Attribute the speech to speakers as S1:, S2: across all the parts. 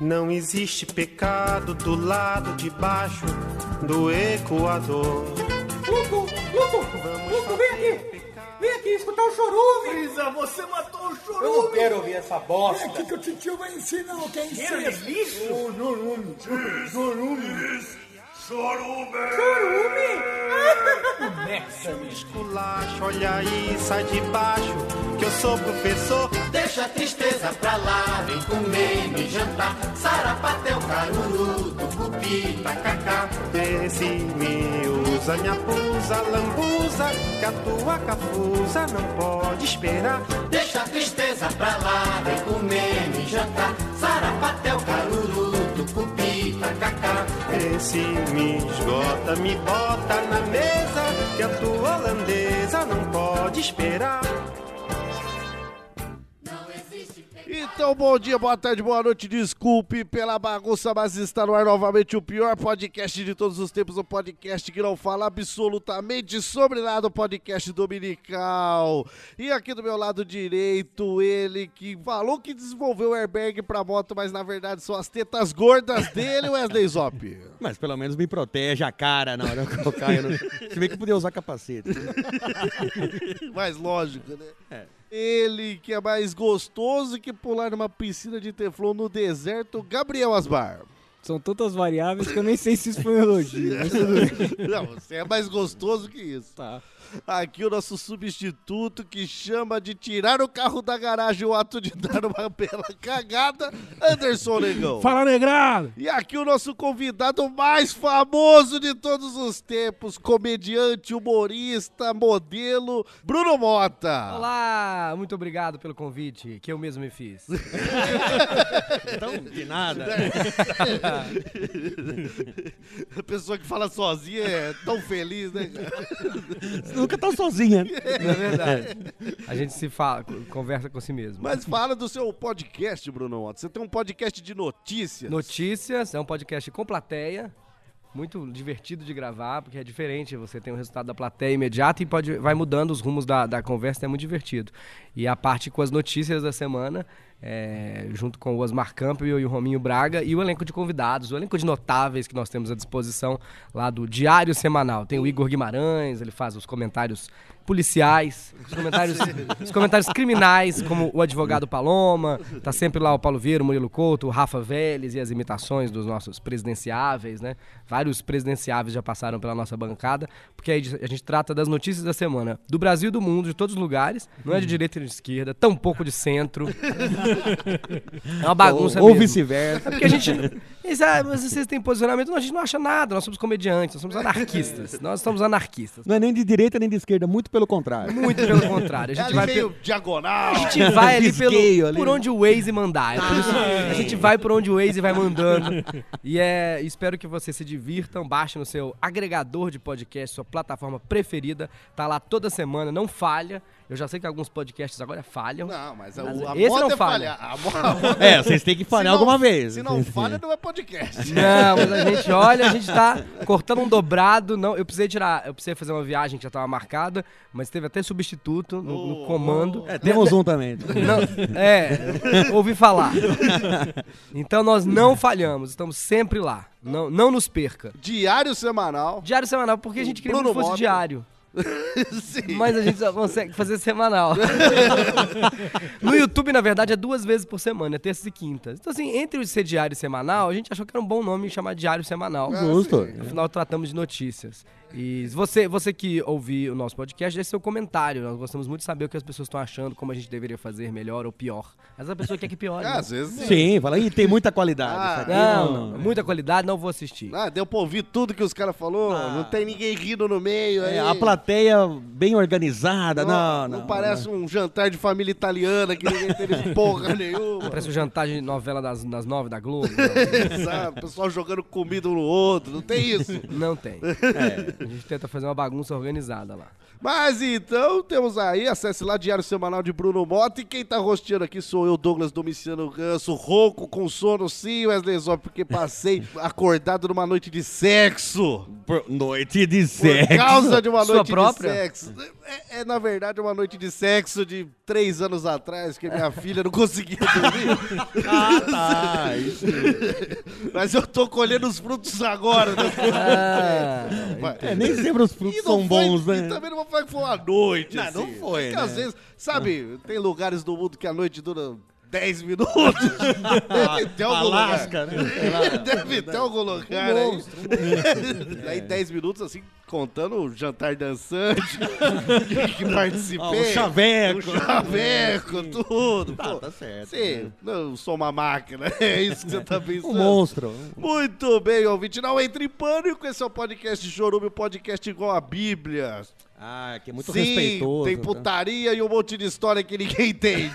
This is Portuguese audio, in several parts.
S1: Não existe pecado do lado de baixo do Equador.
S2: Luco, Luco, Luco, vem aqui! Vem aqui escutar o chorume!
S3: Isa, você matou o chorume!
S2: Eu não quero ouvir essa bosta!
S3: É aqui que o titio vai ensinar o que é
S2: Cheiro de
S3: incesto.
S2: lixo!
S3: O chorume. Chorume.
S2: Chorume! Nexa, bicho.
S1: Culacho, olha aí, sai de baixo, que eu sou professor.
S4: Deixa a tristeza pra lá, vem comer, vem jantar. Sarapatel, caruru, tucupi, tacacá.
S1: Esse me usa, me abusa, lambuza, que a tua cafusa não pode esperar.
S4: Deixa a tristeza pra lá, vem comer, vem jantar. Sarapatel, caruru, tucupi, tacacá.
S1: Esse me esgota, me bota na mesa, que a tua holandesa não pode esperar.
S5: Então, bom dia, boa tarde, boa noite. Desculpe pela bagunça, mas está no ar novamente o pior podcast de todos os tempos. O podcast que não fala absolutamente sobre nada. O podcast dominical. E aqui do meu lado direito, ele que falou que desenvolveu o airbag pra moto, mas na verdade são as tetas gordas dele, Wesley Zop.
S6: Mas pelo menos me protege a cara na hora que eu caio. No... Se bem que eu podia usar capacete.
S5: mais lógico, né? Ele que é mais gostoso que pular numa piscina de teflon no deserto, Gabriel Asbar.
S7: São tantas variáveis que eu nem sei se isso foi um elogio. mas tudo bem.
S5: Não, você é mais gostoso que isso.
S7: Tá.
S5: Aqui o nosso substituto que chama de tirar o carro da garagem o ato de dar uma bela cagada, Anderson Negão.
S8: Fala, negrado!
S5: E aqui o nosso convidado mais famoso de todos os tempos, comediante, humorista, modelo, Bruno Mota.
S9: Olá, muito obrigado pelo convite que eu mesmo me fiz.
S6: Então, de nada.
S5: A pessoa que fala sozinha é tão feliz, né?
S6: Você nunca tá sozinha.
S9: É verdade. A gente se fala, co- conversa com si mesmo.
S5: Mas fala do seu podcast, Bruno Mota. Você tem um podcast de notícias.
S9: Notícias é um podcast com plateia. Muito divertido de gravar, porque é diferente. Você tem o resultado da plateia imediato e pode, vai mudando os rumos da, da conversa, é muito divertido. E a parte com as notícias da semana, é, junto com o Osmar Campbell e o Rominho Braga, e o elenco de convidados, o elenco de notáveis que nós temos à disposição lá do Diário Semanal. Tem o Igor Guimarães, ele faz os comentários policiais, os comentários, os comentários criminais, como o advogado Paloma, tá sempre lá o Paulo Vieira, o Murilo Couto, o Rafa Vélez e as imitações dos nossos presidenciáveis, né? Vários presidenciáveis já passaram pela nossa bancada, porque aí a gente trata das notícias da semana, do Brasil e do mundo, de todos os lugares, não é de direita e de esquerda, tampouco de centro. É uma bagunça
S6: Ou
S9: mesmo.
S6: vice-versa.
S9: É porque a gente. Exato, mas vocês têm posicionamento, não, a gente não acha nada, nós somos comediantes, nós somos anarquistas. Nós somos anarquistas.
S6: Não é nem de direita nem de esquerda, muito pelo contrário.
S9: Muito pelo contrário. A
S5: É
S9: gente
S5: ali
S9: vai
S5: meio
S9: pe- a
S5: diagonal.
S9: gente vai ali,
S6: Desgueio
S9: pelo,
S6: ali,
S9: por
S6: né?
S9: onde o Waze mandar. É por isso que a gente vai por onde o Waze vai mandando. E é, espero que vocês se divirtam. Baixe no seu agregador de podcast, sua plataforma preferida. Tá lá toda semana, não falha. Eu já sei que alguns podcasts agora falham.
S5: Não, mas a,
S9: Mas
S5: a
S9: esse
S5: moda
S9: não
S5: é
S9: falha.
S5: falhar. A moda...
S6: É, vocês têm que
S5: Se
S6: falhar
S5: não-
S6: alguma vez.
S5: Se não falha, não é podcast.
S9: Não, mas a gente olha, a gente tá cortando um dobrado. Não, eu precisei tirar, eu precisei fazer uma viagem que já tava marcada, mas teve até substituto no,
S5: Oh,
S9: no comando.
S6: É, temos um também.
S9: Não, é, ouvi falar. Então nós não falhamos, estamos sempre lá. Não, não nos perca.
S5: Diário semanal.
S9: Diário semanal, porque a gente queria
S5: Bruno
S9: que fosse
S5: Mota.
S9: diário.
S5: Sim.
S9: Mas a gente só consegue fazer semanal. no YouTube, na verdade, é duas vezes por semana, é terças e quintas. Então, assim, entre o ser diário e semanal, a gente achou que era um bom nome chamar diário semanal.
S6: Justo.
S9: Afinal, tratamos de notícias. E se você, você que ouvir o nosso podcast, deixe seu comentário. Nós gostamos muito de saber o que as pessoas estão achando, como a gente deveria fazer melhor ou pior. Mas a pessoa quer que piore. né?
S5: É, Às vezes.
S6: Sim, fala, ih, tem muita qualidade.
S5: Ah,
S6: isso aqui
S9: Não, não, não. muita qualidade, não vou assistir.
S5: Ah, deu pra ouvir tudo que os caras falou. Não tem ninguém rindo no meio. aí.
S6: Ah. É, a plateia bem organizada. Não, não. é.
S5: parece um jantar de família italiana que ninguém teve porra nenhuma.
S9: Parece o jantar de novela das, das nove da Globo.
S5: Sabe? O pessoal jogando comida um no outro. Não tem isso.
S9: Não, não tem. A gente tenta fazer uma bagunça organizada lá.
S5: Mas então, temos aí, acesse lá Diário Semanal de Bruno Mota. E quem tá rosteando aqui sou eu, Douglas Domiciano Ganso, rouco, com sono sim, Wesley Zop, porque passei acordado numa noite de sexo.
S6: Por- Noite de
S5: Por
S6: sexo.
S5: causa de uma
S9: Sua
S5: noite
S9: própria?
S5: de sexo. É, é, na verdade, uma noite de sexo de três anos atrás, que minha filha não conseguia dormir.
S6: Ah, isso.
S5: Mas eu tô colhendo os frutos agora. Né?
S9: Ah,
S6: É, nem sempre os
S5: E
S6: frutos
S5: não
S6: são
S5: foi-
S6: bons, né?
S5: E também não vou falar que foi uma noite.
S6: Não,
S5: assim.
S6: não foi,
S5: Porque
S6: né? Ah.
S5: às vezes, sabe, tem lugares do mundo que a noite dura 10 minutos. Deve ter algum
S6: Alasca, né? Sei lá.
S5: lugar. Deve ter algum
S6: Um
S5: lugar aí.
S6: né?
S5: Aí 10 minutos, assim, contando o jantar dançante que- que participei.
S6: Ó, Ah, o chaveco.
S5: O chaveco, tudo.
S6: Tá,
S5: Pô,
S6: tá certo.
S5: Sim, não sou uma máquina. É isso que você tá
S6: Um
S5: pensando.
S6: monstro.
S5: Muito bem, ouvinte. Não entre em pânico. Esse é o podcast de Chorume, o podcast igual a Bíblia.
S6: Ah, que é muito
S5: Sim,
S6: respeitoso.
S5: tem
S6: tá?
S5: putaria e um monte de história que ninguém entende.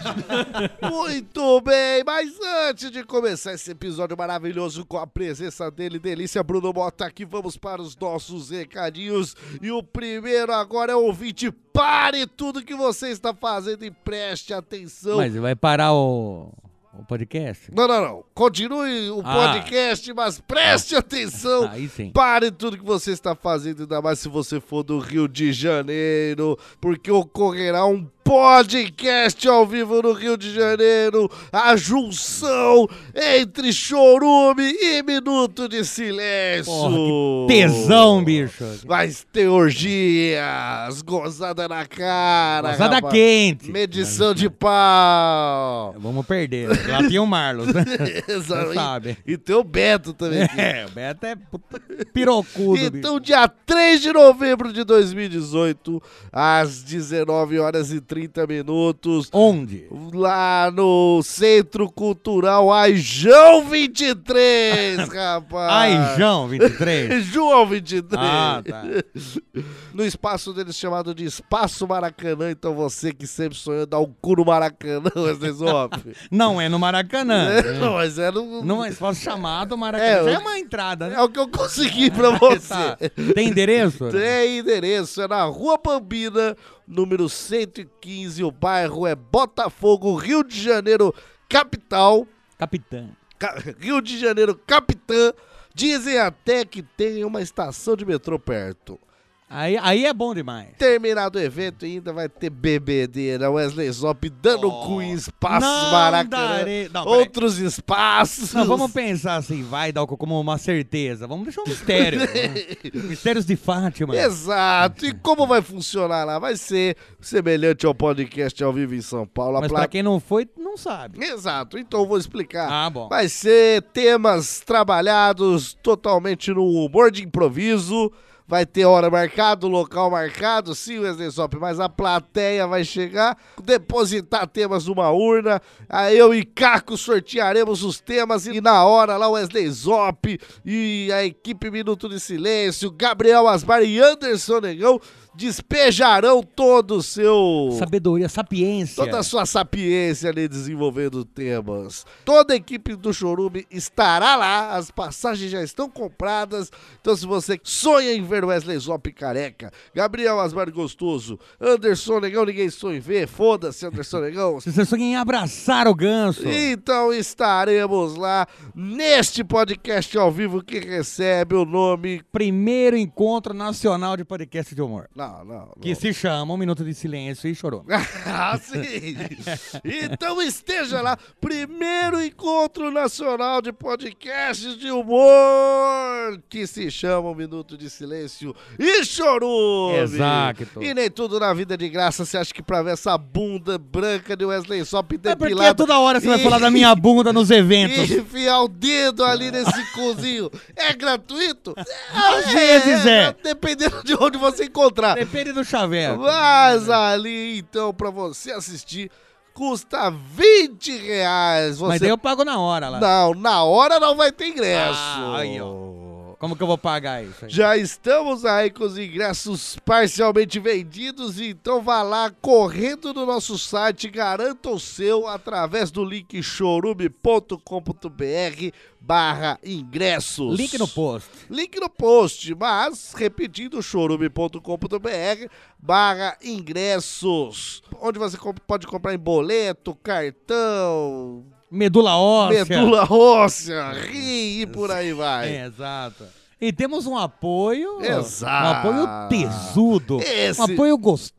S5: Muito bem, mas antes de começar esse episódio maravilhoso com a presença dele, Delícia Bruno Mota, aqui vamos para os nossos recadinhos. E o primeiro agora é o ouvinte. Pare tudo que você está fazendo e preste atenção.
S8: Mas vai parar o, o podcast?
S5: Não, não, não. Continue o
S8: Ah.
S5: podcast, mas preste atenção.
S8: Aí sim.
S5: Pare tudo que você está fazendo, ainda mais se você for do Rio de Janeiro, porque ocorrerá um podcast ao vivo no Rio de Janeiro, a junção entre chorume e minuto de silêncio.
S8: Porra, que tesão, bicho.
S5: Mas tem orgias, gozada na cara.
S8: Gozada
S5: rapaz.
S8: quente. É,
S5: Medição de pau.
S8: Vamos perder. Lá tem o Marlos, né? Você sabe.
S5: E, e tem o Beto também. que
S8: É, o Beto é puta pirocudo, bicho.
S5: Então, dia 3 de novembro de 2018, às 19 horas e 30 minutos,
S8: Onde?
S5: lá no Centro Cultural Aijão 23, rapaz.
S8: Ai, João, 23.
S5: João 23.
S8: Ah, tá.
S5: No espaço deles chamado de Espaço Maracanã. Então você que sempre sonhou dar um cu no Maracanã, Wesley Zop.
S8: Não é no Maracanã.
S5: É, Não, mas era um...
S8: Não é só chamado
S5: É,
S8: Maracanã.
S5: eu-
S8: Já é uma entrada, né?
S5: É o que eu consegui pra você.
S8: Tá. Tem endereço?
S5: Tem endereço, é na Rua Bambina, número 115. O bairro é Botafogo, Rio de Janeiro, capital.
S8: Capitã.
S5: Ca- Rio de Janeiro, capitã. Dizem até que tem uma estação de metrô perto.
S8: Aí, aí é bom demais.
S5: Terminado o evento, ainda vai ter bebedeira, né? Wesley Zop dando cu em espaços
S8: Oh. não
S5: Maracanã,
S8: darei- não, peraí.
S5: outros espaços.
S8: Não, vamos pensar assim, vai dar como uma certeza. Vamos deixar um mistério. né? Mistérios de Fátima.
S5: Exato. E como vai funcionar lá? Vai ser semelhante ao podcast ao vivo em São Paulo. A
S8: Mas pra
S5: plateia-
S8: quem não foi, não sabe.
S5: Exato, então eu vou explicar.
S8: Ah, bom.
S5: Vai ser temas trabalhados totalmente no humor de improviso. Vai ter hora marcada, local marcado, sim, Wesley Sop, mas a plateia vai chegar, depositar temas numa urna, aí eu e Caco sortearemos os temas e na hora lá o Wesley Zop e a equipe Minuto de Silêncio, Gabriel Asmar e Anderson Negão despejarão todo o seu...
S8: Sabedoria, sapiência.
S6: é?
S5: Toda a sua sapiência ali desenvolvendo temas. Toda a equipe do Chorume estará lá, as passagens já estão compradas. Então, se você sonha em ver Wesley Zop careca, Gabriel Asmar Gostoso, Anderson Negão, ninguém sonha em ver, foda-se, Anderson Negão.
S8: Se você só quer abraçar o ganso.
S5: Então estaremos lá neste podcast ao vivo que recebe o nome
S8: Primeiro encontro nacional de podcast de humor.
S5: Não, não. não.
S8: Que se chama Um Minuto de Silêncio e Chorou.
S5: ah, sim! Então esteja lá, primeiro encontro nacional de podcasts de humor que se chama Um Minuto de Silêncio e Chorume.
S8: Exato.
S5: E nem tudo na vida é de graça, você acha que pra ver essa bunda branca de Wesley Sop
S8: É porque
S5: depilada...
S8: toda hora você vai
S5: e-
S8: falar da minha bunda nos eventos.
S5: e enfiar o dedo ali nesse cozinho. É gratuito? Às
S8: vezes é.
S5: Dependendo de onde você encontrar.
S8: Depende do chaveco.
S5: Mas ali, então, pra você assistir, custa 20 reais. Você...
S8: Mas daí eu pago na hora lá.
S5: Não, na hora não vai ter ingresso.
S8: Ah, aí, ó. Como que eu vou pagar isso aí?
S5: Já estamos aí com os ingressos parcialmente vendidos, então vá lá correndo no nosso site, garanta o seu através do link chorume.com.br barra ingressos.
S8: Link no post.
S5: Link no post, mas repetindo chorume.com.br barra ingressos, onde você comp- pode comprar em boleto, cartão,
S8: Medula óssea.
S5: medula óssea, rim e por aí vai.
S8: É, exato. E temos um apoio.
S5: Exato.
S8: Um apoio tesudo.
S5: Esse-
S8: Um apoio gostoso.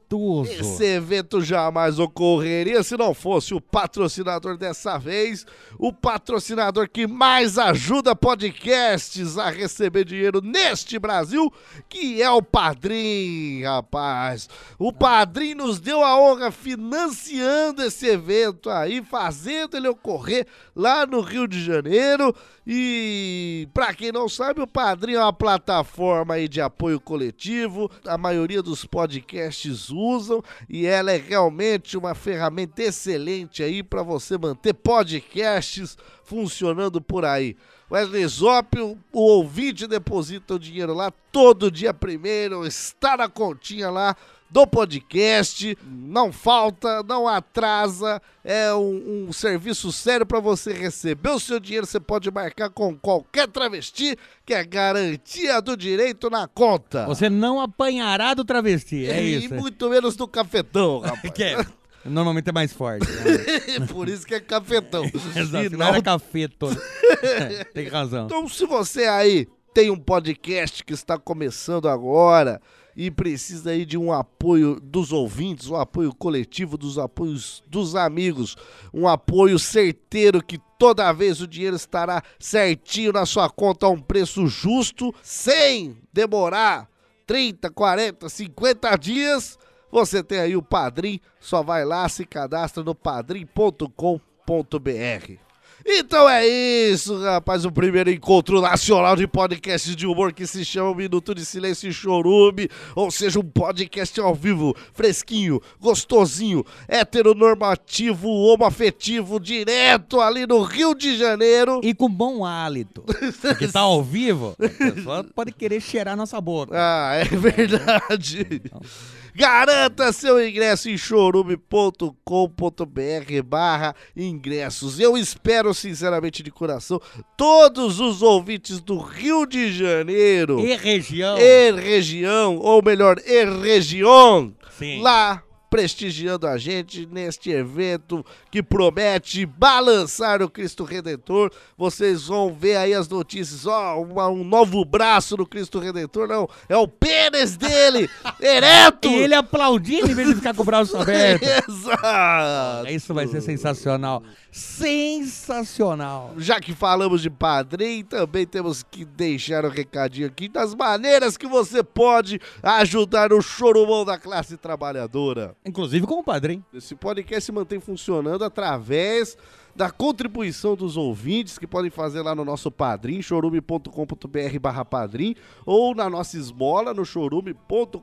S5: Esse evento jamais ocorreria se não fosse o patrocinador dessa vez, o patrocinador que mais ajuda podcasts a receber dinheiro neste Brasil, que é o Padrim, rapaz. O Padrim nos deu a honra financiando esse evento aí, fazendo ele ocorrer lá no Rio de Janeiro. E para quem não sabe, o Padrim é uma plataforma aí de apoio coletivo, a maioria dos podcasts usam e ela é realmente uma ferramenta excelente aí para você manter podcasts funcionando por aí. Wesley Zop, o o ouvinte deposita o dinheiro lá todo dia primeiro, está na continha lá do podcast, não falta, não atrasa, é um, um serviço sério para você receber o seu dinheiro, você pode marcar com qualquer travesti, que é garantia do direito na conta.
S8: Você não apanhará do travesti. É
S5: e
S8: isso.
S5: muito menos do cafetão, rapaz.
S8: Que é- Normalmente é mais forte. né?
S5: Por isso que é cafetão.
S8: Exato. senão
S5: E não
S8: era cafeto. É, Tem razão.
S5: Então, se você aí tem um podcast que está começando agora e precisa aí de um apoio dos ouvintes, um apoio coletivo, dos apoios dos amigos, um apoio certeiro que toda vez o dinheiro estará certinho na sua conta a um preço justo, sem demorar 30, 40, 50 dias. Você tem aí o Padrim, só vai lá, se cadastra no padrim.com.br. Então é isso, rapaz. O primeiro encontro nacional de podcast de humor que se chama Minuto de Silêncio e Chorume. Ou seja, um podcast ao vivo, fresquinho, gostosinho, heteronormativo, homoafetivo, direto ali no Rio de Janeiro.
S8: E com bom hálito. Porque tá ao vivo, a pessoa pode querer cheirar nossa boca.
S5: Ah, é verdade. Garanta seu ingresso em chorume.com.br barra ingressos. Eu espero, sinceramente, de coração, todos os ouvintes do Rio de Janeiro
S8: E região.
S5: e região, ou melhor, e região,
S8: Sim.
S5: lá prestigiando a gente neste evento que promete balançar o Cristo Redentor. Vocês vão ver aí as notícias, ó, uma- um novo braço do Cristo Redentor, não, é o pênis dele, ereto!
S8: E ele é aplaudindo em vez de ficar com o
S5: É,
S8: braço aberto.
S5: Exato!
S8: Isso vai ser sensacional. Sensacional.
S5: já que falamos de padrim, também temos que deixar o recadinho aqui das maneiras que você pode ajudar o chorumão da classe trabalhadora.
S8: Inclusive com o padrinho.
S5: Esse podcast se mantém funcionando através da contribuição dos ouvintes que podem fazer lá no nosso padrim, chorume.com.br barra padrim, ou na nossa esmola, no chorume.com.br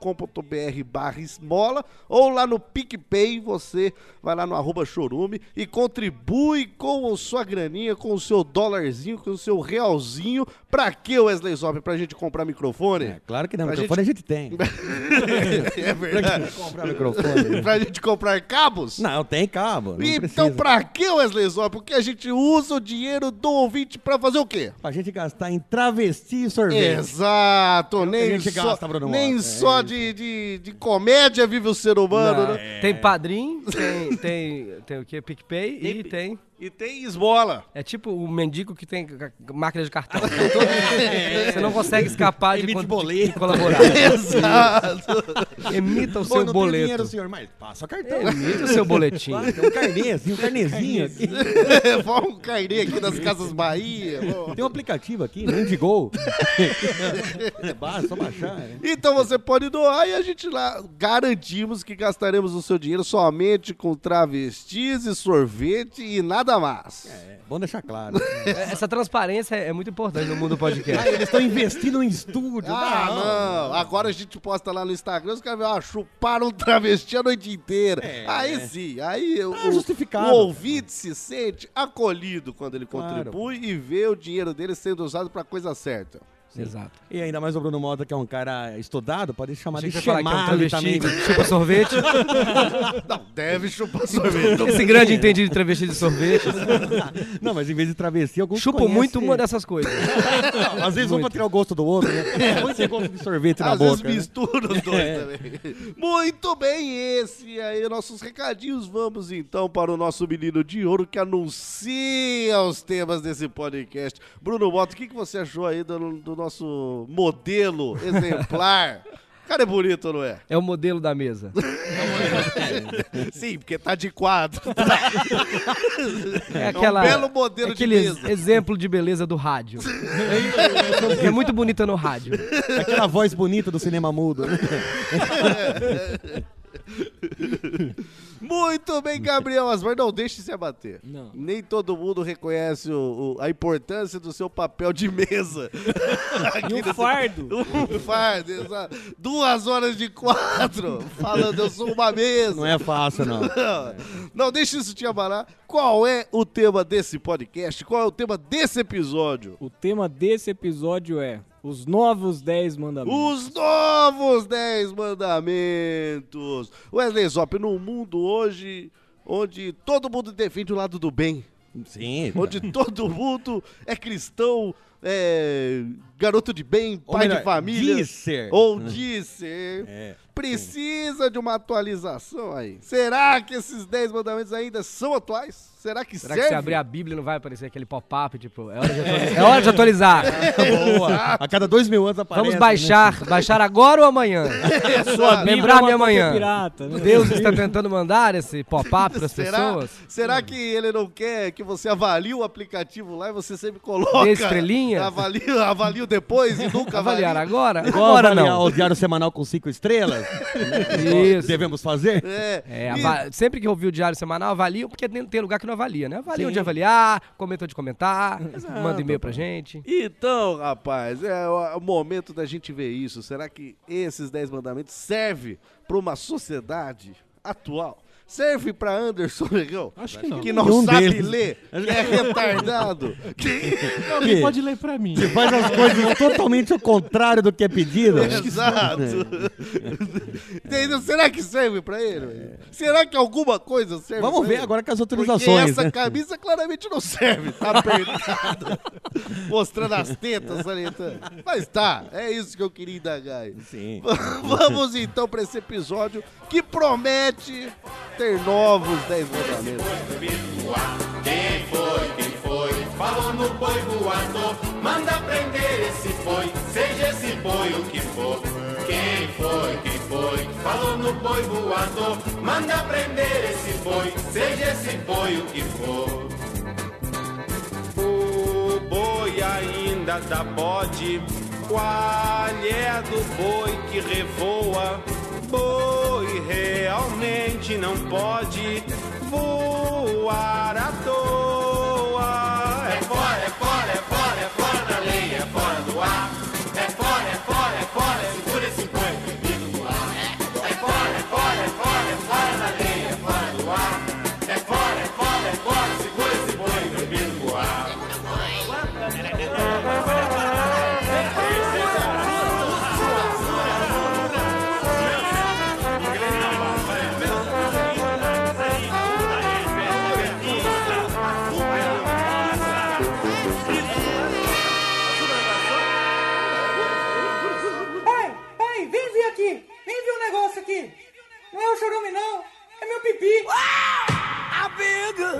S5: barra esmola, ou lá no PicPay, você vai lá no arroba chorume e contribui com a sua graninha, com o seu dólarzinho, com o seu realzinho. Pra que, Wesley Zop? Pra gente comprar microfone?
S8: É, claro que não.
S5: Pra
S8: Microfone a gente tem.
S5: é verdade.
S8: Comprar microfone.
S5: pra gente comprar cabos?
S8: Não, tem cabo. Não
S5: Então,
S8: precisa.
S5: pra que, Wesley Zop? Porque a gente usa o dinheiro do ouvinte pra fazer o quê?
S8: Pra gente gastar em travesti e sorvete. É
S5: Exato, nem
S8: gente
S5: só,
S8: gasta, Bruno
S5: nem
S8: Mota, é
S5: só de, de, de comédia vive o ser humano,
S9: Não,
S5: né?
S9: Tem Padrim, tem, tem, tem o quê? PicPay e tem...
S5: E tem esmola.
S9: É tipo o mendigo que tem ca- ca- máquina de cartão. Você não consegue escapar de,
S6: Emite
S9: con- de
S6: boleto.
S9: colaborar.
S5: Ah, Exato.
S9: Emita o
S6: Pô,
S9: seu
S6: não tenho dinheiro, assim.
S9: boleto.
S6: senhor, mas passa cartão.
S9: Emita o seu boletim.
S6: Ah, tem um carnezinho, um carnezinho aqui.
S5: Vamos um carnê aqui das Casas Bahia. vó.
S6: Tem um aplicativo aqui, Mendigol. é básico, só baixar. né?
S5: Então você pode doar e a gente lá garantimos que gastaremos o seu dinheiro somente com travestis e sorvete e nada mais.
S6: É, bom deixar claro.
S9: É, Essa transparência é muito importante no mundo
S6: Ah,
S9: podcast.
S6: eles estão investindo em estúdio.
S5: Ah, não. Agora a gente posta lá no Instagram, os caras vão ah, chuparam um travesti a noite inteira. aí sim, aí o,
S6: Ah, justificado.
S5: o ouvinte se sente acolhido quando ele
S6: Claro.
S5: contribui e vê o dinheiro dele sendo usado pra coisa certa.
S9: Exato.
S6: E ainda mais o Bruno Mota, que é um cara estudado, pode chamar
S9: Achei
S6: de
S9: que você ia falar que é um
S6: chamado
S9: travesti
S6: também.
S9: que chupa sorvete.
S5: Não, deve chupar sorvete.
S9: Esse grande entendido de travesti de sorvete.
S6: Não, mas em vez de travesti, alguns
S9: Chupo
S6: conhecem-
S9: muito uma dessas coisas.
S6: Não, Às vezes um pra tirar o gosto do outro, né? Muito sem gosto de sorvete na
S5: É. Às
S6: boca. né?
S5: vezes mistura os dois também. Muito bem, esse aí, nossos recadinhos. Vamos então para o nosso menino de ouro que anuncia os temas desse podcast. Bruno Moto, o que, que você achou aí do, do nosso modelo exemplar? O cara é bonito, não é?
S9: É o modelo da mesa.
S5: Sim, porque tá de quadro.
S9: É aquela.
S5: um belo modelo
S9: é
S5: de
S9: aquele ex-
S5: mesa.
S9: exemplo de beleza do rádio. Que é muito bonita no rádio.
S6: né? Aquela voz bonita do cinema mudo. né?
S5: Muito bem, Gabriel Asmar, não deixe se abater.
S10: Não.
S5: Nem todo mundo reconhece o- o- a importância do seu papel de mesa.
S10: E o fardo.
S5: Um fardo, exato. Duas horas de quatro, falando eu sou uma mesa.
S6: Não é fácil, não.
S5: Não, deixa isso te abalar. Qual é o tema desse podcast? Qual é o tema desse episódio?
S10: O tema desse episódio é os novos 10 mandamentos.
S5: Os novos dez mandamentos. Wesley Zop, num mundo hoje onde todo mundo defende o lado do bem,
S6: Sim.
S5: onde todo mundo é cristão, é garoto de bem,
S6: Ou
S5: pai
S6: melhor,
S5: de família.
S6: diz ser.
S5: Ou
S9: Hum.
S5: disse.
S6: É.
S5: Precisa de uma atualização aí. Será que esses 10 mandamentos ainda são atuais? Será que
S9: Será que
S5: serve?
S9: se abrir a Bíblia não vai aparecer aquele pop-up, tipo, é hora de atualizar. É hora de atualizar.
S5: É.
S6: Boa. A cada dois mil anos aparece. né?
S9: Vamos baixar. Baixar agora ou amanhã? Lembrar-me
S10: é uma cópia
S9: amanhã.
S10: Pirata, né?
S9: Deus está tentando mandar esse pop-up para as
S5: Será,
S9: pessoas? Hum.
S5: será que ele não quer que você avalie o aplicativo lá e você sempre coloca?
S9: Dê estrelinha?
S5: Avalia, avalia depois e nunca avalia.
S9: Avaliar agora?
S6: Igual
S9: Agora
S6: avaliar
S9: não.
S6: o diário semanal com cinco estrelas.
S9: Isso.
S6: Devemos fazer?
S5: É,
S9: É,
S5: e-
S9: ava- sempre que eu ouvi o diário semanal, avalia, porque tem, tem lugar que não avalia, né? Avalia onde avaliar, comenta onde comentar, manda e-mail pra gente.
S5: Então, rapaz, é o, o momento da gente ver isso. Será que esses 10 mandamentos servem para uma sociedade atual? Serve para Anderson Negão? Acho que não. Que não
S6: Nenhum
S5: sabe
S6: deles.
S5: ler, que é retardado. que...
S6: Que
S10: Pode ler pra mim.
S6: faz as coisas totalmente ao contrário do que é pedido.
S5: Exato. Entendeu? Será que serve para ele? Será que alguma coisa serve
S6: Vamos
S5: pra
S6: ver
S5: ele?
S6: agora com as
S5: Porque
S6: autorizações.
S5: essa
S6: né?
S5: camisa claramente não serve, tá apertada. Mostrando as tetas, salientando. Mas tá, é isso que eu queria indagar aí.
S6: Sim.
S5: Vamos então pra esse episódio que promete ter novos 10 mandamentos.
S11: Quem foi, quem foi? Falou no boi voador. Manda prender esse boi, seja esse boi o que for. Quem foi, quem foi? Falou no boi voador. Manda prender esse boi, seja esse boi o que for.
S1: O boi ainda dá bode, coalha do boi que revoa. Boi realmente não pode voar à toa. É
S11: Fora, é fora, é fora, é fora da lei, é fora do ar. É fora, é fora, é fora, segura esse boi proibido no ar. É fora, é fora, é fora, é fora da lei, é fora do ar. É fora, é fora, é fora, segura esse boi proibido no ar.
S7: Ei, ei, vem ver aqui. Vem ver um negócio aqui. Não é o chorume, não. É meu pipi.
S1: amiga,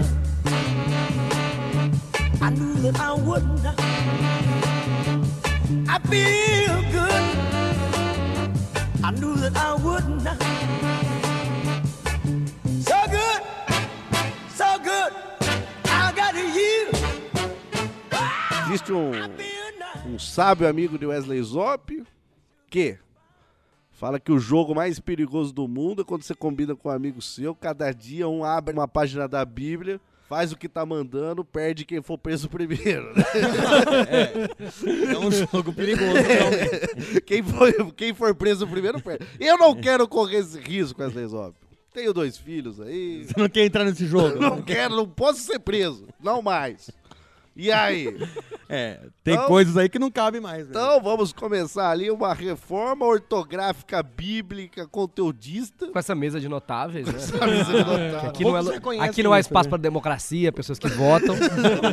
S7: I knew that I would not. I feel good. I knew that I would not. So good, so good. I got you.
S5: Existe um, um sábio amigo de Wesley Zop que fala que o jogo mais perigoso do mundo é quando você combina com um amigo seu, cada dia um abre uma página da Bíblia, faz o que tá mandando, perde quem for preso primeiro. né?
S6: É. É um jogo perigoso, né? realmente.
S5: Quem for, quem for preso primeiro perde. Eu não quero correr esse risco, Wesley Zop. Tenho dois filhos aí.
S6: Você não quer entrar nesse jogo?
S5: Não quero, não posso ser preso. Não mais. E aí?
S6: É, tem
S5: Então-
S6: coisas aí que não cabem mais. né?
S5: Então vamos começar ali uma reforma ortográfica bíblica conteudista.
S9: Com essa mesa de notáveis, né?
S5: essa mesa de notáveis.
S9: Que Aqui não,
S6: Poucos
S9: é,
S6: reconhecem
S9: aqui não há
S6: isso,
S9: espaço
S6: né?
S9: para democracia, pessoas que votam.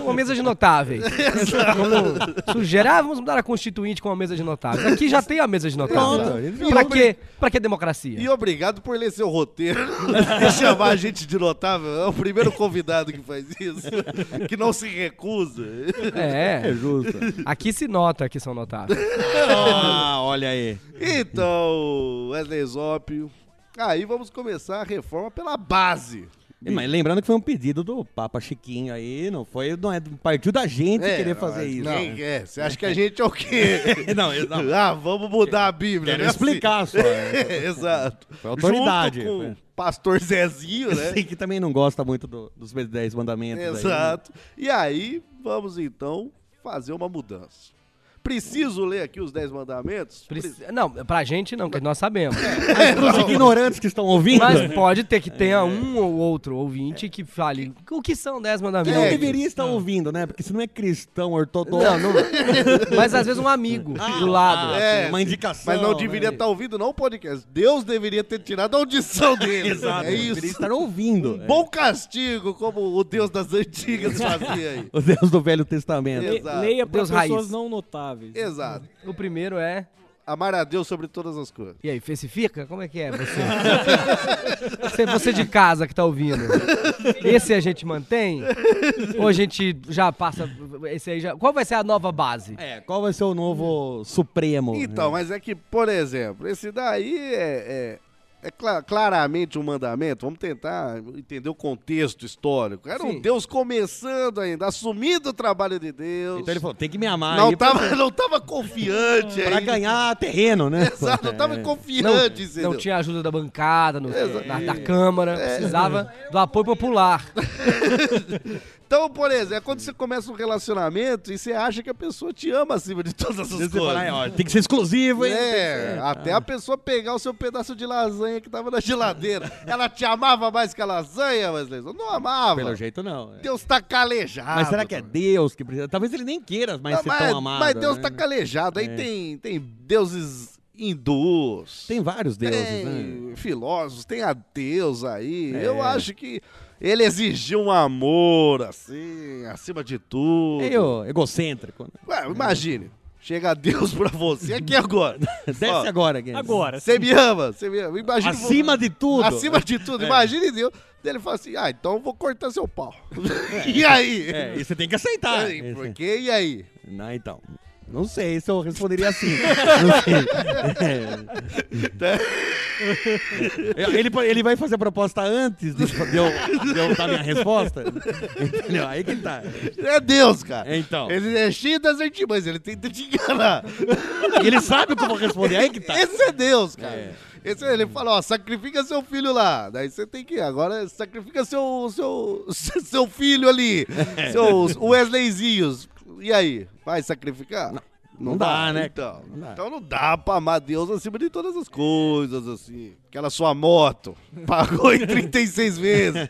S9: uma mesa de notáveis. Vamos Sugerir, ah, vamos mudar a constituinte com uma mesa de notáveis. Aqui já tem a mesa de
S6: Pronto,
S9: notáveis.
S6: eles
S9: Pra quê? Pra que democracia?
S5: E obrigado por ler seu roteiro e chamar a gente de notável. É o primeiro convidado que faz isso, que não se recusa.
S9: É,
S6: É justo.
S9: aqui se nota que são notáveis.
S6: ah, olha aí.
S5: Então, Wesley Zópio, aí vamos começar a reforma pela base.
S6: E, Mas lembrando que foi um pedido do Papa Chiquinho aí, não foi, não é, partiu da gente querer fazer isso. né?
S5: Quem é? Você acha que a gente é o quê?
S6: não, eu não.
S5: Ah, vamos mudar a Bíblia.
S6: Quero
S5: né?
S6: explicar só. né?
S5: Exato.
S6: Foi autoridade.
S5: Junto com
S6: Foi.
S5: o pastor Zezinho, né?
S6: Sei que também não gosta muito do- dos 10 mandamentos. aí, né?
S5: Exato. E aí, vamos então fazer uma mudança. Preciso ler aqui os 10 mandamentos? Preciso.
S9: Prec- Não, pra gente não, que nós sabemos.
S6: É. Os ignorantes que estão ouvindo.
S9: Mas pode ter que tenha um ou outro ouvinte que fale o que são 10
S6: É, que não
S5: É.
S9: mandamentos.
S6: deveria estar ouvindo, né? Porque se não é cristão ortodoxo.
S9: Não, não. Mas às vezes um amigo do lado.
S6: Ah,
S5: É,
S6: sim, uma indicação. né?
S5: Mas não deveria estar ouvindo, não o podcast. Deus deveria ter tirado a audição dele.
S6: Exato.
S5: É isso.
S6: Deveria estar ouvindo. é.
S5: Um bom castigo, como o Deus das antigas fazia aí.
S6: O Deus do Velho Testamento.
S5: Exato.
S12: Leia para
S9: Deus
S12: é pessoas
S9: raiz.
S12: não notáveis.
S5: Exato.
S9: O primeiro é.
S5: Amar a Deus sobre todas as coisas.
S9: E aí, fecifica? Como é que é você? você? Você de casa que tá ouvindo. Esse a gente mantém? Ou a gente já passa. Esse aí já. Qual vai ser a nova base?
S6: É, qual vai ser o novo Supremo?
S5: É. Então, mas é que, por exemplo, esse daí é, é, é cla- claramente um mandamento. Vamos tentar entender o contexto histórico. Era um
S9: Sim.
S5: Deus começando ainda, assumindo o trabalho de Deus.
S6: Então ele falou, tem que me amar
S5: não, tá
S6: aí
S5: tava, não tava confiante
S6: pra
S5: ainda.
S6: ganhar terreno, né?
S5: Exato, não tava
S6: É
S9: Não,
S5: confiante, entendeu?
S9: não tinha ajuda da bancada, no- da, da Câmara,
S6: É.
S9: precisava do apoio popular.
S5: Então, por exemplo, é quando você começa um relacionamento e você acha que a pessoa te ama acima de todas as
S6: Você
S5: coisas.
S6: fala, "Ah, ó, tem que ser exclusivo, hein?
S5: É, até a pessoa pegar o seu pedaço de lasanha que tava na geladeira. Ela te amava mais que a lasanha, Wesley? Não amava.
S6: Pelo jeito, não. é.
S5: Deus tá calejado.
S6: Mas será que é Deus que precisa? Talvez ele nem queira mais
S5: Não,
S6: ser tão amado.
S5: mas Deus
S6: né?
S5: tá calejado. Aí tem, tem deuses hindus.
S6: Tem vários deuses, né? É.
S5: tem filósofos, tem ateus aí. Eu acho que ele exigiu um amor, assim, acima de tudo.
S6: Meio egocêntrico. né?
S5: Ué, imagine. Chega Deus pra você aqui agora.
S6: Desce agora, Guedes.
S12: Agora,
S5: Você me ama, você me ama. Imagina
S6: Acima de tudo. É.
S5: Acima de tudo, imagine Deus. Ele fala assim: ah, então eu vou cortar seu pau. e aí?
S6: É, Ah, e você tem que aceitar.
S5: E aí, por quê? E aí?
S6: Não, então. Não sei se eu responderia assim. Não sei. É. Eu- Ele, ele vai fazer a proposta antes de, de eu, de eu dar minha resposta? Entendeu? Aí que tá.
S5: É Deus, cara.
S6: Então.
S5: Ele é cheio das artimanhas, ele tenta te enganar.
S6: E Ele sabe o que eu vou responder, aí que tá.
S5: Esse é Deus, cara. Esse, é, ele fala, ó, sacrifica seu filho lá. Daí você tem que ir. Agora sacrifica seu, seu, seu filho ali.
S6: É.
S5: Seus Wesleyzinhos. E aí? Vai sacrificar? Não,
S6: dá, né?
S5: Então
S6: Não dá.
S5: então não dá pra amar Deus acima de todas as coisas, assim. Aquela sua moto, pagou em 36 vezes.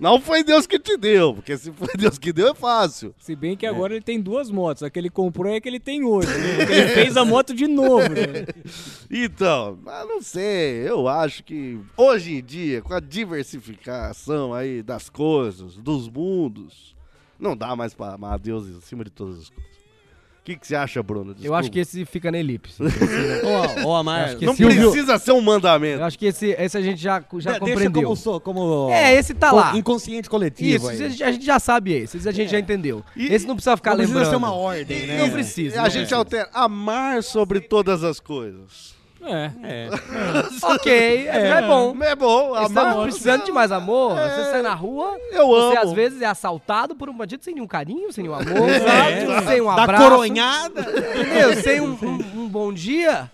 S5: Não foi Deus que te deu, porque se foi Deus que deu é fácil.
S12: Se bem que agora ele tem duas motos. A que ele comprou é a que ele tem hoje. né? Porque ele fez a moto de novo. né?
S6: É,
S5: Então, mas não sei, eu acho que hoje em dia, com a diversificação aí das coisas, dos mundos, não dá mais pra amar a Deus acima de todas as coisas. que, que você acha, Bruno?
S9: Eu acho que esse fica na elipse.
S5: Ô, ô, Amar,
S9: Acho que
S5: não
S9: esse-
S5: precisa ser um mandamento.
S9: Eu acho que esse, esse a gente já, já
S5: De- deixa
S9: compreendeu.
S5: como
S6: sou, como...
S9: É, esse tá
S6: co-
S9: lá.
S6: inconsciente coletivo
S9: Isso,
S6: aí. É.
S9: esse a gente- a gente já sabe esse. Esse a gente já entendeu. esse não precisa ficar
S6: não precisa
S9: lembrando.
S6: ser uma ordem, né?
S9: Não precisa.
S5: A
S9: não
S5: gente
S9: precisa.
S5: altera. Amar sobre todas as coisas.
S7: É.
S6: É.
S9: Ok, é, é bom.
S5: É bom.
S9: Você tá
S5: Amar.
S9: precisando de mais amor?
S5: É.
S9: Você sai na rua,
S5: Eu
S9: você
S5: amo.
S9: às vezes é assaltado por um bandido sem nenhum carinho, sem nenhum amor,
S6: É.
S9: sem um
S6: Da
S9: abraço.
S6: coronhada.
S9: Entendeu? Sem um, um- um bom dia.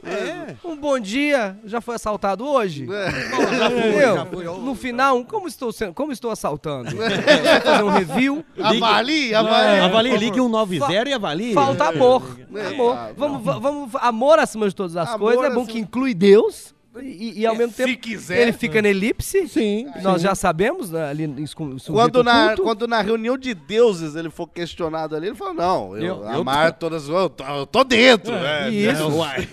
S9: Um bom dia. Já foi assaltado hoje? Bom,
S6: já fui,
S9: entendeu?
S6: já fui.
S9: No final, um, como estou, sendo, como estou assaltando? Deixa eu fazer um review.
S5: Avalie,
S6: É. avalie.
S9: por
S6: ligue
S9: favor.
S6: 190 e avalie.
S9: Falta amor.
S5: É.
S9: Amor.
S6: tá,
S9: Vamos, va- vamos, amor acima de todas as
S5: Amor
S9: coisas. É bom
S5: acima- É,
S9: que inclui Deus. E, e ao mesmo tempo,
S5: quiser. né?
S9: ele fica na elipse.
S6: Sim.
S9: Nós
S6: sim.
S9: já sabemos, né, ali em escu- sujeito
S5: Quando na,
S9: culto.
S5: quando na reunião de deuses ele for questionado ali, ele fala: Não, eu,
S6: Eu- eu-
S5: amar todas. Eu tô, eu tô dentro. né?
S9: É, isso.
S5: Eu- uai.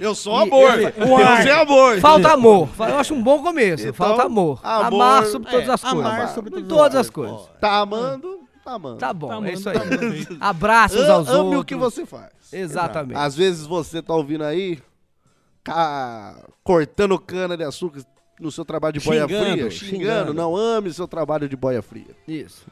S5: Eu sou
S9: E-
S5: amor.
S9: e-
S5: Deus é amor.
S9: Falta amor. Fa- Eu acho um bom começo.
S5: Então,
S9: Falta amor.
S5: amor-
S9: Amar sobre todas
S6: é,
S9: as coisas.
S6: amar sobre todas
S9: todas
S6: as
S9: as coisas.
S5: Tá amando? Tá amando.
S9: Tá bom,
S7: Tá
S9: é isso aí.
S7: amando, tá amando.
S9: Abraços
S5: A-
S9: aos
S5: Ame
S9: outros.
S5: o que você faz.
S9: Exatamente.
S5: Às vezes você tá ouvindo aí, tá cortando cana de açúcar no seu trabalho de boia
S6: Xingando, né?
S5: fria. Xingando,
S6: xingando.
S5: não ame seu trabalho de boia fria.
S9: Isso.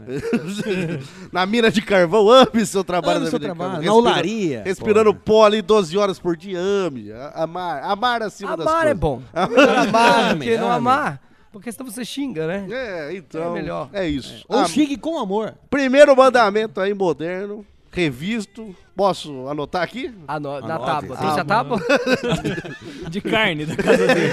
S5: na mina de carvão, ame seu trabalho
S6: Ame
S5: na
S6: seu
S5: mina de
S6: trabalho,
S5: carvão.
S6: na olaria.
S5: Respirando pó ali 12 horas por dia, ame. a- Amar, amar acima das
S9: Amar
S5: coisas.
S9: é bom. Amar, porque não
S6: Amém.
S9: amar. Porque senão você xinga, né?
S5: É, então.
S9: É melhor.
S5: É isso.
S6: Ou
S5: Am-
S6: xingue com amor.
S5: Primeiro mandamento aí moderno, revisto. Posso anotar aqui?
S9: Ah, no, na
S6: Anote.
S9: tábua. Trouxe a tábua?
S7: De carne da casa dele.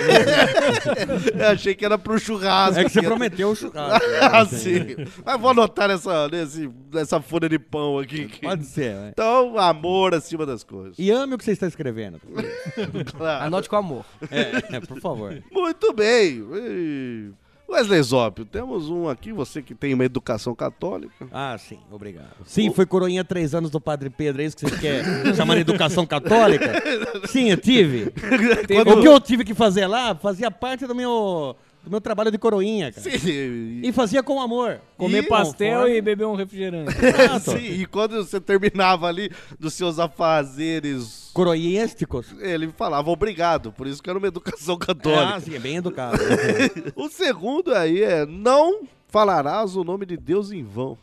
S5: Eu achei que era pro churrasco.
S6: É que você
S5: aqui.
S6: prometeu o churrasco.
S5: Ah, sim. Mas vou anotar nessa, nesse, nessa folha de pão aqui. que-
S6: Pode ser, né?
S5: Então, amor acima das coisas.
S6: E ame o que você está escrevendo.
S5: Claro.
S9: Anote com amor.
S6: É, é, por favor.
S5: Muito bem. E- Wesley Zópio, temos um aqui, você que tem uma educação católica.
S6: Ah, sim, obrigado. Sim, foi coroinha três anos do Padre Pedro, é isso que você quer chamar de educação católica? Sim, eu tive. O que eu tive que fazer lá fazia parte do meu, do meu trabalho de coroinha, cara.
S5: Sim,
S6: E fazia com amor.
S7: Comer
S6: E-
S7: pastel
S6: conforme-
S7: e beber um refrigerante.
S6: Exato.
S5: Sim, e quando você terminava ali dos seus afazeres,
S6: Coroiêsticos.
S5: ele falava obrigado, por isso que era uma educação
S6: Ah,
S5: católica.
S6: sim, é bem educado.
S5: O segundo aí é não falarás o nome de Deus em vão.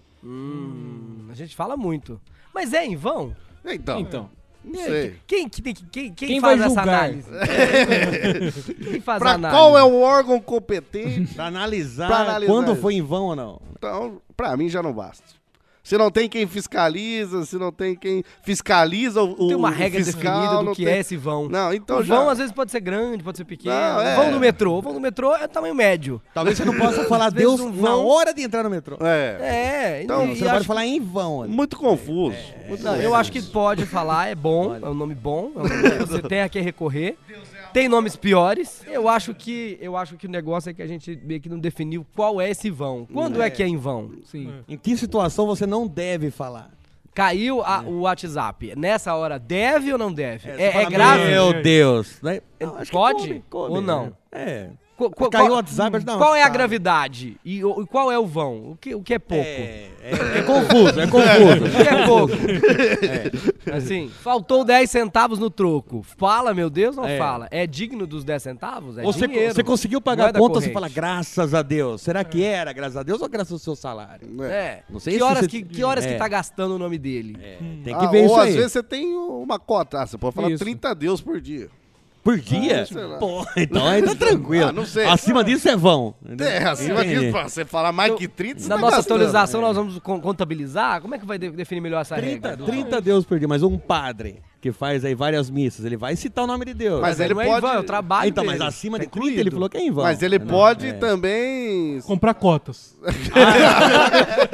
S9: A gente fala muito. Mas é em vão?
S5: Então,
S7: Então.
S5: não sei.
S9: Quem, que tem que- quem, quem,
S7: Quem
S9: faz
S7: vai
S9: essa
S7: julgar?
S9: análise? quem faz a
S5: Pra
S9: análise?
S5: qual é o órgão competente?
S6: Pra analisar,
S5: Pra analisar
S6: quando
S5: isso.
S6: foi em vão ou não.
S5: Então, pra mim já não basta. Se não tem quem fiscaliza, se não tem quem fiscaliza o, o
S9: Tem uma regra
S5: o fiscal,
S9: definida do
S5: não
S9: que
S5: tem-
S9: é esse vão.
S5: Não, então
S9: o
S5: já.
S9: vão às vezes pode ser grande, pode ser pequeno.
S5: Não, é.
S9: Vão do metrô. Vão do metrô é tamanho médio.
S6: Talvez você não possa falar
S9: Às vezes
S6: Deus
S9: um
S6: na
S9: vão-
S6: hora de entrar no metrô.
S5: É,
S9: É,
S5: Então,
S6: Você não pode falar em vão. ali.
S5: muito confuso. Muito
S9: Não, eu acho que pode falar, é bom, é um nome bom, é um nome que você tem a que recorrer. Tem nomes piores. Eu acho que eu acho que o negócio é que a gente meio que não definiu qual é esse vão. Quando é, que é em vão?
S7: Sim.
S6: Em que situação você não deve falar?
S9: Caiu a- o WhatsApp. Nessa hora deve ou não deve?
S6: É. você
S9: É, é
S6: fala,
S9: grave?
S6: Meu Deus. né? Não, acho que
S9: Pode
S6: come, come,
S9: ou não?
S6: né? É.
S9: Co- co-
S6: Caiu o
S9: qual-
S6: WhatsApp, não,
S9: Qual é a
S6: sabe.
S9: gravidade? E, o- e qual é o vão? O que, o que é pouco?
S6: É, é- é confuso, é confuso.
S9: O que é pouco?
S6: É.
S9: Assim, faltou 10 centavos no troco. Fala, meu Deus, não
S6: É.
S9: fala. É digno dos 10 centavos? É
S6: Ou Você,
S9: dinheiro.
S6: você conseguiu pagar a
S9: Moeda
S6: conta, você
S9: corrente.
S6: fala, graças a Deus. Será que era graças a Deus ou graças ao seu salário?
S9: É.
S6: Não sei
S9: que
S6: se
S9: horas,
S6: você-
S9: que, que horas
S6: É.
S9: que tá gastando o nome dele?
S6: Tem que
S5: Ah,
S6: ver
S5: ou
S6: isso
S5: às
S6: aí.
S5: vezes você tem uma cota, ah, você pode falar
S7: Isso.
S5: 30 Deus por dia.
S6: Por dia?
S5: sei lá.
S6: Pô, então aí tá tranquilo.
S5: Ah, não sei.
S6: Acima disso é vão. entendeu?
S5: É, acima
S6: Entendi.
S5: disso, pra você falar mais que 30, você
S9: Na
S5: tá
S9: nossa
S5: gastando.
S6: é.
S9: atualização, nós vamos con- contabilizar? Como é que vai de- definir melhor essa
S6: 30,
S9: regra?
S6: 30 Deus por dia, mas um padre que faz aí várias missas, ele vai citar o nome de Deus.
S5: Mas ele
S9: não é em
S5: pode-
S9: vão, é o trabalho
S6: então, mas
S9: dele.
S6: acima
S9: Tá
S6: de 30 ele
S9: incluído.
S6: falou que é em vão. É.
S5: Mas ele pode também...
S13: Comprar cotas.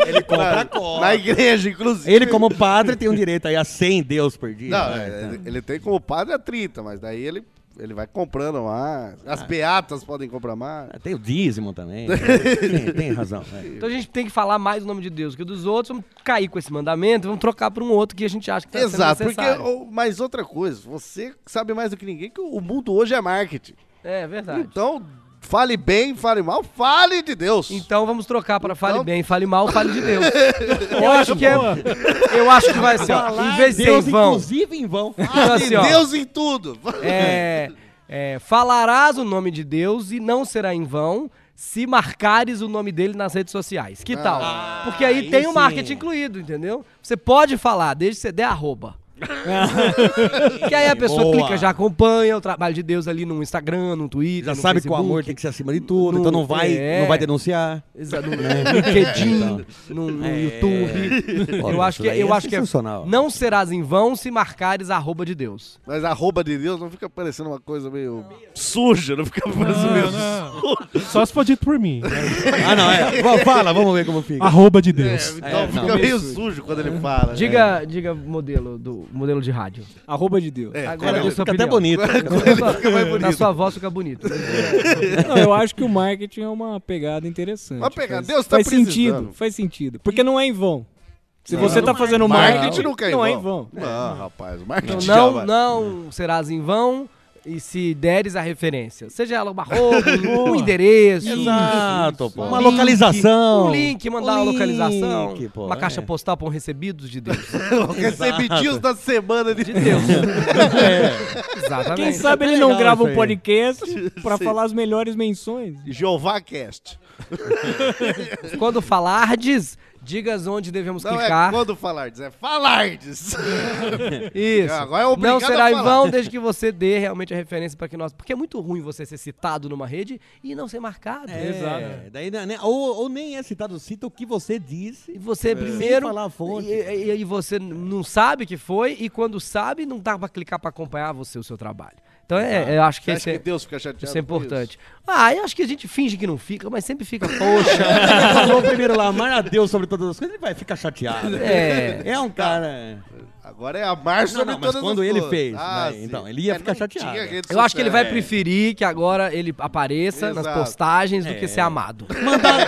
S5: Ele compra na, na igreja, inclusive.
S6: Ele, como padre, tem um direito aí a 100 Deus por dia.
S5: Não,
S6: né?
S5: é, ele, ele tem como padre a 30, mas daí ele, ele vai comprando mais. As beatas podem comprar mais.
S6: Ah, Tem o dízimo também. né? tem, tem razão. né?
S9: Então a gente tem que falar mais o nome de Deus que o dos outros. Vamos cair com esse mandamento, vamos trocar por um outro que a gente acha que tá sendo
S5: Exato, porque.
S9: necessário.
S5: oh, Mas outra coisa, você sabe mais do que ninguém que o mundo hoje é marketing.
S9: É verdade.
S5: Então, Fale bem, fale mal, fale de Deus.
S9: Então vamos trocar para fale bem, fale mal, fale de Deus. eu acho que é, eu acho que vai ser, ó, em vez de ser em
S6: Deus,
S9: vão.
S6: inclusive em vão.
S9: Então, assim, ó,
S5: Deus em tudo.
S9: é, é, falarás o nome de Deus e não será em vão se marcares o nome dele nas redes sociais. Que tal? Porque aí,
S6: Ah, aí
S9: tem o
S6: sim.
S9: marketing incluído, entendeu? Você pode falar, desde que você der arroba. que aí a pessoa
S6: Boa.
S9: clica, já acompanha o trabalho de Deus ali no Instagram, no Twitter,
S6: Já
S9: no
S6: sabe que o
S9: Facebook,
S6: amor tem que ser acima de tudo,
S9: No-
S6: então não vai,
S9: é.
S6: não vai denunciar.
S9: exa- no LinkedIn, no, no YouTube.
S6: Então. É. Olha,
S9: eu acho
S6: isso
S9: que,
S6: daí
S9: eu
S6: é
S9: acho que é,
S6: sensacional.
S9: não serás em vão se marcares arroba de Deus.
S5: Mas arroba de Deus não fica parecendo uma coisa meio suja, não fica parecendo meio suja.
S13: Só se for dito por mim. né?
S6: Ah, não, é. Vamos- Fala, vamos ver como fica. É,
S13: Arroba de Deus.
S5: Então fica
S9: É, não. É.
S5: meio sujo quando ele fala. né?
S9: Diga, diga modelo do modelo de rádio.
S7: Arroba de Deus.
S5: É,
S9: Agora
S5: é,
S9: deu sua
S6: Fica até
S9: opinião.
S6: bonito.
S5: fica mais bonito.
S9: Na sua voz fica bonito.
S7: Não, eu acho que o marketing é uma pegada interessante.
S5: Uma pegada.
S7: Faz-
S5: Deus tá
S7: Faz
S5: precisando.
S7: sentido, faz sentido. Porque não é em vão. Se você tá fazendo
S5: marketing nunca é em
S7: não é
S5: vão.
S7: em vão.
S5: Não, rapaz, o marketing
S9: Então,
S5: já
S9: não,
S5: vai.
S9: não serás em vão. E se deres a referência, seja ela uma roupa, um endereço,
S6: Exato, pô. Uma
S9: link,
S6: localização.
S9: um link, mandar
S6: Um
S9: uma localização,
S6: link, pô,
S9: uma
S6: é.
S9: caixa postal para um recebidos de Deus.
S5: Recebi dias da semana de
S9: De Deus.
S5: É.
S9: Exatamente.
S7: Quem
S6: tá
S7: sabe ele não grava um podcast pra falar as melhores menções.
S5: Jeová Cast.
S9: Quando falardes, digas onde devemos
S5: Não é
S9: clicar.
S5: quando falardes, é falardes.
S9: Isso.
S5: Agora é
S9: Não
S5: obrigado
S9: será
S5: a
S9: em
S5: falar.
S9: vão desde que você dê realmente a referência para que nós. Porque é muito ruim você ser citado numa rede e não ser marcado.
S6: É, daí, né, né, ou, ou nem é citado, cita o que você disse.
S9: E você
S5: É.
S9: primeiro.
S6: falar a fonte.
S9: E, e- e você n- não sabe que foi, e quando sabe, não dá pra clicar pra acompanhar você, o seu trabalho. Então é, eu acho que
S5: Você acha
S9: esse é,
S5: que Deus fica chateado?
S9: isso é
S5: com
S9: importante. Ah, eu acho que a gente finge que não fica, mas sempre fica, poxa.
S6: Falou primeiro lá, amar a Deus sobre todas as coisas, ele vai ficar chateado.
S9: É.
S6: É um cara.
S5: Agora é amar
S6: Não,
S5: sobre
S6: não, mas
S5: todas
S6: quando
S5: as
S6: ele
S5: coisas.
S6: fez,
S5: Ah,
S6: né,
S5: sim.
S6: então, ele ia
S5: É,
S6: ficar
S5: não tinha
S6: chateado.
S5: rede
S9: eu acho que ele vai
S5: social.
S9: preferir que agora ele apareça nas
S5: É. Exato. É.
S9: postagens do que ser amado.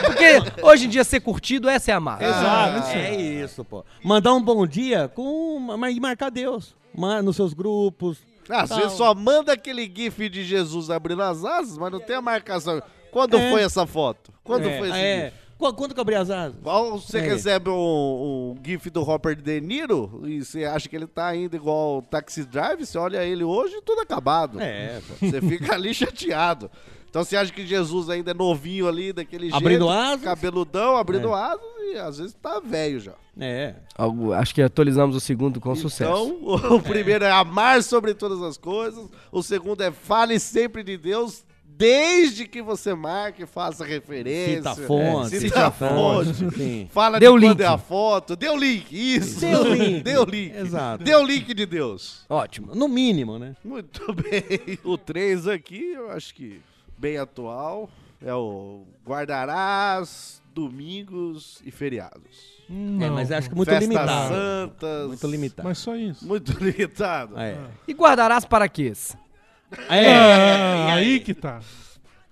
S9: Porque hoje em dia ser curtido é ser amado.
S6: Exato. é isso, pô. Mandar um bom dia com uma- e marcar Deus. Ma- Nos seus grupos.
S5: Ah, Às
S6: Então.
S5: vezes só manda aquele gif de Jesus abrindo as asas, mas não tem a marcação. Quando
S6: É.
S5: foi essa foto? Quando
S6: É,
S5: foi esse
S6: é.
S5: gif?
S6: Qu- Quando que eu abri as asas?
S5: Ou você
S6: É.
S5: recebe um, um gif do Robert De Niro e você acha que ele tá ainda igual o Taxi Drive, você olha ele hoje tudo acabado.
S6: É, pô.
S5: Você fica ali chateado. Então você acha que Jesus ainda é novinho ali, daquele
S6: Abrindo
S5: jeito,
S6: asas?
S5: cabeludão, abrindo asas, e às vezes tá velho já.
S6: É. um
S9: Algo- Acho que atualizamos o segundo com sucesso.
S5: Então, o, o primeiro é amar sobre todas as coisas, o segundo é fale sempre de Deus, desde que você marque, faça referência.
S6: Cita a fonte.
S5: É, cita a fonte.
S6: Sim.
S5: Fala
S9: Deu
S5: de
S9: link.
S5: quando é a foto, deu link, isso.
S6: Deu link.
S5: Deu link.
S6: Exato.
S5: Deu link de Deus.
S9: Ótimo.
S6: No mínimo, né?
S5: Muito bem. O 3 aqui, eu acho que bem atual, é o guardarás domingos e feriados.
S6: É, mas acho que muito
S5: Festas
S6: limitado.
S5: santas.
S6: Muito limitado.
S13: Mas só isso.
S5: Muito limitado.
S6: É.
S9: E guardarás para quês?
S6: É.
S13: Ah, aí que tá.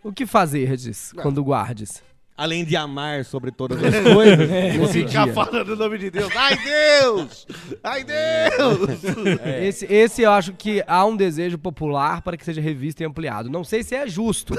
S9: O que fazer diz, quando guardes?
S6: Além de amar sobre todas as coisas, você
S5: Ficar falando o nome de Deus. Ai, Deus! Ai,
S6: É.
S5: Deus!
S9: Esse, esse eu acho que há um desejo popular para que seja revisto e ampliado. Não sei se é justo.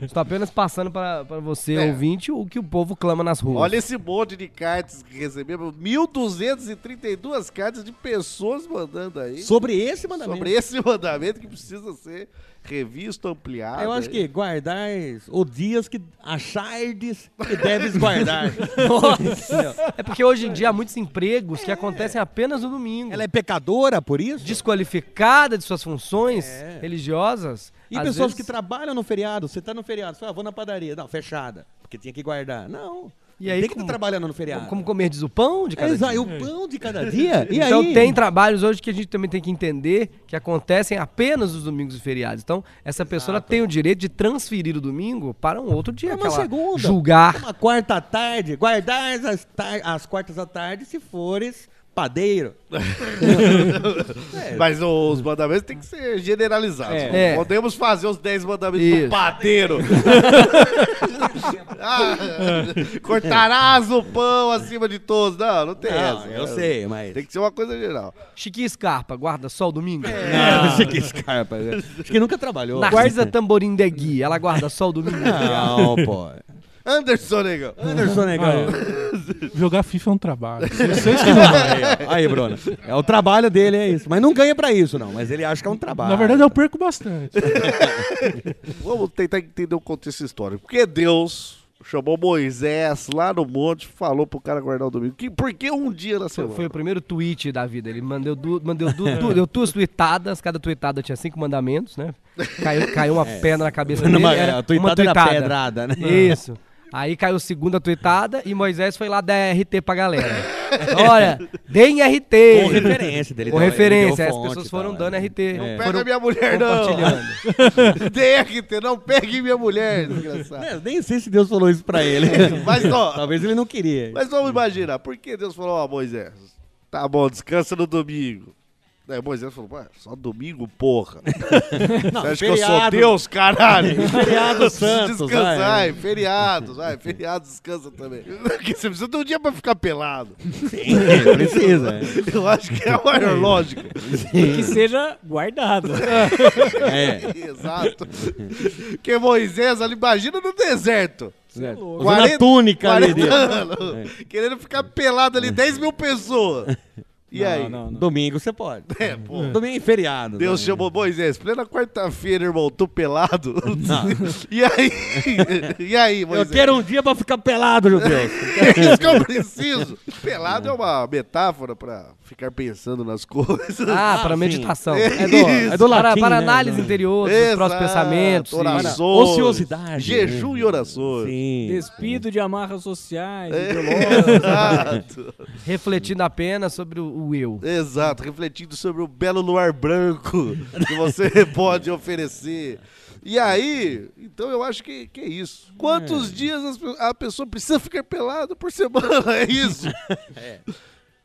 S9: Estou apenas passando para, para você,
S5: É.
S9: ouvinte, o que o povo clama nas ruas.
S5: Olha esse monte de cartas que recebemos. 1.232 cartas de pessoas mandando aí.
S6: sobre esse mandamento.
S5: Sobre esse mandamento que precisa ser revisto, ampliado.
S6: Eu acho
S5: aí.
S6: que guardar os dias que achardes que deves guardar. Nossa.
S9: É porque hoje em dia há muitos empregos que acontecem apenas no domingo.
S6: É. Ela é pecadora por isso?
S9: desqualificada de suas funções
S6: É.
S9: religiosas.
S6: E
S9: às
S6: pessoas
S9: vezes-
S6: que trabalham no feriado, você tá no feriado, só ah, vou na padaria. Não, fechada. Porque tinha que guardar. Não.
S9: E aí,
S6: tem que estar
S9: como-
S6: trabalhando no feriado.
S9: Como comer diz o pão de
S6: É,
S9: cada
S6: exa-
S9: dia.
S6: e o pão de cada dia? E
S9: então
S6: aí?
S9: tem trabalhos hoje que a gente também tem que entender que acontecem apenas nos domingos e feriados. Então, essa pessoa ela tem o direito de transferir o domingo para um outro dia.
S6: É
S9: que
S6: uma
S9: ela
S6: segunda.
S9: Julgar.
S6: Uma quarta à tarde. Guardar as, tar- as quartas à tarde se fores padeiro.
S9: É.
S5: Mas os mandamentos tem que ser generalizados.
S6: É.
S5: Não
S6: É.
S5: Podemos fazer os 10 mandamentos do
S6: Isso.
S5: padeiro. Ah, cortarás o pão acima de todos. Não, não tem
S9: Não,
S5: essa. né?
S9: eu sei, mas-
S5: Tem que ser uma coisa geral.
S9: Chiquinho Scarpa, guarda sol domingo?
S6: Não, Chiquinho Scarpa, né? Acho que nunca trabalhou.
S9: Narcisa Tamborindegui, ela guarda sol domingo?
S6: Não, pô.
S5: Anderson Negão.
S6: Anderson Negão.
S13: Jogar FIFA é um trabalho. Vocês que não-
S6: aí, ó. aí, Bruno. É o trabalho dele, é isso. Mas não ganha pra isso, não. Mas ele acha que é um trabalho.
S13: Na verdade, eu perco bastante.
S5: Vamos tentar entender um o contexto histórico. Porque Deus chamou Moisés lá no monte, falou pro cara guardar o domingo. Que, por que um dia na
S9: Foi,
S5: semana?
S9: foi o primeiro tweet da vida. Ele mandou, du, mandou du, du- deu duas tweetadas, cada tweetada tinha cinco mandamentos, né? Caiu, caiu uma
S6: É.
S9: pedra na cabeça
S6: Foi
S9: dele.
S6: numa-
S9: era
S6: a tuitada
S9: uma
S6: era
S9: tuitada.
S6: pedrada, né?
S9: Isso. Aí caiu a segunda tweetada e Moisés foi lá dar RT pra galera. Olha, deem RT.
S6: Com referência dele,
S9: Com
S6: deu- ele
S9: referência.
S6: deu
S9: Aí As
S6: fonte
S9: pessoas
S6: e tal,
S9: foram
S6: é.
S9: dando RT.
S6: Não
S5: Pega
S9: Foram
S5: minha mulher, não.
S9: compartilhando.
S5: DRT, não pegue minha mulher, desgraçado.
S6: É, nem sei se Deus falou isso pra ele.
S5: Mas, ó.
S6: Talvez ele não queria.
S5: Mas vamos imaginar, por que Deus falou, ó, Moisés, tá bom, descansa no domingo. Daí Moisés falou, "Ué, só domingo, porra. Você acha que eu sou
S6: feriado.
S5: Deus, caralho?
S6: Feriado
S5: Eu preciso
S6: santo,
S5: descansar,
S6: vai. é,
S5: ai, feriado, vai, feriado descansa também. Porque você precisa de um dia pra ficar pelado. Sim,
S6: precisa.
S5: Eu acho que é o maior lógico.
S7: Que seja guardado.
S6: É.
S5: Exato. Porque Moisés ali, imagina no deserto.
S6: Certo. É, Usando a
S5: 40
S6: túnica
S5: 40
S6: ali dele.
S5: anos,
S6: É.
S5: Querendo ficar pelado ali, 10 mil pessoas. E
S6: Não,
S5: aí?
S6: não, não. Domingo você pode.
S5: É, pô.
S6: Domingo é feriado.
S5: Deus chamou Moisés, plena quarta-feira, irmão, tô pelado. e aí? e aí, Moisés?
S6: Eu quero um dia pra ficar pelado, meu Deus.
S5: É isso que eu preciso. Pelado é uma metáfora pra ficar pensando nas coisas.
S9: Ah, para meditação. É do, é
S5: Isso.
S9: do latim, para, para análise interior, dos próprios
S5: Exato,
S9: pensamentos. e-
S5: Orações.
S6: ociosidade,
S5: Jejum e orações.
S7: Despido de amarras sociais,
S5: É,
S7: ideológicas.
S5: Exato.
S9: Refletindo apenas sobre o, o eu.
S5: Exato, refletindo sobre o belo luar branco que você pode oferecer. E aí, então eu acho que, que é isso. Quantos dias as pe- a pessoa precisa ficar pelada por semana? É isso.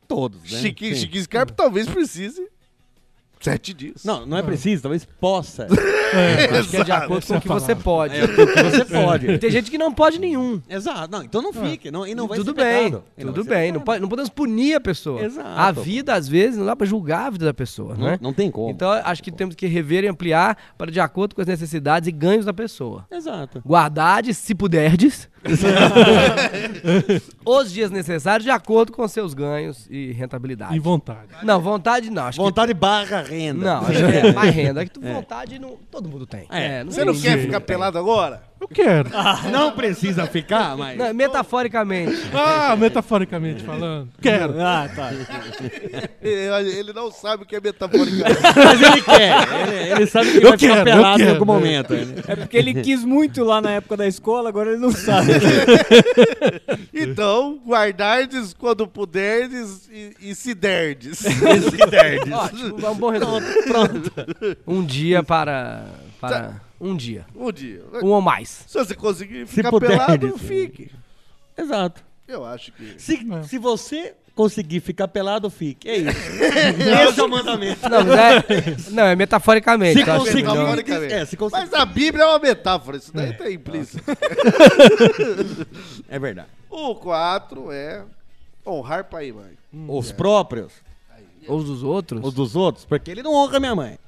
S6: Todos, né?
S5: Chiquinho,
S6: Sim.
S5: Chiquinho Scarpa talvez precise sete dias.
S6: Não, não é preciso, talvez possa.
S9: Acho que é de acordo com o que você pode.
S6: É, o que você pode.
S9: E Tem gente que não pode nenhum.
S6: Exato. Não, então não fique. Não, e não vai
S9: tudo
S6: ser
S9: bem,
S6: pecado. E não
S9: tudo
S6: vai ser
S9: bem. Não, pode- não podemos punir a pessoa.
S6: Exato.
S9: A vida, às vezes, não dá pra julgar a vida da pessoa,
S6: Não-
S9: né?
S6: não tem como.
S9: Então, acho que temos que rever e ampliar para de acordo com as necessidades e ganhos da pessoa.
S6: Exato.
S9: Guardardes, se puderdes, os dias necessários de acordo com seus ganhos e rentabilidade.
S13: E vontade.
S9: Não, vontade não. Acho que-
S6: Vontade barra renda.
S9: Não, acho que é mais renda. Que tu-
S6: É.
S9: Vontade não, todo mundo tem.
S6: É.
S5: Você não
S9: tem
S5: quer
S9: jeito.
S5: ficar pelado agora?
S13: Eu quero.
S6: Não precisa ficar, mas.
S9: Não, metaforicamente.
S13: Ah, metaforicamente falando. Quero.
S7: Ah, tá.
S5: Ele ele não sabe o que é metafórica.
S6: Mas ele quer. É, Ele, ele sabe que
S13: Eu
S6: vai ficar
S13: quero, eu
S6: pelado em
S13: quero.
S6: algum momento. né?
S7: É porque ele quis muito lá na época da escola, agora ele não sabe.
S5: então, guardardes quando puderdes e, e se derdes.
S9: Ótimo, é um bom resumo. Pronto. Um dia para.
S6: Tá.
S9: para um dia.
S5: Um dia.
S9: Um ou mais.
S5: Se você conseguir ficar
S6: puder,
S5: pelado,
S6: diz.
S5: fique.
S6: Exato.
S5: Eu acho que.
S6: Se, se você conseguir ficar pelado, fique. É isso. Esse é o mandamento.
S9: Não, mas é, não, é metaforicamente.
S6: Se
S9: tá?
S6: conseguir-
S9: Não.
S5: Metaforicamente.
S6: é, se conseguir-
S5: Mas a Bíblia é uma metáfora, isso daí tá implícito.
S6: É verdade.
S5: O 4 é honrar pai e mãe.
S6: Os próprios,
S9: Ou dos outros?
S6: os dos outros, porque ele não honra minha mãe.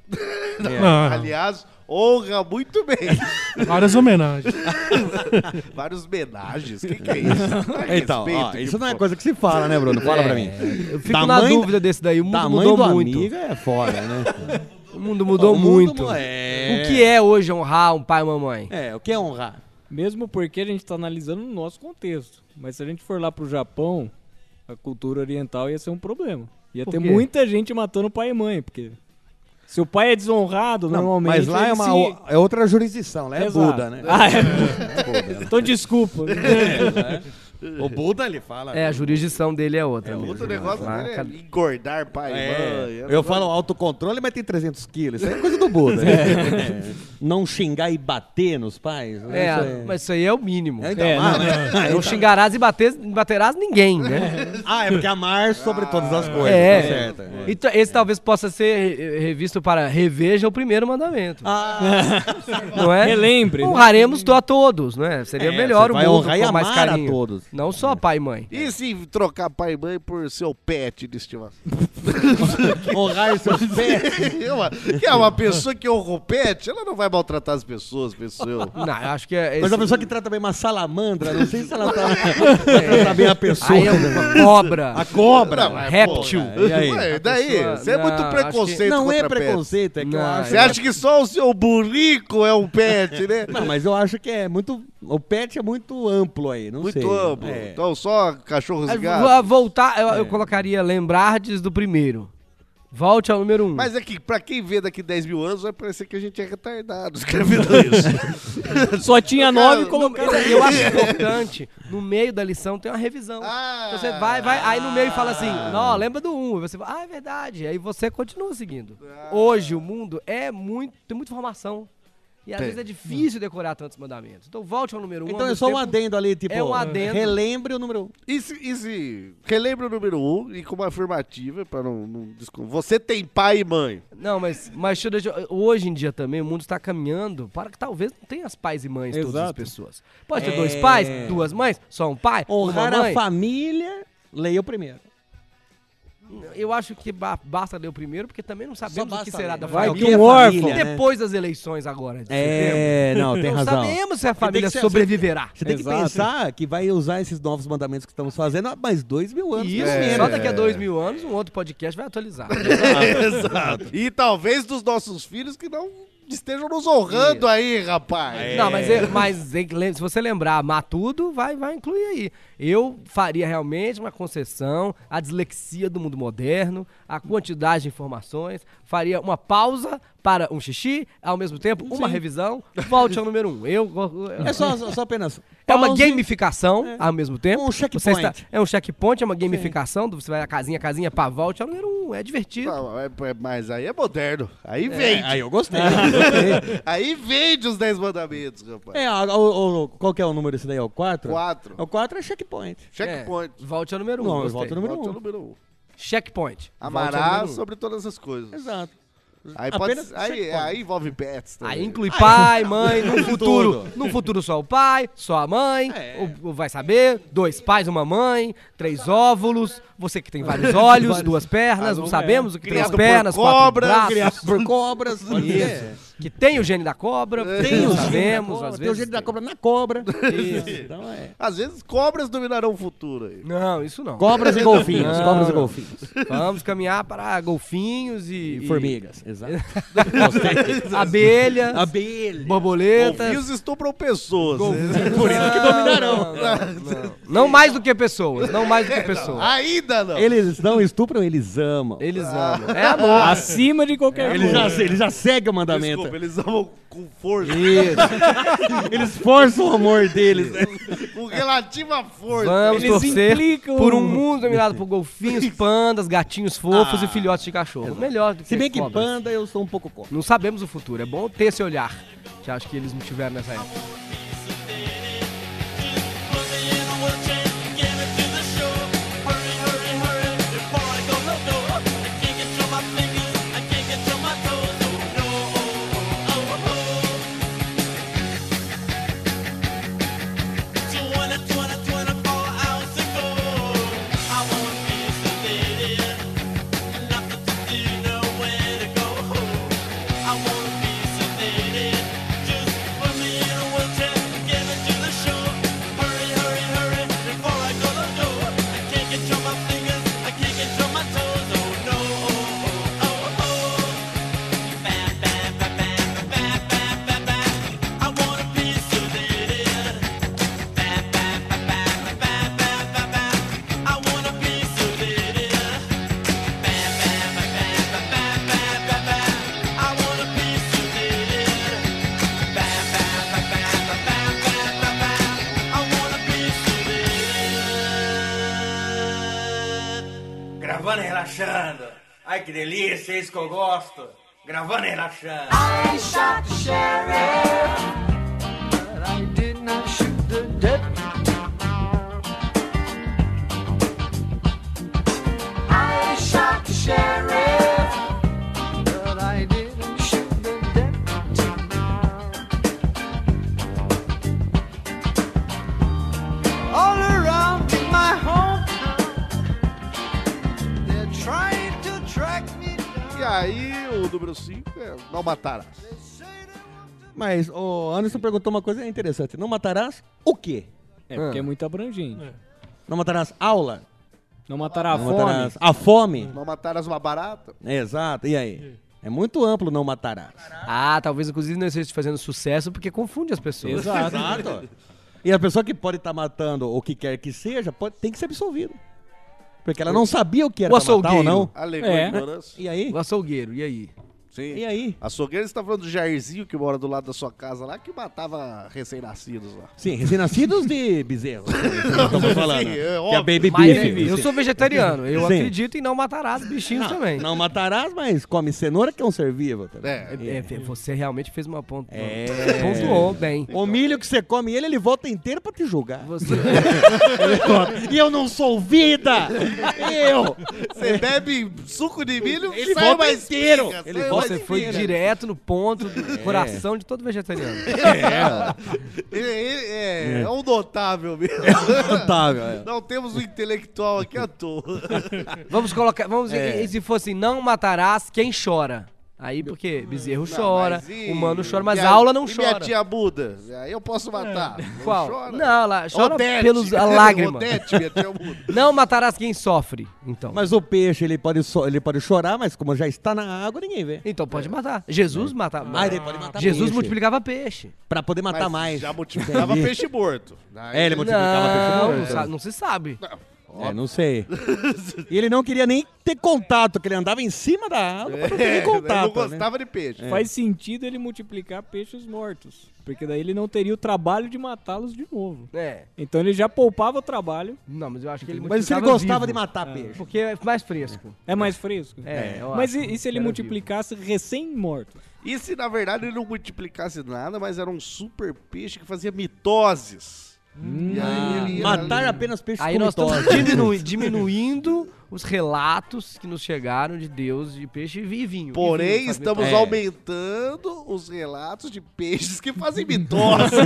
S13: Não,
S5: Aliás, honra muito bem.
S13: várias homenagens.
S5: Vários homenagens. O que, que é isso? Dá
S6: Então,
S5: respeito,
S6: ó,
S5: que
S6: isso não é
S5: pô-
S6: coisa que se fala, né, Bruno? Fala
S9: É,
S6: pra mim.
S9: Eu fico na dúvida desse daí. O mundo
S6: tamanho
S9: mudou
S6: do
S9: muito.
S6: amigo é foda, né?
S9: O mundo mudou
S6: O mundo
S9: muito.
S6: mu- é.
S9: O que é hoje honrar um pai e uma mãe?
S6: É, o que é honrar?
S7: Mesmo porque a gente tá analisando no nosso contexto. Mas se a gente for lá pro Japão, a cultura oriental ia ser um problema. Ia
S9: Por
S7: ter
S9: quê?
S7: muita gente matando pai e mãe, porque se o pai é desonrado, normalmente.
S6: mas lá
S7: ele
S6: é, uma,
S7: se-
S6: o- é outra jurisdição, lá é
S7: Exato.
S6: Buda, né?
S7: Ah, é. então desculpa.
S6: O Buda, ele fala...
S9: É, a jurisdição dele é outra. mesmo.
S5: Outro negócio
S9: Lá,
S5: dele é
S9: cada-
S5: engordar pai e
S6: É,
S5: mãe.
S6: eu falo autocontrole, mas tem 300 quilos. Isso aí é coisa do Buda. né? não xingar e bater nos pais? né?
S9: É,
S6: Isso aí.
S9: mas isso aí é o mínimo.
S6: É, então,
S9: não,
S6: ah, né? Ah, então.
S9: não xingarás e bater, baterás ninguém, né?
S6: Ah, é porque amar sobre todas as coisas,
S9: é,
S6: tá certo. É.
S9: Então, esse talvez possa ser eh, revisto para reveja o primeiro mandamento.
S6: Ah,
S9: Ah, não é?
S7: Relembre, né?
S9: Honraremos tu a todos, né? Seria
S6: É,
S9: melhor
S6: você
S9: o
S6: vai
S9: mundo
S6: honrar e
S9: com mais
S6: amar a
S9: carinho.
S6: todos.
S9: Não só pai e mãe.
S5: E se trocar pai e mãe por seu pet de estimação?
S6: Honrar seus pets.
S5: É uma- que é uma pessoa que honra o pet, ela não vai maltratar as pessoas, pessoal.
S9: Não, eu acho que é.
S6: Mas a
S9: esse-
S6: pessoa que trata bem uma salamandra, não sei se ela tá, vai tratar bem a pessoa.
S9: Aí é uma cobra.
S6: né? A cobra.
S5: Não, é,
S9: réptil.
S5: pô,
S6: E aí?
S5: Ué, daí,
S9: pessoa-
S5: você é muito
S9: Não, acho que-
S5: preconceito
S6: Não é
S5: contra pets.
S6: preconceito, é que eu
S9: Não,
S6: acho.
S5: Você acha que só o seu burrico é um pet, né?
S6: Não, mas eu acho que é muito. O pet é muito amplo aí, não
S5: Muito
S6: sei.
S5: amplo.
S6: É.
S5: Então só cachorros e
S9: Aí,
S5: gatos.
S9: vo- Voltar, eu, eu colocaria lembrardes do primeiro. Volte ao número um.
S5: Mas é que pra quem vê daqui 10 mil anos vai parecer que a gente é retardado escrevendo isso.
S7: Só tinha nove e
S9: Eu-
S7: colocava.
S9: é, Eu acho importante, no meio da lição tem uma revisão.
S5: Ah.
S9: Então você vai, vai, aí no meio fala assim, não, lembra do 1. Um. E você fala, ah, é verdade. Aí você continua seguindo. Hoje o mundo é muito, tem muita informação. E às vezes é difícil decorar tantos mandamentos. Então volte ao número 1. Um, ao
S6: Então é
S9: mesmo
S6: só um
S9: tempo-
S6: adendo ali, tipo.
S9: É um adendo.
S6: Relembre o número um.
S5: E se, e se- relembra o número 1 um, e com uma afirmativa, pra não, não descon- Você tem pai e mãe.
S9: Não, mas, mas deixa eu- deixa eu- hoje em dia também o mundo está caminhando para que talvez não tenha as pais e mães todas as
S7: Exato.
S9: pessoas. Pode ter
S6: É.
S9: dois pais, duas mães, só um pai,
S6: Honrar
S9: uma
S6: a
S9: mãe.
S6: família, leia o primeiro.
S9: Eu acho que ba- basta ler o primeiro, porque também não sabemos o que
S6: basta
S9: será
S6: ler.
S9: da
S6: Vai
S9: família.
S6: que um órfão,
S9: E
S6: né?
S9: depois das eleições agora. de
S6: É,
S9: setembro.
S6: não, tem razão.
S9: Não sabemos se a
S6: tem
S9: família
S6: que ser- assim.
S9: sobreviverá.
S6: Você tem que
S7: Exato.
S6: pensar que vai usar esses novos mandamentos que estamos fazendo há mais dois mil anos.
S9: E
S6: pelo
S9: isso,
S6: menos.
S9: só daqui a dois mil anos, um outro podcast vai atualizar.
S5: Exato. E talvez dos nossos filhos que não estejam nos honrando aí, rapaz.
S9: Não, mas, é- mas tem que lem- se você lembrar, amar tudo, vai, vai incluir aí. Eu faria realmente uma concessão à dislexia do mundo moderno, à quantidade de informações, faria uma pausa para um xixi, ao mesmo tempo, uma revisão, volte ao número um. Eu, eu-
S6: É só, só apenas.
S9: É uma
S6: pause.
S9: gamificação ao mesmo tempo.
S6: Um checkpoint.
S9: Você é um checkpoint, é uma gamificação. do- Você vai a casinha, a casinha, pá, volte ao número um. É divertido.
S5: Não, é- é- mas aí é moderno. Aí
S6: É,
S5: vende.
S6: aí eu gostei. eu gostei.
S5: Aí vende os 10 mandamentos, rapaz.
S6: É, a- o- o- qual que é o número desse daí? É o 4?
S5: Quatro.
S6: O 4 é checkpoint.
S5: Checkpoint.
S9: É, volte ao número um.
S6: Não, eu
S9: gostei.
S6: volto ao número
S5: Volte ao
S6: 1.
S5: número 1. Um.
S9: Checkpoint. volte ao
S5: Amará
S9: número um.
S5: sobre todas as coisas.
S6: Exato.
S5: Aí, pode,
S6: Apenas
S5: aí,
S6: checkpoint.
S5: aí envolve pets também.
S9: um. Aí inclui pai, mãe, num
S6: Tudo.
S9: futuro, num futuro só o pai, só a mãe,
S6: É.
S9: o, o vai saber, dois pais, uma mãe, três óvulos, você que tem vários olhos, duas
S6: Ah,
S9: pernas, não
S6: é.
S9: sabemos o que tem as
S5: Criado por
S9: pernas,
S5: cobra,
S9: quatro
S6: Criado
S9: braços,
S6: por cobras.
S9: É
S6: né?
S9: Isso. que tem o gene da cobra,
S6: É. Tem o gênio da
S9: sabemos, às
S6: cobra. Tem o
S9: vezes tem.
S6: gênio da cobra na cobra. Isso. Então é.
S5: Às vezes cobras dominarão o futuro aí.
S9: Não, isso não.
S6: Cobras e golfinhos.
S9: Não,
S6: Cobras e
S9: não.
S6: golfinhos.
S9: Vamos caminhar para golfinhos e,
S6: E
S9: e
S6: formigas. Exato.
S9: abelhas,
S6: Abelha.
S9: borboletas.
S5: Golfinhos estupram pessoas.
S6: Por isso que dominarão.
S9: Não mais do que pessoas, não mais do que pessoas.
S5: Ainda não.
S6: Eles não estupram, eles amam.
S9: Eles amam. É amor.
S7: Acima de qualquer
S6: Eles
S7: coisa.
S6: já, eles já seguem o mandamento.
S5: Desculpa, eles amam com força.
S6: Eles forçam o amor deles. né?
S5: Com relativa força.
S9: Vamos
S7: Eles
S9: torcer
S7: implicam-
S9: por um mundo dominado por golfinhos, pandas, gatinhos fofos e filhotes de cachorro. Melhor do que
S6: Se bem que
S9: cobras.
S6: panda, eu sou um pouco contra.
S9: Não sabemos o futuro. É bom ter esse olhar. Que acho que eles não tiveram nessa época.
S11: Gravando e relaxando. Ai que delícia, é isso que eu gosto. Gravando e relaxando. I shot the sheriff, but I did not shoot the deputy. I shot the sheriff, but I didn't shoot the deputy. All around my hometown, they're trying to track me
S5: E aí, o número 5 é Não Matarás.
S6: Mas o Anderson perguntou uma coisa interessante. Não matarás o quê?
S7: É, porque é muito abrangente.
S6: Não matarás aula?
S7: Não matará a
S6: Não
S7: fome.
S6: matarás a fome?
S5: Não Matarás uma barata?
S6: É, Exato, e aí? É muito amplo não matarás.
S9: Ah, talvez inclusive não esteja fazendo sucesso porque confunde as pessoas.
S6: Exato. E a pessoa que pode estar matando o que quer que seja, pode, tem que ser absolvida. Porque ela não sabia o que era
S9: O
S6: pra matar ou
S9: açougueiro.
S6: não.
S5: Alegou a
S6: É.
S5: ignorância.
S6: E aí?
S9: O açougueiro, e aí?
S5: Sim.
S6: E aí?
S5: Açougueiro, você tá falando do Jairzinho que mora do lado da sua casa lá, que matava recém-nascidos lá.
S6: Sim, recém-nascidos de bezerro. Estamos falando.
S5: Sim, é
S6: que a
S5: óbvio.
S6: baby
S9: Mas, é,
S6: beef.
S9: eu sou vegetariano, eu
S6: Sim.
S9: acredito em não matarás bichinhos também.
S6: Não matarás, mas come cenoura que é um ser vivo. também.
S9: É, é, você realmente fez uma ponta.
S6: É.
S9: Pontuou bem.
S6: O milho que você come, ele, ele volta inteiro pra te julgar. Ele volta. e eu não sou vida! Eu!
S5: Você bebe suco de milho,
S6: Ele
S5: sai
S6: volta
S5: uma
S6: inteiro.
S5: espiga,
S6: Ele
S5: sai
S6: volta
S5: uma
S9: Você foi
S5: espiga.
S9: direto no ponto
S6: É.
S9: do coração de todo vegetariano.
S5: É. Ele- ele- é, é um notável
S9: É
S5: mesmo.
S6: Notável, é.
S5: Não temos um intelectual aqui à toa.
S9: Vamos colocar. Vamos.
S6: É.
S9: E, e se fosse não matarás quem chora? Aí porque bezerro chora,
S5: mas e-
S9: humano chora, mas
S5: minha-
S9: aula não
S5: e Minha
S9: chora. É.
S5: tia Buda, aí eu posso matar. Não
S9: Qual?
S5: chora.
S9: Não, ela chora
S5: Odete.
S9: pelos a lágrima.
S5: Odete, minha tia Buda.
S9: Não matarás quem sofre, então.
S6: Mas o peixe, ele pode, so- ele pode chorar, mas como já está na água, ninguém vê.
S9: Então
S5: é.
S9: pode matar. Jesus matava.
S6: Ah, ele pode matar
S9: Jesus
S6: peixe.
S9: multiplicava peixe.
S6: Pra poder
S9: tá
S6: matar
S5: Mas
S6: mais.
S5: Já multiplicava
S6: Entendi.
S5: peixe morto.
S6: É, ele multiplicava
S9: não,
S6: peixe então.
S9: não,
S6: morto.
S9: sa- não se sabe.
S6: É, não sei. E ele não queria nem ter contato, que ele andava em cima da água pra não ter nem
S5: eu É, não
S6: contato. né?
S5: gostava de
S9: É.
S5: peixe.
S7: Faz sentido ele multiplicar peixes mortos. Porque daí ele não teria o trabalho de matá-los de novo.
S9: É.
S7: Então ele já poupava o trabalho.
S9: Não, mas eu acho que ele
S6: Mas se ele
S9: multiplicava
S6: gostava de
S9: vivo.
S6: matar peixe.
S9: Porque é mais fresco.
S7: É mais fresco.
S9: É, eu
S7: Mas
S9: acho
S7: e, e se ele
S9: era
S7: multiplicasse recém-morto?
S5: E se na verdade ele não multiplicasse nada, mas era um super peixe que fazia mitoses. e aí ele ia-
S6: Matar apenas peixes
S9: Ah. Aí nós estamos
S6: comitoses.
S9: diminu- diminuindo os relatos que nos chegaram de Deus de peixe e vinho. E
S5: Porém,
S9: vinho, sabe?
S5: estamos
S6: É.
S5: aumentando os relatos de peixes que fazem mitose.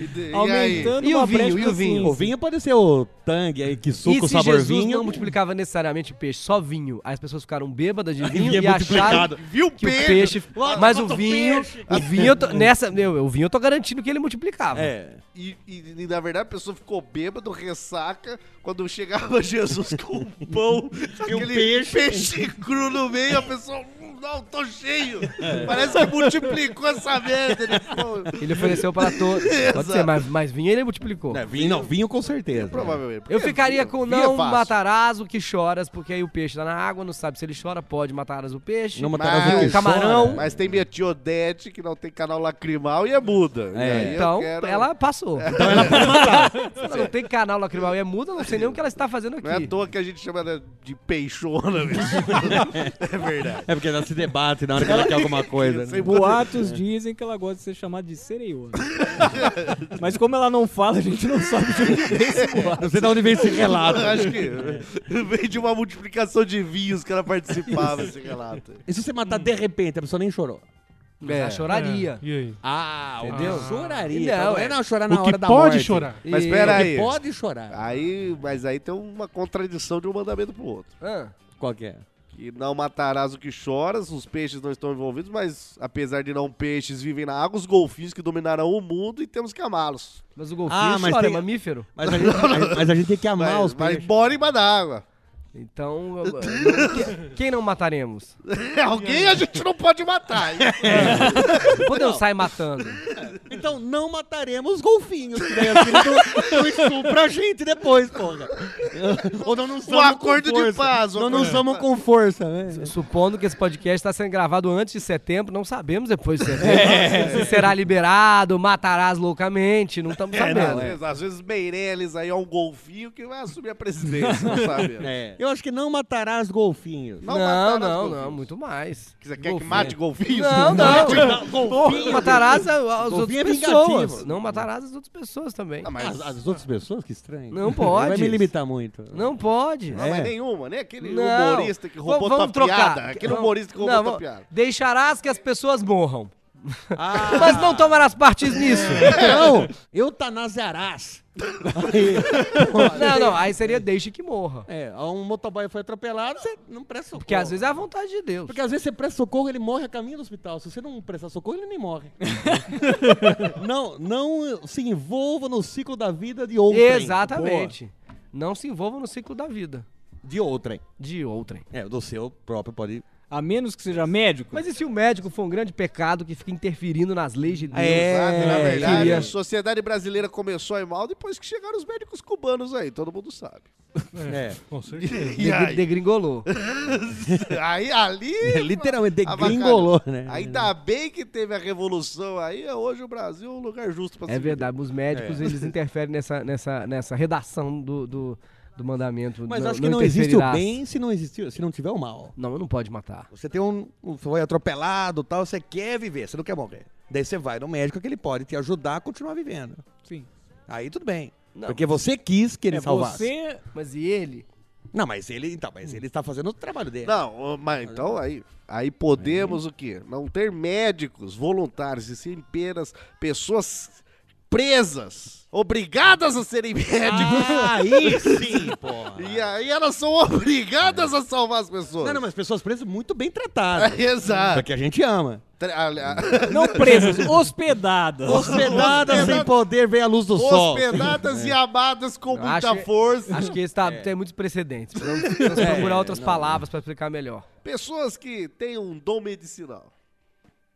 S5: E de- e aí?
S7: Aumentando
S9: E o
S7: uma
S9: vinho,
S7: brecha
S9: e o vinho?
S7: da
S6: O
S7: ciência.
S6: vinho assim. pode ser o tangue aí, que
S9: E
S6: suco,
S9: se
S6: sabor
S9: Jesus
S6: vinho.
S9: não multiplicava necessariamente peixe, só vinho. Aí as pessoas ficaram bêbadas de vinho
S6: e é
S9: e acharam
S6: multiplicado.
S5: Viu
S9: que
S5: peixe?
S9: o peixe... Mas o vinho... O vinho, eu tô, nessa, meu, o vinho eu tô garantindo que ele multiplicava.
S6: É.
S5: E, e, e, na verdade a pessoa ficou bêbado, ressaca, quando chegava Jesus com um pão e aquele peixe. cru no meio, a pessoa, "Hum, não, tô cheio. Parece que multiplicou essa merda. Ele, falou,
S9: Ele ofereceu para todos. Pode ser, mas, mas vinho ele multiplicou.
S6: É, vinho, não, vinho com certeza.
S5: Provavelmente.
S9: Eu
S5: Porque
S9: ficaria
S5: vinho-
S9: com
S5: vinho é
S9: não
S5: fácil.
S9: matarás o que choras, porque aí o peixe tá na água, não sabe se ele chora, pode matarás o peixe.
S6: Não matarás
S5: Mas,
S6: o que
S9: o camarão.
S6: chora.
S5: mas tem minha tia Odete que não tem canal lacrimal e é muda.
S6: É.
S9: Então, ela
S5: É.
S9: passou. Então ela pode matar. Se ela não tem canal lacrimal e é muda, eu não sei nem o que ela está fazendo aqui.
S5: Não é à toa que a gente chama ela de peixona mesmo. é verdade.
S6: É porque ela se debate na hora que ela quer alguma coisa. né?
S9: É.
S7: Boatos dizem que ela gosta de ser chamada de sereiona. Mas como ela não fala, a gente não sabe de onde vem esse boato.
S6: Não sei de onde vem esse relato.
S5: Eu acho que veio de uma multiplicação de vinhos que ela participava, esse relato.
S6: E se você matar de repente, a pessoa nem chorou?
S9: Mas
S5: É.
S9: Ela choraria.
S13: E aí?
S6: Ah,
S13: Entendeu?
S6: entendeu? Choraria.
S9: Não,
S6: Não,
S9: é-
S6: é não chorar na
S13: O
S6: hora
S13: que
S6: da
S13: pode
S6: morte.
S13: chorar.
S5: Mas
S9: E-
S5: pera
S6: O que
S5: aí.
S6: pode chorar.
S5: Aí, mas aí tem uma contradição de um mandamento pro outro.
S9: Ah,
S6: Qual que é?
S5: Que não matarás o que choras, os peixes não estão envolvidos, mas apesar de não peixes vivem na água, os golfinhos que dominarão o mundo e temos que amá-los.
S9: mas o golfinho
S6: Ah, mas
S9: chora, é
S6: tem-
S9: mamífero.
S6: Mas a gente, mas- mas a gente tem que amar
S5: Mas,
S6: os
S5: mas
S6: peixes.
S5: bora embaixo d'água.
S9: Então, eu- eu- que- quem não mataremos?
S5: Alguém a gente não pode matar. hein?
S9: Quando eu sair matando?
S6: Então não mataremos os golfinhos que assim, vem aqui no, no sul pra gente depois, porra. Ou não nos amam
S5: Um acordo
S6: com
S5: de
S6: força.
S5: paz, um
S6: Não nos
S5: acordo.
S6: amam com força, né?
S9: Supondo que esse podcast está sendo gravado antes de setembro, não sabemos depois de setembro.
S5: É.
S9: Se será liberado, matarás loucamente, não estamos
S5: É,
S9: sabendo.
S5: não, é, às vezes Meirelles aí é um golfinho que vai assumir a presidência, não sabe?
S6: É. Eu acho que não matarás golfinhos.
S5: Não
S9: Não,
S5: matarás
S9: não,
S5: golfinhos.
S9: não, muito mais.
S5: Você quer que mate golfinhos?
S9: Não, não. Porra, Matarás a- as outras
S6: Golfinho é vingativo.
S9: pessoas. Não matarás as outras pessoas também.
S5: Não, mas,
S6: As, as outras pessoas? Que estranho.
S9: Não pode.
S6: Vai me limitar muito.
S9: Não pode.
S5: não, mas nenhuma, né? Aquele
S9: é. Não.
S5: humorista que
S9: Vamos-
S5: roubou
S9: vamos
S5: tua
S9: trocar.
S5: piada. Aquele
S9: Não,
S5: humorista que roubou
S9: não,
S5: tua
S9: vamos-
S5: piada. Ah.
S9: Deixarás que as pessoas morram. Mas não tomarás partes nisso.
S5: É.
S6: Não, eutanasiarás. Aí,
S9: Não, não. Aí seria deixe que morra.
S6: é, um motoboy foi atropelado, você não presta socorro.
S9: Porque às vezes é a vontade de Deus.
S6: Porque às vezes você presta socorro, ele morre a caminho do hospital. Se você não prestar socorro, ele nem morre. não, não se envolva no ciclo da vida de
S5: é
S6: outrem.
S9: Exatamente. Não se envolva no ciclo da vida
S6: Boa. De outrem.
S9: de outrem.
S6: É, do seu próprio pode...
S7: A menos que seja médico.
S9: Mas e se o médico for um grande pecado que fica interferindo nas leis de Deus?
S5: Sabe, na verdade,
S9: queria-
S5: a sociedade brasileira começou a ir mal depois que chegaram os médicos cubanos aí, todo mundo sabe.
S6: É.
S13: Com certeza.
S5: E
S9: Degri-
S5: aí,
S9: Degringolou.
S5: aí ali.
S6: é, Literalmente,
S5: avacalhou.
S6: degringolou, né?
S5: Ainda bem que teve a revolução aí, hoje o Brasil é um lugar justo pra se
S9: É verdade, os
S6: É.
S9: médicos eles interferem nessa, nessa, nessa redação do, do, do mandamento.
S6: Mas acho que não, existe o
S9: interferirás.
S6: bem se não, existir, se não tiver o mal.
S9: Não, não pode matar.
S6: Você tem um, um- você foi atropelado, tal, você quer viver, você não quer morrer. Daí você vai no médico que ele pode te ajudar a continuar vivendo.
S7: Sim.
S6: Aí tudo bem.
S9: Não.
S6: Porque você quis que ele
S7: É
S6: salvasse.
S7: você.
S9: Mas e ele?
S6: Não, mas ele, então, mas ele está fazendo o trabalho dele.
S5: Não, ô, mas então aí, aí podemos o quê? Não ter médicos voluntários e sim apenas pessoas presas, obrigadas a serem médicos.
S6: Ah, aí sim, porra.
S5: E aí elas são obrigadas a salvar as pessoas.
S6: Não, não, mas pessoas presas muito bem tratadas.
S5: Exato.
S6: Porque a gente ama.
S5: Tra- a- a-
S7: Não presas, hospedadas.
S6: Hospedadas sem poder ver a luz do sol. É.
S5: Hospedadas e amadas com
S9: Eu
S5: muita
S9: acho-
S5: força.
S9: Acho que esse tá, tem muitos precedentes. Vamos vamos
S6: É.
S9: procurar outras palavras pra explicar melhor.
S5: Pessoas que têm um dom medicinal.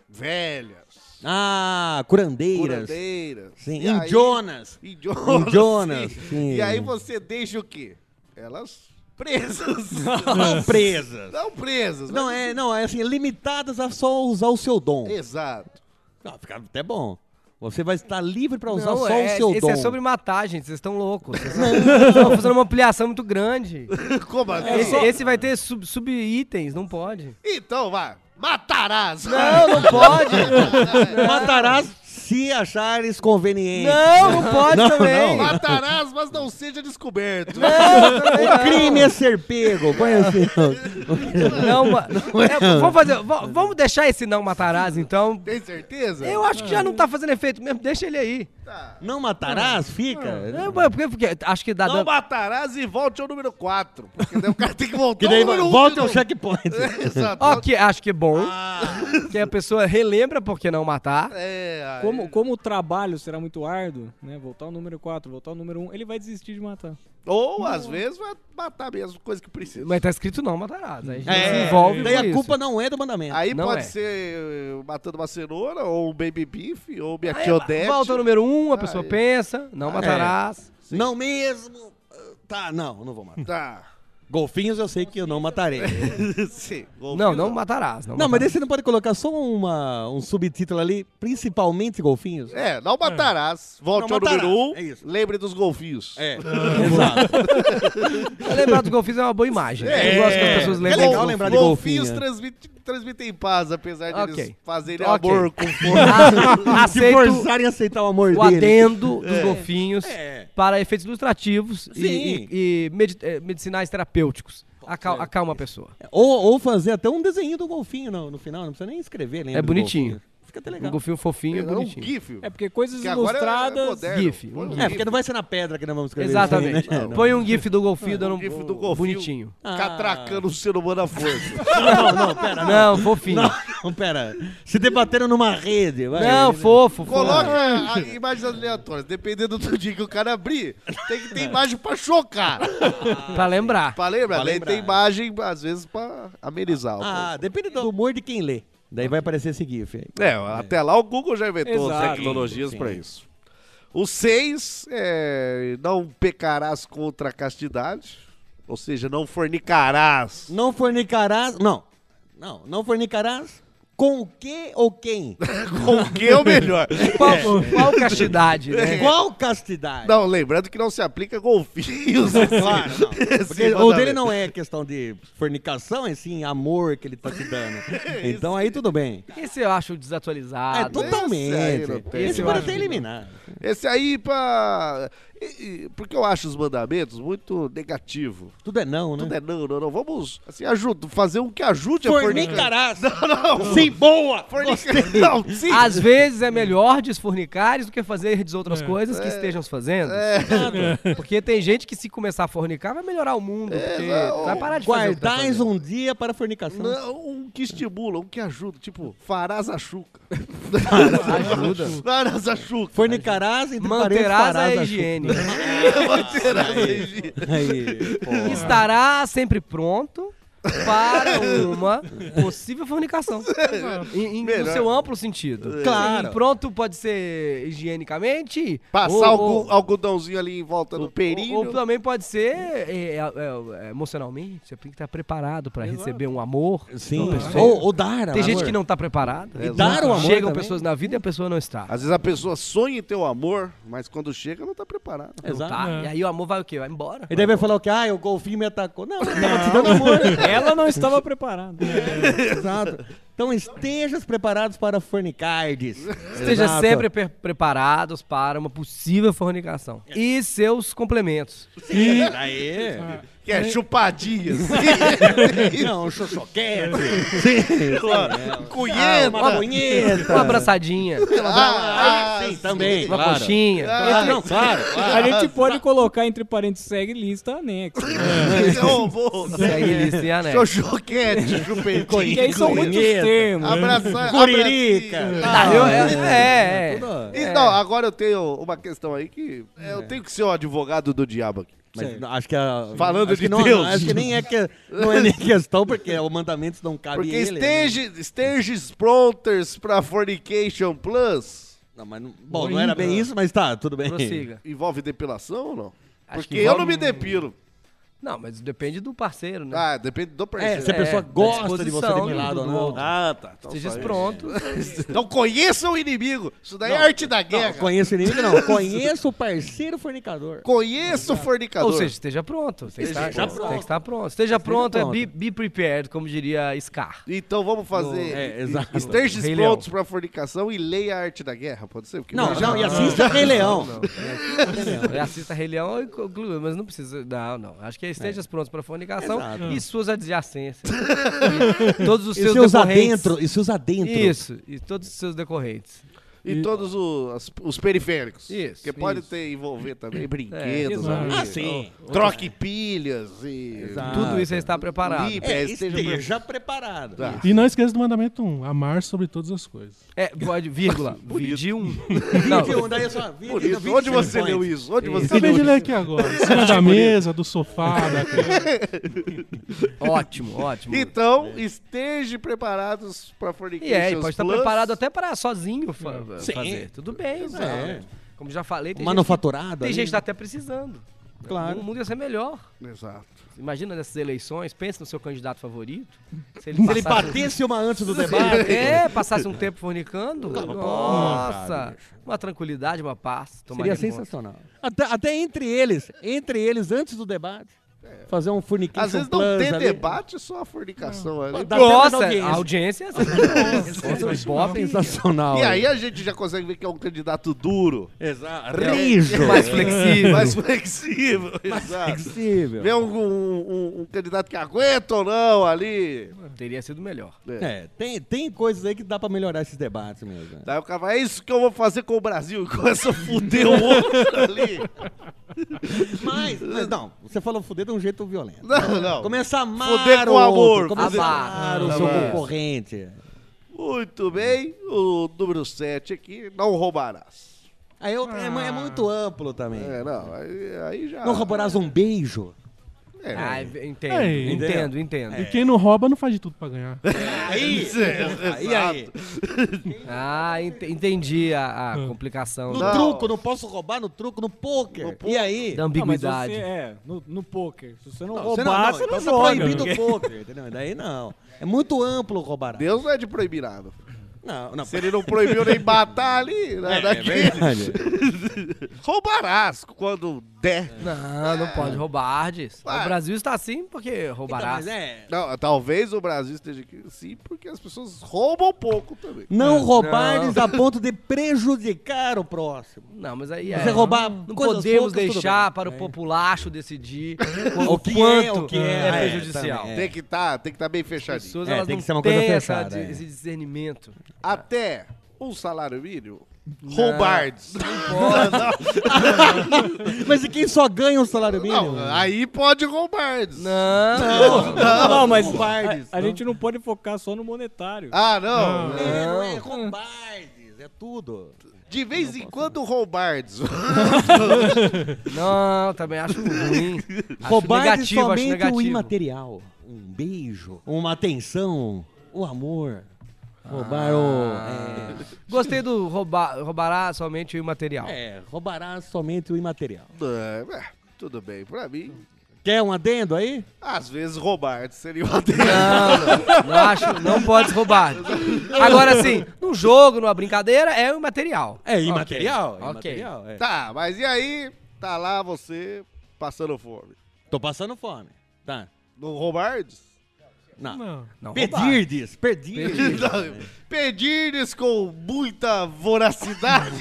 S5: Velhas.
S6: Ah, curandeiras.
S5: Curandeiras.
S6: Sim,
S5: E aí-
S6: Indianas.
S5: Indianas.
S6: Indianas,
S5: sim.
S6: sim.
S5: E aí você deixa o quê? Elas presas.
S6: Não presas.
S5: Não presas.
S6: Não,
S5: mas-
S6: é, não, é assim, limitadas a só usar o seu dom.
S5: Exato.
S6: Não, fica até bom. Você vai estar livre pra usar
S9: Não,
S6: só
S9: é-
S6: o seu
S9: esse
S6: dom.
S9: é sobre matar, gente. Vocês estão loucos. Vocês estão fazendo uma ampliação muito grande.
S5: Como assim?
S6: É.
S9: Esse, esse vai ter sub- sub-itens, não pode.
S5: Então vai. Matarás.
S9: Não, não pode.
S6: Matarás se achares conveniente.
S9: Não, não pode
S6: Não,
S9: também.
S6: não.
S5: Matarás, mas não seja descoberto.
S6: O crime é ser pego. Põe assim. ó.
S9: Não, ma- É, vamos, fazer, va- vamos deixar esse não matarás, então.
S5: Tem certeza?
S9: Eu acho que já não tá fazendo efeito mesmo, deixa ele aí.
S6: Não matarás? Fica.
S9: É, mas porque, porque acho que dá
S5: Não
S9: dano.
S5: matarás e volte ao número 4. Porque daí o cara tem que voltar
S6: Que daí
S5: ao número um de
S6: volta ao
S5: novo.
S6: checkpoint.
S5: Exato.
S9: Ok, acho que é bom.
S6: Ah.
S9: Que a pessoa relembra porque não matar.
S5: É, aí-
S7: Como, como o trabalho será muito árduo, né? Voltar ao número 4, voltar ao número 1, ele vai desistir de matar.
S5: Ou às vezes vai matar mesmo, coisa que precisa.
S9: Mas tá escrito não matarás. Aí a gente não se
S6: É,
S9: envolve
S6: daí
S9: com
S6: a
S9: isso.
S6: culpa não é do mandamento.
S5: Aí
S9: não
S5: pode
S9: é.
S5: ser eh, matando uma cenoura, ou um baby beef, ou minha
S9: Aí,
S5: Kyodete.
S9: Volta ao número um, a pessoa
S5: Aí.
S9: pensa, não matarás.
S6: Não mesmo. Tá, não, não vou matar.
S5: Tá.
S6: Golfinhos eu sei que eu não matarei.
S5: Sim.
S9: Não, não matarás. Não,
S6: Não, mas
S9: matarás.
S6: daí você não pode colocar só uma, um subtítulo ali, principalmente golfinhos?
S5: É, não matarás. Volte
S6: Não
S5: ao número
S6: matarás,
S5: 1. Um,
S6: é isso.
S5: Lembre dos golfinhos.
S6: É, exato.
S9: Lembrar dos golfinhos é uma boa imagem. Eu gosto que as pessoas
S6: É
S9: lembrem.
S6: legal
S9: dos
S6: lembrar de
S9: golfinhos.
S5: Golfinhos
S6: golfinho.
S5: transmitem, transmitem paz, apesar de eles
S9: Ok.
S5: fazerem
S9: Ok.
S5: amor com
S9: Ah,
S6: Se
S9: Aceito
S6: forçarem a aceitar o amor
S9: o
S6: dele.
S9: adendo dos golfinhos
S6: É.
S9: para efeitos ilustrativos e-
S6: Sim.
S9: e, e medi- eh, medicinais terapêuticos. Acal- acalma a pessoa.
S6: Ou, ou fazer até um desenho do golfinho no, no final, não precisa nem escrever, lembra?
S9: É
S6: do
S9: bonitinho.
S6: golfinho. Fica até
S9: Um
S6: legal.
S9: golfinho fofinho e
S5: É um
S9: bonitinho.
S5: gif.
S7: É porque coisas
S5: que agora é- é
S7: ilustradas.
S5: moderno.
S9: gif,
S5: Põe
S9: um
S6: É, porque não vai ser na pedra que nós vamos escrever. isso aí,
S9: Exatamente.
S6: né? Não.
S9: Põe um gif do golfinho dando um
S5: gif do golfinho.
S9: bonitinho.
S5: Catracando o ser humano à força.
S6: Não, não, pera. Não,
S9: Não, fofinho.
S6: não,
S9: Não,
S6: não, pera. Se debateram numa rede. Vai.
S9: fofo. fofo.
S5: Coloca a- imagens aleatórias. Dependendo do dia que o cara abrir, tem que ter imagem pra chocar.
S9: Pra lembrar.
S5: Pra lembrar, né?
S6: Pra
S5: daí
S6: lembrar.
S5: tem imagem, às vezes, pra amenizar. um
S6: Ah, depende do humor de quem lê. Daí vai aparecer esse GIF aí.
S5: É, até lá o Google já inventou
S6: Exato.
S5: tecnologias
S6: Sim.
S5: para isso. O 6 é não pecarás contra a castidade, ou seja, não fornicarás.
S6: Não fornicarás. Não. Não, não fornicarás com o que ou quem?
S5: com o que é o melhor.
S6: Qual,
S9: qual castidade, né?
S6: Qual castidade?
S5: Não, lembrando que não se aplica golfinhos. assim.
S6: Claro, não.
S5: Esse
S6: Porque o dele
S5: mandamento.
S6: não é questão de fornicação, é sim amor que ele tá te dando.
S9: É
S6: Então aí tudo bem.
S9: Esse eu acho
S6: É,
S9: desatualizado.
S6: totalmente.
S5: aí não tem,
S6: Esse,
S5: eu
S6: pode
S5: acho
S6: até
S5: que não.
S6: eliminar.
S5: Esse aí pra... e- e- Porque eu acho os mandamentos muito negativo.
S6: Tudo é não, né?
S5: Tudo é não, não, não. Vamos, assim, ajuda, fazer um que ajude
S9: é
S5: a
S6: Fornicarás.
S5: fornicar. Não, não.
S6: Sim, boa. Ah,
S5: Fornicar. Não, sim.
S9: Às vezes é melhor desfornicares do que fazer de outras
S6: É.
S9: coisas que estejam se fazendo. Porque tem gente que se começar a fornicar vai melhorar o mundo. porque vai parar de fazer o que tá
S6: Guardais
S9: fazendo.
S6: um dia para a fornicação.
S5: Não, um que estimula, um que ajuda. Tipo, farás a chuca.
S9: Ajuda.
S5: Farás a chuca.
S6: Fornicarás entre
S9: Manterás
S6: parentes, farás
S9: a é
S6: chuva.
S9: higiene.
S5: Manterás a higiene.
S6: Aí, porra.
S9: Estará sempre pronto para uma possível fornicação. Em, em- no
S5: Melhor.
S9: seu amplo sentido.
S6: Claro.
S9: Sim, pronto pode ser higienicamente.
S5: Passar
S9: ou-
S5: algum
S9: ou-
S5: algodãozinho ali em volta do perinho.
S9: Ou também pode ser é, é, é, é, emocionalmente. Você tem que estar preparado para receber um amor.
S6: Sim.
S9: Uma pessoa-
S6: Ou, ou dar.
S9: Tem gente
S6: amor.
S9: que não tá preparada.
S5: É,
S6: dar o amor
S9: Chegam
S6: também.
S9: pessoas na vida e a pessoa não tá. está.
S5: Às vezes a pessoa sonha em ter o amor, mas quando chega não tá preparada.
S6: Exato. É.
S9: Tá? E aí o amor vai o quê? Vai embora.
S6: E daí vai falar o que? Ah, o golfinho me atacou. Não, eu tava te dando amor.
S7: Ela não estava preparada.
S6: Exato. Então estejas preparados para fornicardes.
S9: Esteja
S6: Exato.
S9: sempre pre- preparados para uma possível fornicação.
S6: É.
S9: E seus complementos.
S6: Aí.
S5: Que é chupadinhas.
S6: Não, um xoxoquete.
S5: Cunheta.
S6: Uma punheta.
S9: Uma abraçadinha,
S6: Ah, sim, também.
S9: uma
S6: claro.
S9: coxinha.
S6: Ah, não, claro.
S7: A gente pode colocar entre parênteses segue lista né? anexa.
S5: Ô, vô,
S9: Segue lista e anexo.
S5: Seu choquete,
S7: Que
S5: chupetinho.
S7: aí são muitos termos.
S5: Abraçar.
S6: Curirica.
S9: Ah,
S6: Tá,
S9: eu- é, é, é.
S6: tudo-
S5: E, Não, então, agora eu tenho uma questão aí que é, eu tenho que ser o advogado do diabo aqui.
S6: Mas não, acho que a,
S5: Falando
S6: acho que
S5: de
S6: não,
S5: Deus.
S6: Acho que nem é que não é nem questão porque o mandamento não cabe
S5: Porque
S6: ele. né?
S5: esteja, estejas prontas pra Fornication Plus
S6: Não, mas não, bom, não era bem isso, mas tá, tudo bem.
S9: Prossiga.
S5: envolve depilação ou não?
S9: Acho
S5: Porque
S9: que
S5: eu
S9: envolve-
S5: não me depilo.
S9: Não, mas depende do parceiro, né?
S5: Ah, depende do
S6: É,
S5: parceiro.
S6: se a
S9: É,
S6: pessoa
S9: da
S6: gosta de você
S9: disposição
S6: depilado
S9: do-
S6: ou não.
S9: do-
S5: Ah, tá. Então,
S9: Esteja
S5: faz-
S9: pronto.
S5: Então conheça o inimigo. Isso daí é arte da guerra.
S6: Não, conheço o inimigo, não. Conheço o parceiro fornicador.
S5: Conheça o fornicador.
S9: Ou seja, esteja pronto. Tem que estar,
S6: Esteja
S9: tem
S6: pronto.
S9: que estar pronto. Esteja, pronto,
S6: pronto.
S9: é be, be prepared, como diria Scar.
S5: então vamos fazer.
S6: É, exato.
S5: Estejas
S9: Rei
S5: prontos pra fornicação e leia a arte da guerra, pode ser? Porque
S6: Não, não, e assista Rei Leão. É
S9: Eu É, Assista Rei Leão e conclua, mas não precisa. Não, não. Acho que é esteja pronto para fornicação
S6: Exato.
S9: e suas adjacências. E todos os
S6: E
S9: seus,
S6: seus
S9: decorrentes.
S6: adentro, e seus adentro.
S9: Isso, e todos os seus decorrentes.
S5: E todos o- as- os, periféricos.
S9: Isso,
S5: Que pode
S9: isso. É,
S5: ter envolver também brinquedos,
S7: exato.
S5: ali,
S6: Ah, sim.
S5: troque pilhas e
S6: Exato.
S9: Tudo isso você está Tá preparado.
S5: Limpe,
S6: É,
S5: esteja
S6: esteja preparado.
S5: Tá.
S13: E não esqueça do mandamento 1, amar sobre todas as coisas.
S9: É, pode, vírgula, 21.
S6: Então, daí é só
S5: Por
S6: 20,
S5: isso,
S6: 20
S5: onde você
S6: checkpoints.
S5: leu isso? Onde
S13: Eu
S5: você
S13: Acabei
S5: leu
S13: de
S5: isso?
S7: é?
S13: ler aqui agora. Em cima da mesa, do sofá, né? da cama.
S6: um.
S9: Não, ótimo, ótimo. E,
S5: Então, esteja preparados para fornications
S9: é, e pode estar
S5: Plus.
S9: preparado até para sozinho fa-
S6: Sim. É.
S9: fazer. Tudo bem, né? Como já falei, tem gente, que,
S6: Manufaturado.
S9: tem
S6: ali.
S9: gente que tá até precisando.
S6: Claro.
S9: O mundo ia ser melhor.
S5: Exato.
S9: Imagina nessas eleições, pensa no seu candidato favorito. Se
S6: Se ele
S9: passasse-
S6: batesse uma antes do
S9: Se ele-
S6: debate.
S9: É, passasse um tempo fornicando.
S6: Tá
S9: Nossa! Uma tranquilidade, uma paz.
S6: Seria
S9: tomaria conta.
S6: sensacional. Até, até entre eles, entre eles, antes do debate, fazer um forniquinho.
S5: Às vezes não tem debate, só a fornicação ali.
S6: Dá até mais
S9: Nossa,
S6: audiência.
S9: a audiência é sensacional. Ibope
S6: Sensacional.
S5: E aí a gente já consegue ver que é um candidato duro,
S9: É
S5: Né?
S6: Exato. Rijo.
S9: mais flexível.
S5: É mais flexível. Exato.
S6: flexível.
S5: Ver um, um- um- um candidato que aguenta ou não ali.
S9: Teria sido melhor.
S6: É, tem, tem coisas aí que dá pra melhorar esses debates mesmo. né?
S5: Daí o cara fala, é isso que eu vou fazer com o Brasil. E começa a fuder o outro ali.
S6: Mas, mas não, você falou fuder de um jeito violento.
S5: Não, não.
S6: Começa a amar
S5: Fuder com
S6: o
S5: amor,
S6: outro,
S9: fuder
S6: começa a amar
S9: com
S6: o seu
S5: amor.
S6: concorrente.
S5: Muito bem. O número 7 aqui, não roubarás.
S6: Ah. Aí eu- é, mu- é muito é amplo também.
S5: É, não. Aí, aí já...
S6: Não roubarás um beijo.
S9: É. Ah, entendo,
S13: Aí.
S9: entendo, entendo.
S6: É.
S13: E quem não rouba não faz de tudo pra ganhar.
S9: Aí,
S6: e aí?
S9: Ah, ent- entendi a, a complicação.
S6: No
S9: da-
S6: truco, não posso roubar no truco, no poker. E aí?
S9: Da ambiguidade.
S7: Não, mas você, é, no, no poker. Se você não,
S6: Não, você não-
S7: roubar,
S6: não,
S7: você
S6: então
S7: não,
S13: tá
S6: você
S7: joga.
S6: proibiu do
S13: é
S7: porque-
S6: poker, entendeu? Daí não. É muito amplo roubar.
S5: Deus não é de proibir nada.
S6: Não, não.
S5: Se ele não proibiu nem matar ali, nada
S6: é
S5: aqui.
S6: verdade.
S5: Roubarás quando der.
S9: Não, não
S6: É.
S9: pode roubar, diz. O Brasil está assim porque
S6: Então,
S9: roubará.
S6: é,
S5: Não, talvez o Brasil esteja aqui sim, porque as pessoas roubam pouco também.
S6: Não roubar
S9: não.
S6: eles a ponto de prejudicar o próximo.
S9: Não, mas aí
S6: Você
S9: é.
S6: roubar
S9: não
S6: coisas
S9: podemos
S6: poucas, tudo
S9: deixar
S6: bem.
S9: para o
S6: É.
S9: populacho decidir
S6: O
S9: o
S6: que é,
S9: quanto
S6: o que é.
S9: é
S6: Ah, é,
S9: prejudicial.
S6: também,
S5: Tem que tá, tem que estar bem fechadinho.
S9: pessoas
S6: É,
S9: elas
S6: tem
S9: não
S6: que ser uma coisa
S9: têm essa
S6: fechada,
S9: di-
S6: é.
S9: esse discernimento.
S5: Até um salário mínimo, roubardes.
S6: Mas e quem só ganha o salário mínimo?
S5: Não, aí pode roubardes.
S9: Não,
S7: Não, mas
S6: Covardes,
S7: a, a
S13: né?
S6: não.
S7: gente não pode focar só no monetário.
S5: Ah, não.
S6: É, não é covardes, é tudo.
S5: De vez em quando roubardes.
S9: Não, também acho ruim. acho
S6: Covardes
S9: negativo, acho
S6: é somente
S9: negativo.
S6: o imaterial. Um beijo, uma atenção, o amor. Roubar o... é.
S9: Gostei do roubar, roubará somente o imaterial.
S6: É, roubará somente o imaterial.
S5: É, é, tudo bem, pra mim,
S6: Quer um adendo aí?
S5: às vezes roubardes seria uma delas.
S9: Não, não, não acho, não pode roubar. Agora sim, no jogo, numa brincadeira, é o imaterial.
S6: É imaterial.
S9: Ok.
S6: imaterial, é.
S5: Tá, mas e aí, tá lá você passando fome.
S6: Tô passando fome. Tá.
S5: Não roubardes?
S6: Não.
S13: Não.
S9: Não roubar.
S6: Pedirdes, perdirdes.
S5: Pedirdes com muita voracidade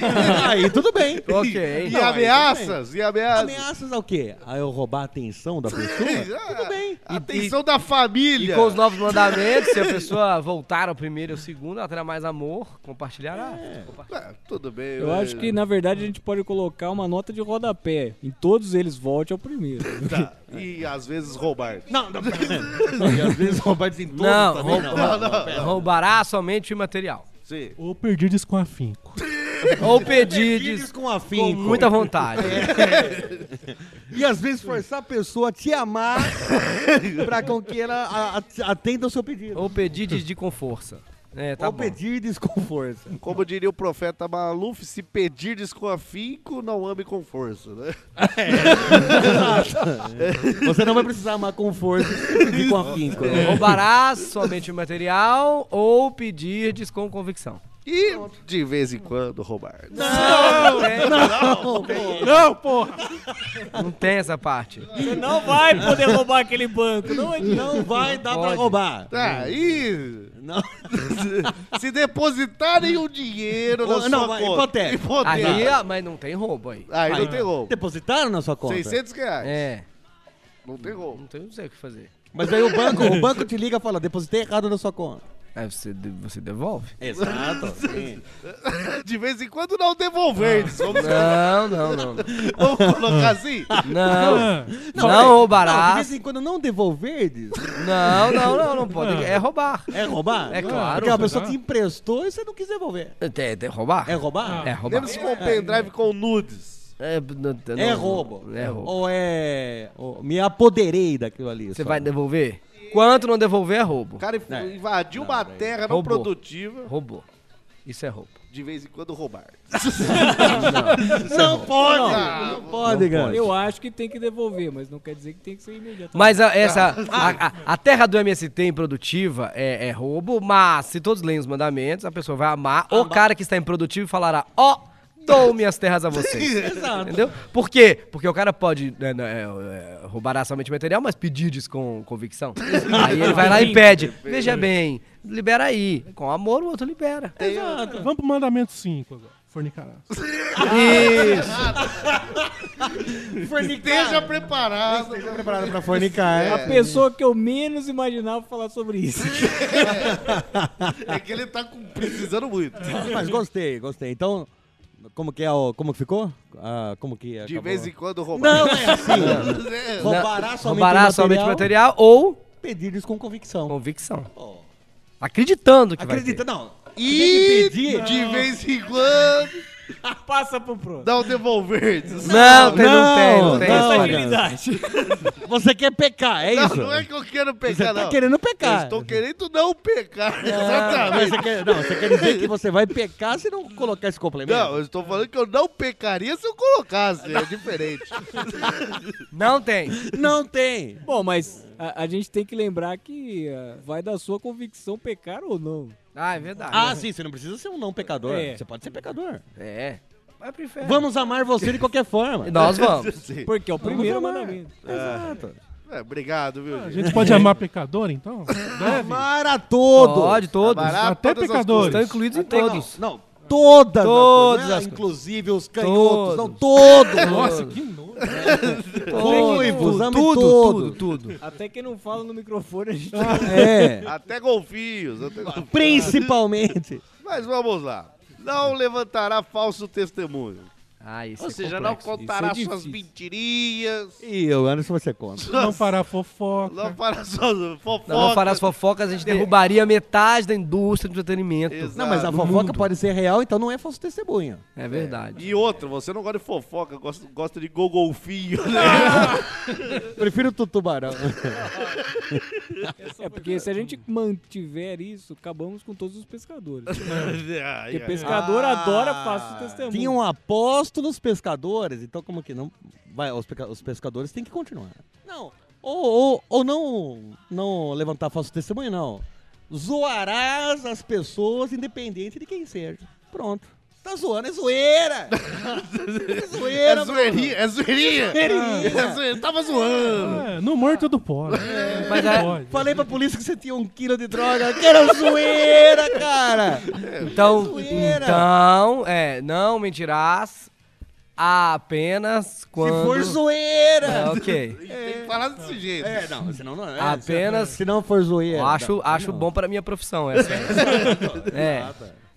S6: aí tudo bem.
S9: Ok.
S5: e
S9: Não, aí-
S5: ameaças, e ameaças.
S6: Ameaças ao quê? A eu roubar a atenção da pessoa?
S5: Ah,
S6: tudo bem.
S5: Atenção da
S9: E
S5: família.
S9: com os novos mandamentos, se a pessoa voltar ao primeiro e ao segundo, ela terá mais amor, compartilhará.
S6: É.
S5: Ah, tudo bem. é,
S7: Eu acho que, na verdade, a gente pode colocar uma nota de rodapé. Em todos eles, volte ao primeiro.
S5: Tá. E às vezes roubar.
S6: Não, não, não. E às vezes roubar em todos
S9: Não,
S6: também não.
S9: rouba- roubará somente o imaterial.
S5: Sim.
S13: Ou perdidos com afinco.
S9: Ou pedides
S6: Filhos com
S9: com
S6: É. afinco.
S9: muita vontade.
S6: E às vezes forçar a pessoa a te amar pra com que ela a- a- atenda ao seu pedido.
S9: Ou pedides de com força. É, tá
S6: Ou
S9: bom.
S6: pedirdes com força.
S5: Como diria o profeta Maluf, se pedirdes com afinco, não ame com força, né?
S6: Você não vai precisar amar com força e com afinco.
S9: É.
S6: né?
S9: Roubarás somente o material ou pedirdes com convicção.
S5: E de vez em quando roubar.
S13: Não, porra!
S9: Não tem essa parte.
S7: Você não vai poder roubar aquele banco. Não é adianta.
S6: Não vai dar pra
S9: Pode.
S6: roubar.
S5: Tá, e
S6: Não.
S5: se depositarem o dinheiro na
S6: Ou-
S5: sua
S6: não,
S5: conta.
S6: mas hipoteca.
S9: Aí, ah, mas não tem roubo aí.
S5: Aí,
S6: Aí, né?
S5: não tem roubo.
S6: Depositaram na sua conta.
S5: 600 reais.
S9: É,
S5: Não tem roubo.
S9: não tem não sei o que fazer.
S6: Mas aí o banco, o banco te liga e fala, depositei errado na sua conta.
S9: Aí você, de- você devolve?
S6: Exato.
S5: De vez em quando não devolver. Vamos,
S9: Não, não, não.
S5: vamos colocar assim.
S9: Não, não
S6: de
S9: roubarás.
S6: vez em quando é. não devolver, diz,
S9: Não, não, não, não pode. É roubar.
S6: é roubar?
S9: É claro.
S6: Porque a pessoa te emprestou e você não quis devolver.
S9: É, é roubar?
S6: É roubar?
S9: É roubar.
S5: Lembra-se com um pendrive com nudes.
S9: É, não- não-
S6: É roubo.
S9: É roubo.
S6: Ou é... ou me apoderei daquilo ali.
S9: Você
S6: só.
S9: vai devolver? Quanto não devolver é roubo.
S5: O cara inv- invadiu uma terra não
S9: Roubou.
S5: produtiva.
S9: Roubo. Isso é roubo.
S5: De vez em quando roubar.
S6: Não pode! Não, pode, cara.
S7: Eu acho que tem que devolver, mas não quer dizer que tem que ser imediatamente.
S9: Mas a- essa. A,
S6: Ah.
S9: a- a terra do MST improdutiva é, é roubo, mas se todos leem os mandamentos, a pessoa vai amar o cara que está improdutivo e falará: Ó, dou minhas terras a vocês.
S6: Exato.
S9: Entendeu? Por quê? Porque o cara pode né, né, é, é, roubar somente material, mas pedir com convicção. Aí ele vai lá e pede: Veja bem, libera aí. Com amor, o outro libera.
S6: É,
S13: Exato. Vamos pro mandamento 5 agora. Fornicarás.
S5: Esteja preparado.
S6: Preparado pra fornicar.
S7: Ah, é. A pessoa que eu menos imaginava falar sobre isso.
S5: É que ele tá com- precisando muito.
S6: Mas gostei, gostei. Então, como que é o. Como que ficou? Ah, como que
S5: De vez em quando roubar.
S6: Não, é assim.
S5: É,
S6: Roubará somente
S9: Roubará
S6: o
S9: somente
S6: material,
S9: material ou
S6: Pedir-lhes com convicção.
S9: convicção.
S6: Oh.
S9: Acreditando que vai ter.
S6: Acredita, não.
S5: E
S6: pedir.
S5: de vez em quando
S7: Passa pro próximo.
S5: Dá o devolver.
S6: Não, é tem- não tem, não tem.
S5: essa
S6: Não,
S5: habilidade.
S6: Você quer pecar, é
S5: não,
S6: isso?
S5: Não é que eu quero pecar,
S6: Você
S5: não.
S6: tá querendo pecar.
S5: Eu estou querendo não pecar.
S6: mas é
S5: Exatamente.
S6: Você quer, não, você quer dizer que você vai pecar se não colocar esse complemento?
S5: Não, eu estou falando que eu não pecaria se eu colocasse. É diferente.
S9: Não tem.
S6: Não tem.
S7: Bom, mas a, a gente tem que lembrar que ah, vai da sua convicção pecar ou não.
S9: Ah, é verdade.
S6: Ah, sim, você não precisa ser um não pecador.
S7: É.
S6: Você pode ser pecador.
S9: É. Vai pro inferno.
S6: Vamos amar você de qualquer forma.
S9: Nós vamos.
S5: Sim.
S7: Porque é o
S6: Vamos
S7: primeiro
S6: amar.
S7: mandamento.
S6: Exato.
S5: É, obrigado, viu,
S6: Ah,
S13: A gente pode amar pecador, então? Deve.
S6: Amar a todos.
S9: Pode, todos.
S6: Tá
S5: Amará
S13: Até
S5: todas as
S13: pecadores.
S9: Estão incluídos em
S6: Até-
S9: todos.
S6: Ah, Não, todas.
S9: Todas
S6: as coisas, né?
S9: as
S6: Inclusive os canhotos.
S9: Todos.
S6: Não, todos.
S13: Nossa, que nojo.
S6: Ruivos, ame
S9: tudo,
S6: todos.
S9: tudo, tudo.
S7: Até quem não fala no microfone, a gente
S6: É.
S5: Até golfinhos. Até golfinhos.
S6: Principalmente.
S5: Mas vamos lá. Não levantará falso testemunho.
S9: Ah, isso
S5: Ou
S9: é
S5: seja, não
S9: complexo.
S5: contará
S7: isso é
S5: suas
S7: difícil.
S5: mentirinas.
S6: E eu, Anderson, você conta.
S13: Não fará fofoca.
S5: Não fará suas fofocas.
S9: Não, não fará as fofocas, a gente derrubaria metade da indústria do entretenimento.
S5: Exato.
S6: Não, mas a fofoca pode ser real, então não é falso testemunho.
S9: É verdade.
S5: E outra, você não gosta de fofoca, gosta, gosta de né? golfinho.
S6: Prefiro o tubarão.
S7: É porque se a gente mantiver isso, acabamos com todos os pescadores. é. Porque pescador
S6: Ah,
S7: adora falso testemunho.
S6: Tinham apóstolos pescadores, então como que não. Vai, os, peca- os pescadores têm que continuar. Não. Ou, ou, ou não, não levantar falso testemunho, não. Zoarás as pessoas, independente de quem seja. Pronto. Tá zoando, é zoeira! é zoeira,
S5: É zoeirinha, é zoeirinha.
S6: Zoeirinha.
S5: É zoeirinha, Tava zoando.
S13: É, no morto tudo pode.
S9: Mas é-
S13: pode.
S6: Falei pra polícia que você tinha um quilo de droga, que era zoeira, cara!
S9: Então,
S6: É Zoeira.
S9: então, é, não mentirás apenas quando...
S6: Se for zoeira!
S9: Ah, ok.
S5: Tem que falar desse jeito.
S6: É, não, senão não é.
S9: Apenas-
S6: Se não for zoeira.
S9: Eu acho,
S6: não, é.
S9: acho
S6: não.
S9: bom para minha profissão essa. é.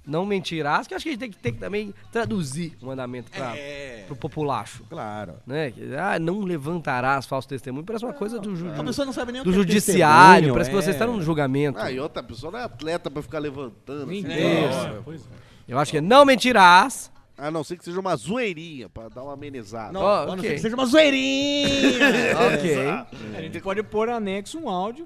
S9: Não mentirás, que eu acho que a gente tem que, tem que também traduzir o mandamento para
S6: É.
S9: o populacho.
S6: Claro.
S9: Né? Que, Ah, não levantarás falso testemunho, parece uma coisa do, ju-
S6: A pessoa não sabe nem o
S9: do
S6: que é
S9: judiciário,
S6: testemunho,
S9: parece que
S6: é.
S9: você está num julgamento.
S5: Ah, e outra pessoa não é atleta pra ficar levantando. assim.
S13: É, pois é.
S9: Eu acho que é não mentirás.
S5: A não ser que seja uma zoeirinha, pra dar uma amenizada.
S6: Não,
S9: Ó,
S6: a não
S9: ok.
S6: ser que seja uma zoeirinha!
S9: ok.
S7: A gente pode pôr anexo um áudio.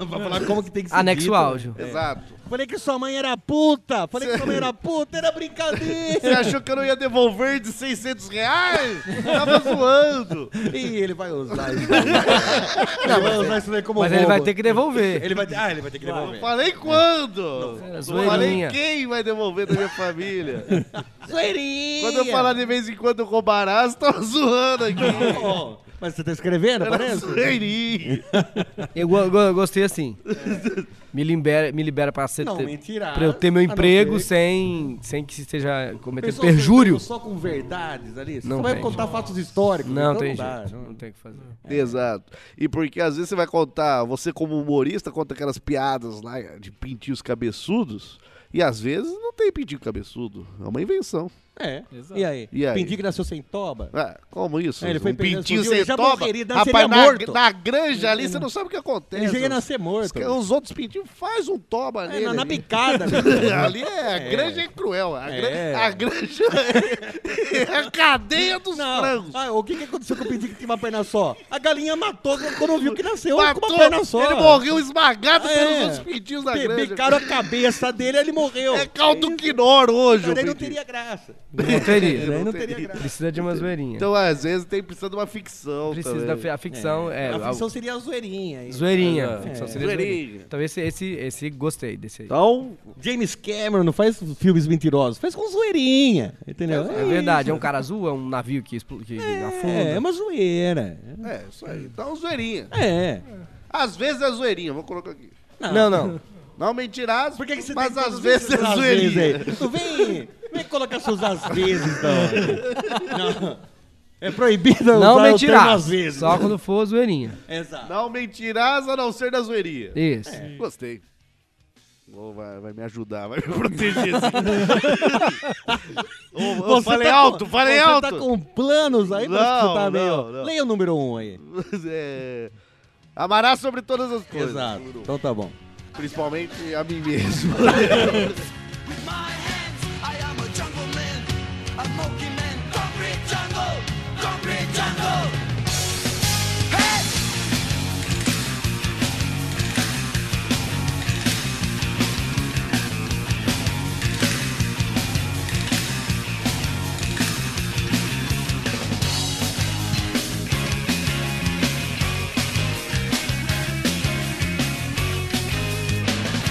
S6: Vai falar como que tem que ser
S9: Anexo
S6: dito.
S9: áudio.
S5: É. Exato.
S6: Falei que sua mãe era puta! Falei que sua mãe era puta! Era brincadeira!
S5: Você achou que eu não ia devolver de 600 reais? Tava zoando.
S6: Ih, ele vai usar isso. Ele vai usar isso daí como
S9: Mas ele vai
S6: roubo.
S9: ter que devolver.
S6: Ele vai ter- Ah, ele vai ter que
S5: Eu
S6: devolver.
S5: falei quando?
S6: É,
S5: Eu falei
S9: zoeirinha.
S5: quem vai devolver da minha família.
S6: Zoeirinha!
S5: quando eu falar de vez em quando roubarás, tava zoando aqui.
S6: Ó, Mas você tá escrevendo,
S5: Era
S6: parece?
S5: zoeirinha.
S9: Eu, go- go- gostei assim. Me libera, me libera para ser
S6: Não,
S9: ter-
S6: mentirás.
S9: pra eu ter meu
S6: a não
S9: emprego
S6: ser-
S9: sem, sem que esteja cometendo
S6: Pessoal,
S9: perjúrio.
S6: Só com verdades ali? Você
S9: Não
S6: só vai
S9: tem
S6: contar fatos históricos.
S9: Não,
S6: então
S9: tem
S6: dá,
S9: jeito.
S6: não-
S9: Não tem o que fazer.
S5: Exato. E porque às vezes você vai contar, você como humorista conta aquelas piadas lá de pintinhos cabeçudos, e às vezes não tem pintinho cabeçudo. É uma invenção.
S6: É.
S7: Exato.
S6: E aí?
S5: E aí?
S6: Pintinho que nasceu sem toba?
S5: Ah, como isso?
S6: É, ele foi
S5: um
S6: pegando,
S5: pintinho
S6: subiu, ele
S5: sem
S6: já
S5: toba?
S6: morreria, não, seria
S5: Rapaz,
S6: morto.
S5: na, na granja ali, você não sabe o que acontece.
S6: Ele já ia nascer morto.
S5: Os, os outros pintinhos faz um toba
S6: É,
S5: nele.
S6: na, na
S5: ali.
S6: bicada.
S5: Ali é, a granja é cruel. A, gran-
S6: É.
S5: a granja é a cadeia dos frangos.
S6: Ah, o que, que aconteceu com o pintinho que tinha uma perna só? A galinha matou quando viu que nasceu com uma
S5: Matou,
S6: perna só.
S5: ele morreu esmagado
S6: Ah,
S5: pelos
S6: é.
S5: outros pintinhos da
S6: Pe-
S5: granja.
S6: Picaram a cabeça dele ele morreu.
S5: É caldo quinor hoje,
S6: Mas daí não
S5: Pedrinho.
S6: teria graça.
S9: Não teria.
S6: Daí não
S5: não
S6: teria
S5: teria.
S6: graça.
S9: Precisa de uma zoeirinha.
S5: né? Então, às vezes, tem precisa de uma ficção
S9: Precisa da
S5: também.
S9: fi- a ficção. É,
S6: a
S9: a
S6: ficção seria a zoeirinha. aí.
S9: Zoeirinha.
S6: É.
S9: Ficção
S6: É.
S9: seria
S5: Zoeirinha.
S9: zoeirinha. Então esse, esse, esse gostei desse aí.
S6: Tá
S5: Então,
S6: James Cameron não faz filmes mentirosos, faz com zoeirinha, entendeu?
S9: É verdade, é um cara azul, é um navio que, expl- que afunda.
S6: É, é uma zoeira.
S5: é, isso aí. Então, zoeirinha.
S6: É.
S5: Às vezes é zoeirinha, vou colocar aqui.
S9: Não, não.
S5: Não mentirás,
S6: Por que, que você
S5: mas
S6: tem
S5: às vezes é zoeirinha.
S6: Não vem, vem colocar seus às vezes, não. Não. É proibido usar
S9: Não
S6: o termo
S9: mentirá.
S6: às vezes.
S9: Só quando for zoeirinha.
S6: Exato.
S5: Não mentirás a não ser da zoeirinha.
S9: Isso.
S6: É.
S5: Gostei. Ô, vai, vai me ajudar, vai me proteger. assim. Ô, ô,
S6: Você
S5: falei
S6: tá com-
S5: alto, falei
S6: você
S5: alto.
S6: tá com planos aí pra
S5: Não,
S6: escutar meio.
S5: não, não.
S6: Leia o número um aí.
S5: É, amarás sobre todas as coisas.
S6: Exato. Então tá bom.
S5: Principalmente a mim mesmo.
S11: My hands, I am a jungle man. a Monkey Man concrete jungle, concrete jungle. Hey!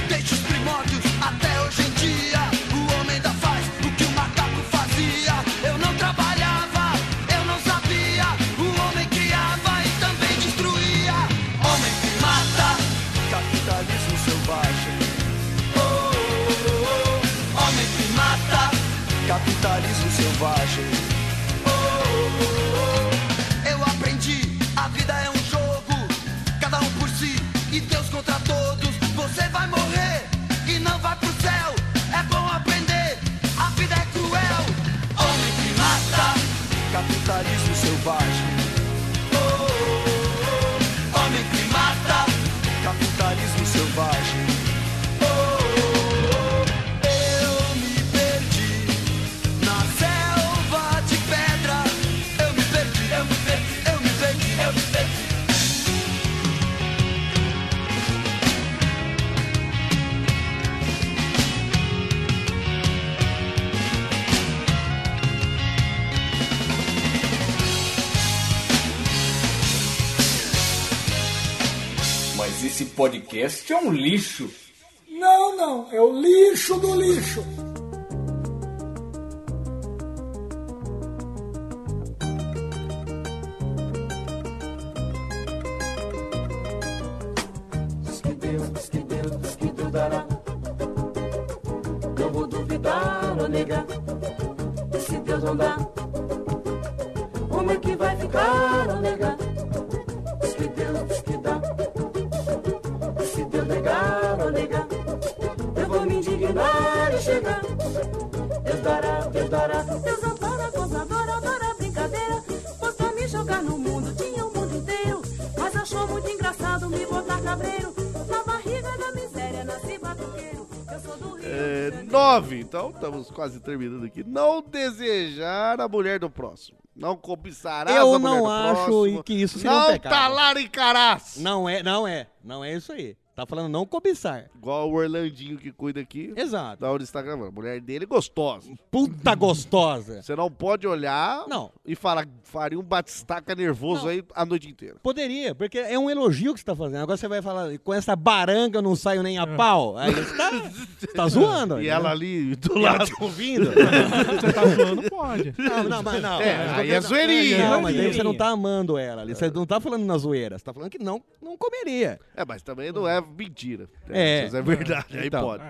S11: Desde os primórdios até hoje em dia, o homem ainda faz o que o macaco fazia. Eu não trabalhava, eu não sabia. O homem criava e também destruía. Homem que mata, capitalismo selvagem. Oh, oh, oh, oh. Homem que mata, capitalismo selvagem. Oh, oh, oh, oh. Eu aprendi, a vida é um jogo cada um por si e Deus contra todos. Você vai morrer e não vai pro céu. É bom aprender, a vida é cruel. Homem que mata, capitalismo selvagem. Oh, oh, oh, oh. Homem que mata, capitalismo selvagem. Oh, oh, oh, oh. Eu me perdi na selva de pedra. Eu me perdi, eu me perdi, eu me perdi, eu me perdi.
S14: Mas esse podcast é um lixo.
S3: Não, não, é o lixo do lixo.
S11: Esquideu, esquideu, esquideu dará. Não vou duvidar, ô nega. Se Deus não dá, como é que vai ficar, ô nega? Esquideu, esquidá. Se Deus negar, ô nega, eu vou me indignar e chegar. Deus dará, Deus dará, Deus adora, gozadora, adora brincadeira. Botou me jogar no mundo, tinha o mundo inteiro. Mas achou muito engraçado me botar cabreiro. Na barriga da miséria, nasci batuqueiro. Eu sou do Rio.
S5: É, nove, então estamos quase terminando aqui. Não desejar a mulher do próximo. Não cobiçarás
S6: Eu
S5: a mulher
S6: não
S5: do
S6: acho
S5: próximo.
S6: e que isso seria um
S5: Não
S6: pecado.
S5: talaricarás.
S6: Não é, não é. Não é isso aí. Tá falando não cobiçar.
S5: Igual o Orlandinho que cuida aqui.
S6: Exato.
S5: Da onde está gravando. A mulher dele é gostosa.
S6: Puta gostosa.
S5: Você não pode olhar
S6: Não.
S5: e falar, faria um batistaca nervoso aí a noite inteira.
S6: Poderia, porque é um elogio que você tá fazendo. Agora você vai falar, com essa baranga eu não saio nem a pau. Aí você tá, você tá zoando.
S5: É. E
S6: né?
S5: ela ali do
S6: E ela
S5: lado.
S6: te ouvindo.
S13: Você tá zoando, pode.
S6: Não, não, mas não.
S5: É, aí
S6: Mas eu tô
S5: é
S6: pensando-
S5: zoeirinha.
S6: Não, mas aí você não tá amando ela. ali. Você não tá falando na zoeira. Você tá falando que não, não comeria.
S5: É, mas também não é mentira.
S6: É.
S5: Isso é verdade, aí
S6: Então.
S5: pode.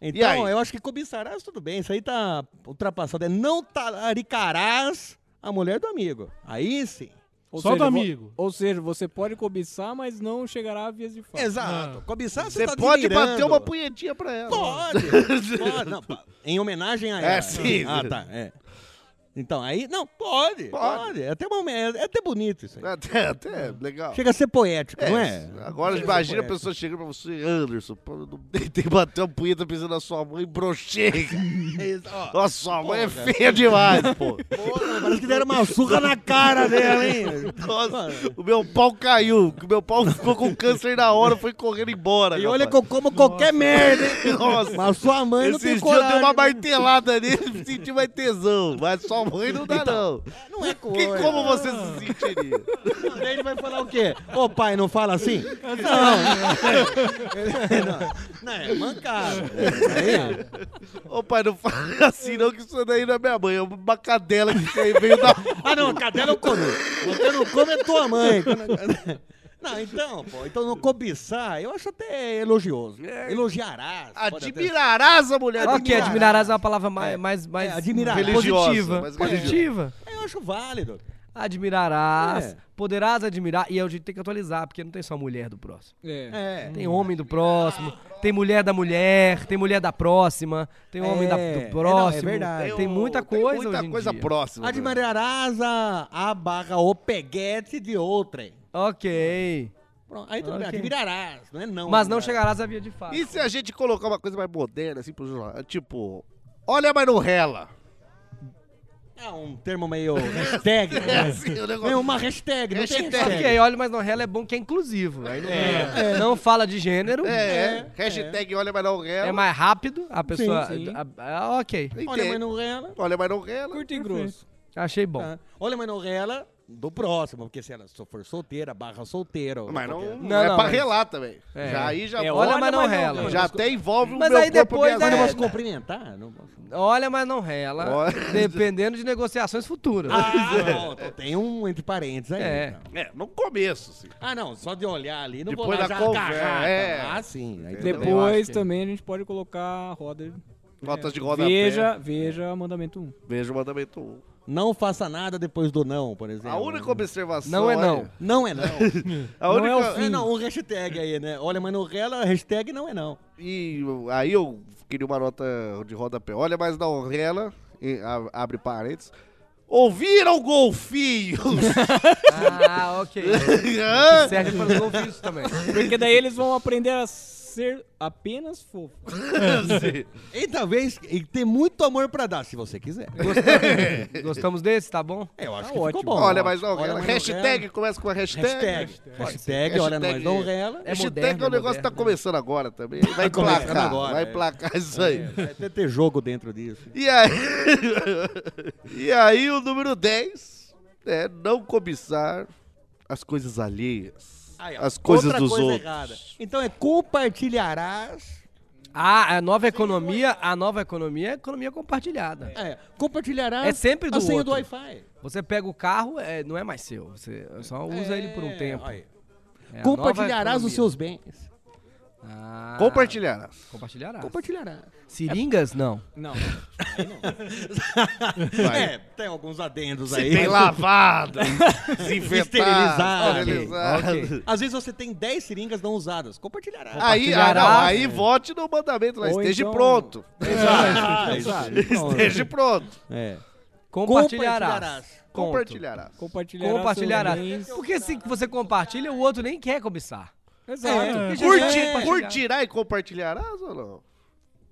S5: E
S6: Então,
S5: aí?
S6: eu acho que cobiçarás tudo bem. Isso aí tá ultrapassado. É não talaricarás a mulher do amigo. Aí sim.
S7: Ou
S13: Só do
S7: vo-
S13: amigo.
S7: Ou seja, você pode cobiçar, mas não chegará a vias de
S9: É,
S7: fato.
S6: Exato. Cobiçar,
S5: Você
S6: você, tá
S5: pode
S6: delirando.
S5: bater uma punhetinha pra ela.
S6: Pode. pode. Não, pa- em homenagem a ela.
S5: É, sim.
S6: Ah, tá. É. Então, aí... Não, pode. Pode. É, até bom- é é até bonito isso aí.
S5: Até, até, legal.
S6: Chega a ser poético, não é?
S5: Agora
S6: Chega a
S5: imagina
S6: ser
S5: a
S6: poético.
S5: pessoa chegando pra você, Anderson, pô, eu não tentei bater uma punheta pensando na sua mãe, brochega.
S6: É
S5: Nossa, sua mãe é feia demais, pô.
S6: Parece que deram uma surra na cara dela, hein?
S5: Nossa, o meu pau caiu, o meu pau ficou com câncer na hora, foi correndo embora.
S6: E olha que eu como qualquer merda, hein?
S5: Nossa.
S6: Mas sua mãe não tem
S5: Esses dias eu dei
S6: coragem. né?
S5: uma martelada nele, senti mais tesão, mas sua mãe não dá não.
S6: Não é
S5: Que,
S6: coisa.
S5: como você se sentiria?
S6: Daí ele vai falar o quê? Ô pai, não fala assim? Não, não. Não, é mancada. Aí,
S5: Ô pai, não fala assim não, que isso daí não é minha mãe, é uma cadela que caiu- veio da...
S6: ah, não, cadela eu como. Você não come é tua mãe. Não, então, pô, então não cobiçar, eu acho até elogioso.
S9: É.
S6: Elogiarás. pode até-
S5: Admirarás a mulher do
S9: Ok,
S5: que
S9: admirarás é uma palavra mais, mais, mais
S6: É, admirarás.
S5: Religiosa,
S9: positiva.
S5: mas
S9: positiva.
S6: Eu acho válido.
S9: Admirarás,
S6: É.
S9: poderás admirar. E é o jeito que tem que atualizar, porque não tem só mulher do próximo.
S7: É.
S6: É.
S9: Tem homem do próximo, tem mulher da mulher, tem mulher da próxima, tem homem da-
S6: É, é,
S9: do
S6: não, é
S9: próximo.
S6: verdade.
S9: Tem muita coisa
S5: Tem muita
S9: hoje em
S5: coisa
S9: dia.
S5: próxima. né?
S6: Admirarás a, a barra o peguete de outrem.
S9: Ok.
S6: Pronto, aí tudo bem,
S9: Ok.
S6: admirarás, não é não.
S9: Mas não
S6: admirarás.
S9: chegarás à via de fato.
S5: E se a gente colocar uma coisa mais moderna, assim, pro jornal? Tipo, olha, mas não rela.
S6: É um termo meio hashtag.
S9: É, assim, o negócio-
S6: É uma hashtag, não tem
S9: Hashtag.
S6: hashtag.
S9: Ok, olha, mas não rela é bom que é inclusivo. Aí não,
S6: É.
S9: é, não fala de gênero. né?
S5: É, hashtag olha, mas não rela.
S9: É
S6: um-
S9: mais rápido, a pessoa.
S6: sim.
S9: a- a- ok.
S6: Olha, mas não é rela.
S5: Olha, mas não rela.
S6: Curto
S9: e grosso. Achei bom.
S6: Tá. Olha, mas não rela do próximo, porque se ela só for solteira, barra solteiro.
S5: Mas não, não, é pra relar também.
S6: É.
S5: Já aí já
S6: É, olha, mas não rela.
S5: Já até envolve o
S9: Mas
S5: meu
S9: aí
S5: corpo,
S9: depois
S5: minhas
S9: é-
S5: mãos.
S6: um
S9: Posso
S6: cumprimentar?
S9: Olha, mas não rela. Dependendo de negociações futuras.
S6: Ah, não, tem um entre parênteses aí.
S9: É.
S6: então.
S5: É, no começo, sim.
S6: Ah, não, só de olhar ali, não
S5: Depois
S6: vou
S5: da
S6: lá já
S5: conversa,
S6: agarrar,
S5: é.
S6: tá? Ah, sim. aí tudo bem.
S7: Depois também a gente pode colocar a roda.
S5: Notas de
S7: roda
S5: rodapé.
S7: Veja, veja
S9: É.
S7: o mandamento 1.
S5: Veja o mandamento 1.
S6: Não faça nada depois do não, por exemplo.
S5: A única observação.
S6: É um Não é não.
S5: olha,
S6: Não é não.
S5: A
S6: Não é
S5: única-
S6: o fim. É, não, um hashtag aí, né? Olha, mas não rela, hashtag não é não.
S5: E aí eu queria uma nota de rodapé. Olha, mas na orrela, e a- abre parênteses. Ouviram golfinhos?
S9: Ah, ok. Serve para os golfinhos também.
S7: Porque daí eles vão aprender a ser apenas fofo.
S6: e talvez e tem muito amor pra dar, se você quiser.
S9: Gostamos desse, tá bom?
S6: Eu acho
S9: Tá
S6: que ficou
S9: ótimo.
S6: bom.
S9: Olha,
S5: mas não
S6: Olha,
S5: rela.
S6: mas não é
S5: Hashtag,
S6: rela.
S5: começa com a hashtag.
S6: Hashtag.
S5: Pode ser.
S6: Hashtag, olha, mas não rela. É
S5: hashtag
S6: moderno,
S5: é
S6: é
S5: um negócio que tá começando agora também. Vai
S6: Tá começando
S5: placar,
S6: agora,
S5: vai
S6: é.
S5: placar isso aí.
S6: É, vai até ter jogo dentro disso.
S5: E aí, e aí o número 10 é não cobiçar as coisas alheias,
S6: Aí, ó,
S5: as coisas
S6: outra
S5: dos
S6: coisa
S5: outros.
S6: errada. Então é compartilharás.
S9: Ah, a nova economia, a nova economia é a economia compartilhada.
S6: É, compartilharás
S9: É sempre do
S6: a senha
S9: outro. É
S6: do Wi-Fi.
S9: Você pega o carro, é, não é mais seu. Você só usa ele por um tempo.
S6: aí.
S9: É a
S6: compartilharás
S9: nova
S6: os
S9: economia.
S6: seus bens.
S9: Ah,
S5: Compartilharás.
S9: Compartilharás.
S6: Compartilharás.
S9: Seringas? Não.
S7: Não.
S6: Vai. É, tem alguns adendos
S5: Se
S6: aí.
S5: tem lavado, desinfetado,
S6: esterilizado.
S5: É. esterilizado.
S6: Ok. Às vezes você tem 10 seringas não usadas. Compartilhará.
S5: Aí, ah, não, aí vote no mandamento lá,
S6: Ou
S5: esteja
S6: então-
S5: pronto.
S6: Exato, exato.
S5: esteja pronto.
S6: É.
S9: Compartilharás.
S5: Compartilharás.
S9: Ponto.
S5: Compartilharás.
S7: Compartilharás.
S9: Compartilharás.
S7: seus bens.
S9: Porque se você compartilha, o outro nem quer cobiçar.
S7: Exato.
S9: porque já
S5: Curti-
S9: é compartilhado.
S5: curtirá e compartilharás ou não?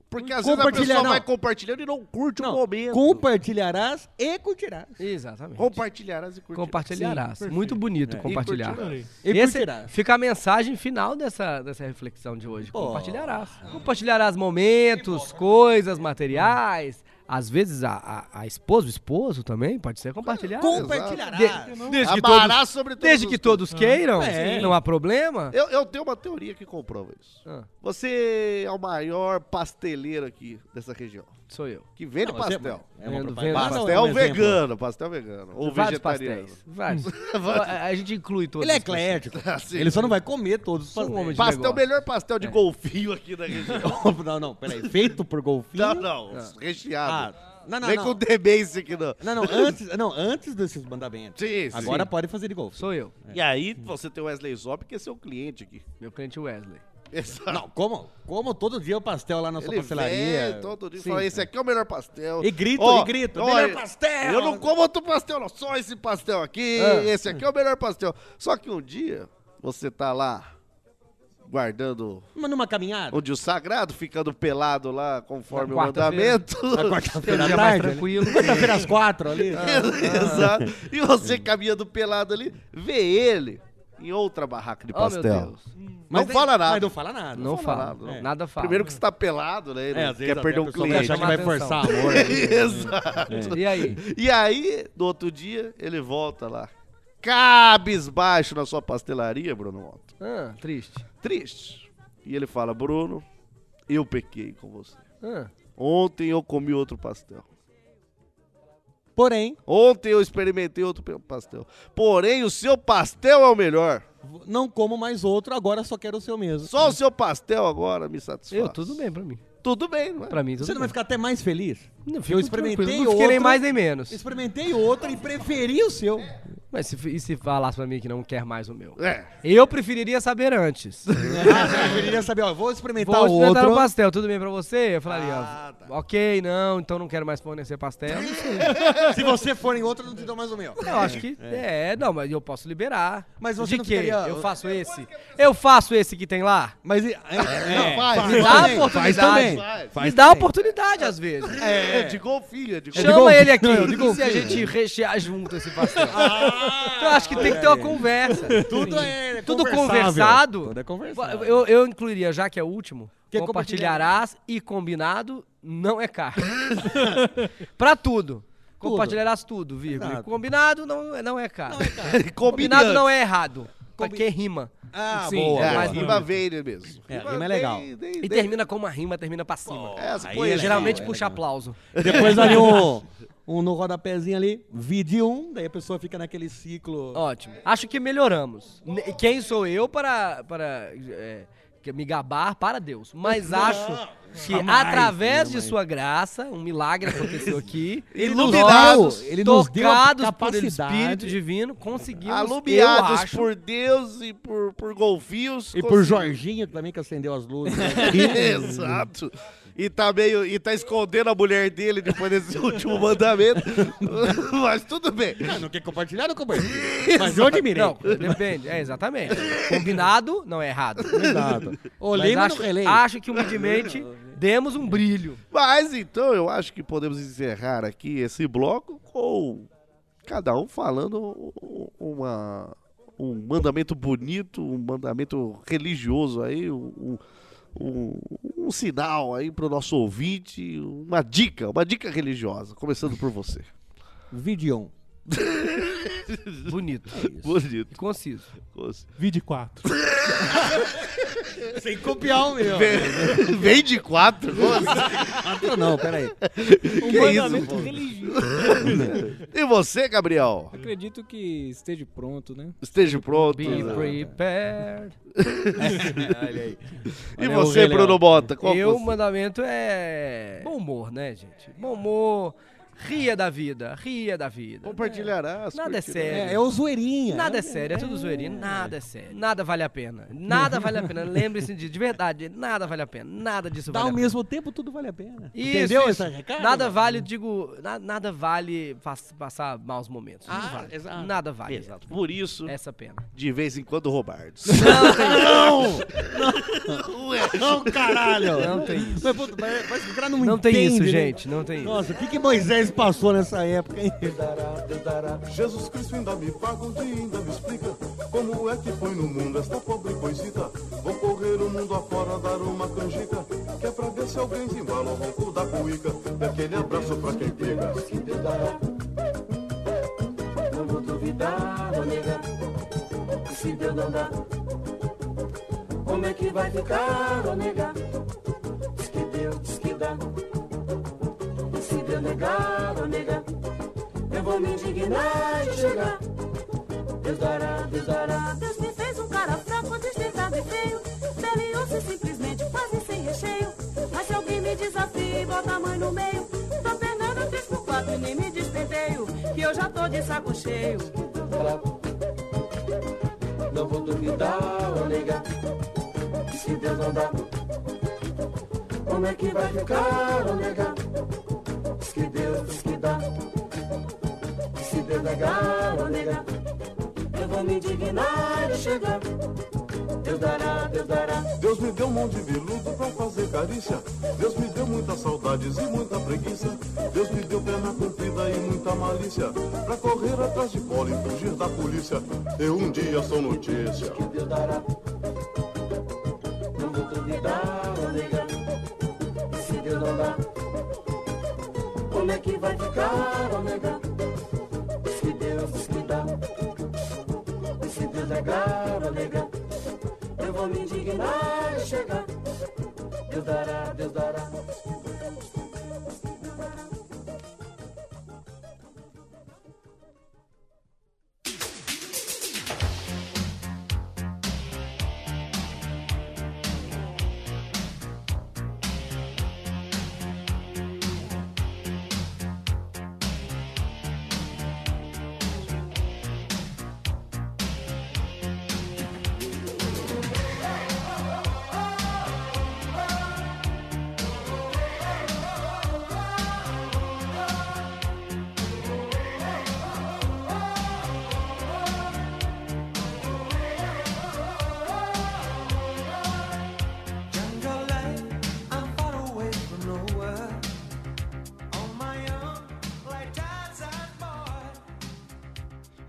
S5: Porque às vezes a
S6: Compartilhar,
S5: pessoa
S6: não.
S5: vai compartilhando e não curte o momento.
S6: Compartilharás e curtirás.
S9: Exatamente.
S5: Compartilharás e curtirás.
S9: Compartilharás.
S5: Sim, perfeito.
S9: Muito bonito
S5: É.
S9: compartilhar.
S5: E curtirás.
S6: E
S9: Esse-
S6: curtirás.
S9: fica a mensagem final dessa, dessa reflexão de hoje. Compartilharás. Compartilharás momentos, coisas, materiais. Às vezes a, a, a esposa, o esposo também pode ser compartilhado.
S5: Compartilharás.
S9: De- desde que
S5: Abarás
S9: todos,
S5: sobre todos
S9: desde
S5: os
S9: que
S6: Ah,
S9: todos queiram,
S5: É.
S9: não há problema.
S5: Eu, eu tenho uma teoria que comprova isso. Você é o maior pasteleiro aqui dessa região.
S9: Sou eu.
S5: Que vende
S9: Não, você é-
S5: pastel.
S6: um
S9: é uma Vendo, propaganda. vendo.
S5: pastel
S9: Ah, não, é um exemplo.
S5: vegano, pastel vegano. Ou
S9: Vários
S5: vegetariano.
S9: pastéis. Vários. a, a gente inclui todos.
S6: Ele é
S9: as pessoas.
S6: eclético.
S5: Ah, sim.
S6: Ele só não vai comer todos os
S9: Sou um
S6: pastéis.
S9: homem de
S5: Pastel,
S9: negócio.
S5: melhor pastel de golfinho aqui da região.
S6: não, não, peraí. Feito por golfinho?
S5: Não, não, recheado.
S6: Ah, não, não,
S5: Vem
S6: não.
S5: Tá com demência aqui, não.
S6: Não, não, antes, não, antes desses mandamentos.
S5: Sim, sim.
S6: Agora pode fazer de golfe.
S9: Sou eu.
S5: E aí, você tem o Wesley Zop, que é seu cliente aqui.
S9: Meu cliente é Wesley.
S5: Exato.
S6: Não, como? Como todo dia o pastel lá na sua
S5: Ele
S6: pastelaria.
S5: vem todo dia e
S6: Sim.
S5: fala, esse aqui é o melhor pastel.
S6: E grito,
S5: Ó,
S6: e grito,
S5: ó,
S6: melhor
S5: eu-
S6: pastel!
S5: Eu não como outro pastel, não. Só esse pastel aqui,
S6: Ah.
S5: esse aqui é o melhor pastel. Só que um dia, você tá lá, guardando
S6: Mas numa caminhada.
S5: onde o sagrado, ficando pelado lá, conforme o
S9: Na quarta-feira.
S5: mandamento.
S6: Na quarta-feira à
S9: Dia mais
S6: tarde. ali.
S9: tranquilo.
S6: Quarta-feira às quatro ali.
S5: Ah. Exato. E você caminhando pelado ali, vê ele em outra barraca de
S9: Oh, meu
S5: pastel.
S9: Deus.
S5: não
S6: nem-
S5: fala nada.
S6: Mas não fala nada.
S9: Ah, Não fala. É.
S5: nada, não.
S9: Nada fala.
S5: Primeiro que você tá pelado, né?
S6: É,
S5: Não
S6: às vezes
S5: quer
S6: até
S5: perder
S6: a
S5: um
S6: pessoa vai
S5: cliente.
S6: achar que vai
S9: Chamar
S6: forçar É.
S9: atenção.
S6: amor. ali.
S5: Exato.
S9: E aí?
S5: E aí, no outro dia, ele volta lá. Cabisbaixo na sua pastelaria, Bruno Otto.
S9: Ah, triste.
S5: Triste. E ele fala, Bruno, eu pequei com você.
S9: Ah.
S5: Ontem eu comi outro pastel.
S6: Porém,
S5: Ontem eu experimentei outro pe- pastel. Porém, o seu pastel é o melhor.
S6: não como mais outro, agora só quero o seu mesmo.
S5: Só o seu pastel agora me satisfaz.
S9: Eu, tudo bem pra mim.
S5: Tudo bem, não é?
S9: Pra mim, tudo
S6: Você não
S9: bem.
S6: vai ficar até mais feliz?
S9: Não,
S6: eu experimentei
S9: tranquilo, Não fiquei nem
S6: outro.
S9: mais nem menos.
S6: Experimentei outro e preferi o seu.
S9: Mas se, e se falasse pra mim que não quer mais o meu?
S5: É.
S9: Eu preferiria saber antes.
S6: Ah, você preferiria saber, ó, eu vou experimentar
S9: Vou
S6: Tá outro. Ah, tá.
S9: experimentar o pastel, tudo bem pra você? Eu falaria, ó, ok, não, então não quero mais fornecer pastel. Não sei.
S6: Se você for em outro, eu não te dou mais o meu.
S9: Eu acho que é, não, mas eu posso liberar.
S6: Mas você
S9: De
S6: não
S9: quê?
S6: ficaria ó.
S9: Eu faço esse. Eu faço esse que tem lá.
S6: Mas
S9: é,
S6: faz,
S9: me dá a
S6: faz também,
S9: oportunidade.
S6: faz também.
S9: Me
S6: Faz
S9: dá a
S6: também.
S9: oportunidade às vezes.
S5: É, é de golfinho, é de golfinho.
S9: Chama ele aqui.
S5: Não, eu digo
S9: e se a
S5: golfinho.
S9: gente rechear junto esse pastel? então eu acho que tem que ter uma conversa.
S6: Ah, Tudo é
S9: Tudo
S6: conversável.
S9: conversado.
S6: Tudo é conversável.
S9: Eu, eu incluiria, já que é o último,
S6: Que é
S9: compartilharás e combinado não é caro. pra tudo. Compartilharás tudo, vírgula.
S6: Exato.
S9: Combinado não, não é caro.
S5: Combinante.
S9: combinado não é errado. Porque rima.
S5: Ah, boa,
S9: é,
S5: boa.
S9: mas
S5: Rima veio mesmo.
S9: É,
S5: Rima
S9: rima é
S5: veio,
S9: legal.
S5: dei-
S9: E
S5: dei-
S9: termina com uma rima, termina pra cima.
S5: essa
S9: Aí
S5: foi legal,
S9: geralmente
S5: é
S9: puxa
S5: legal.
S9: aplauso.
S6: Depois ali um, um no rodapézinho ali, vide um, daí a pessoa fica naquele ciclo.
S9: Ótimo. Acho que melhoramos. Ne- Quem sou eu para, para é, que me gabar para Deus? Mas
S6: Não,
S9: acho que
S6: jamais,
S9: através de
S6: jamais.
S9: sua graça, um milagre aconteceu aqui.
S5: Iluminados.
S9: Nós,
S5: Ele
S6: nos deu a
S9: tocados por
S6: capacidade.
S9: ele, Espírito Divino, conseguimos, eu
S5: Alumiados
S9: acho,
S5: por Deus e por, por golfinhos.
S6: E por
S5: consegui-
S6: Jorginho também que acendeu as luzes. né?
S5: Exato. E tá, meio, e tá escondendo a mulher dele depois desse último mandamento. Mas tudo bem.
S6: Não, quer compartilhar, não compartilha. Mas eu admirei.
S9: Não, depende. É, exatamente. Combinado não é errado.
S6: Exato. Ou
S9: Mas
S6: lembra ou
S9: acho,
S6: não relembra?
S9: acho que Ah, humildemente demos um brilho.
S5: Mas então eu acho que podemos encerrar aqui esse bloco com cada um falando u- uma, um mandamento bonito, um mandamento religioso aí, um, um, um sinal aí pro nosso ouvinte, uma dica, uma dica religiosa, começando por você.
S6: Vidion.
S9: Bonito.
S5: Bonito.
S9: E conciso.
S13: Vide 4.
S6: Sem copiar o meu.
S5: Vem, vem de quatro?
S6: Quatro não, peraí.
S5: Que isso?
S7: um mandamento
S5: pô?
S7: religioso.
S5: E você, Gabriel?
S7: Acredito que esteja pronto, né?
S5: Esteja pronto.
S9: Be
S5: né?
S9: prepared. Olha aí.
S5: E
S9: Olha
S5: você,
S9: o Rei Leão.
S5: Bruno Bota? Qual
S9: Eu, o
S5: você-
S9: mandamento é bom humor, né, gente? Bom humor, ria da vida, ria da vida.
S5: Compartilharás.
S9: Nada é sério.
S6: É, é o zoeirinha.
S9: Nada é sério, é tudo zoeirinha, nada é sério. Nada vale a pena. Nada vale a pena. Lembre-se de, de verdade, nada vale a pena. Nada
S7: é
S9: disso
S6: Dá
S9: vale a
S6: ao
S9: pena.
S6: mesmo tempo, tudo vale a pena.
S9: Isso,
S6: Entendeu
S9: isso.
S6: esse recado?
S9: Nada vale, digo, na- nada vale pas- passar maus momentos.
S6: Ah,
S9: Não vale. Nada vale.
S5: Exato. Por isso,
S9: Essa é pena.
S5: de vez em quando roubar.
S6: Não! Não, caralho!
S9: Não tem isso.
S6: Mas, puta, mas, mas o cara não
S9: Não tem
S6: entende,
S9: isso,
S6: né?
S9: gente. Não tem isso.
S6: Nossa, o que, que Moisés passou nessa época, hein?
S15: Jesus Cristo ainda me paga um dia, ainda me explica como é que põe no mundo esta pobre coisita. Vou correr o mundo afora, dar uma canjica, que é pra ver se alguém desembala o ronco da cuíca. E aquele abraço pra quem pega.
S11: Não vou duvidar, ô nega. Se Deus não dá, como é que vai ficar, ô nega? Diz que Deus diz que dá. Se Deus negar, ô nega, eu vou me indignar de chegar. Deus dará, Deus dará. Deus me fez um cara fraco, deslizado e feio. Belinhoso e simplesmente quase sem recheio. Mas se alguém me desafia e bota a mãe no meio, tô penando, fiz por quatro e nem me despenteio. Que eu já tô de saco cheio.
S15: Não vou duvidar, ô nega, que se Deus não dá,
S11: Como é que vai ficar, ô nega? Diz que Deus diz que dá. E se Deus negar, ô nega, eu vou me indignar de chegar. Deus dará, Deus dará.
S15: Deus me deu um monte de viludo pra fazer carícia. Deus me deu muitas saudades e muita preguiça. Deus me deu perna comprida e muita malícia. Pra correr atrás de bola e fugir da polícia. Eu um dia sou notícia.
S11: Não vou duvidar, ô nega, se Deus não dá. Como é que vai ficar, ô nega? Diz que Deus diz que dá. E se Deus negar, ô nega, eu vou me indignar de chegar. Deus dará, Deus dará.
S15: Deus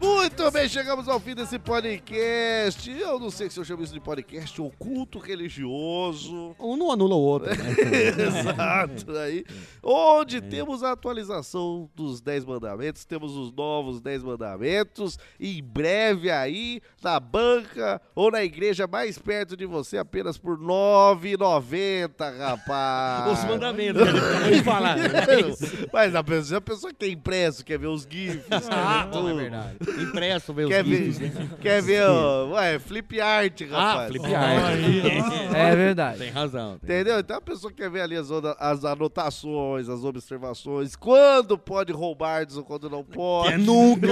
S5: Muito bem, chegamos ao fim desse podcast. Eu não sei se eu chamo isso de podcast ou culto religioso.
S6: Um não anula o outro. Né?
S5: Exato, aí. Onde temos a atualização dos 10 mandamentos, temos os novos 10 mandamentos. Em breve aí, na banca ou na igreja mais perto de você, apenas por R$ 9,90, rapaz.
S6: Os mandamentos, que a gente acabou de falar. É
S5: Mas a pessoa, a pessoa que tem impresso, quer ver os GIFs, quer
S6: Ah,
S5: ver
S6: bom,
S5: tudo.
S6: é verdade. Impresso, ver os
S5: Quer ver,
S6: vídeos, né?
S5: quer ver ó, ué, flip art, rapaz.
S6: Ah, flip art.
S9: É verdade.
S6: Tem razão.
S5: Entendeu? Então a pessoa quer ver ali as, onda- as anotações, as observações, quando pode roubar, quando não pode.
S6: É nunca.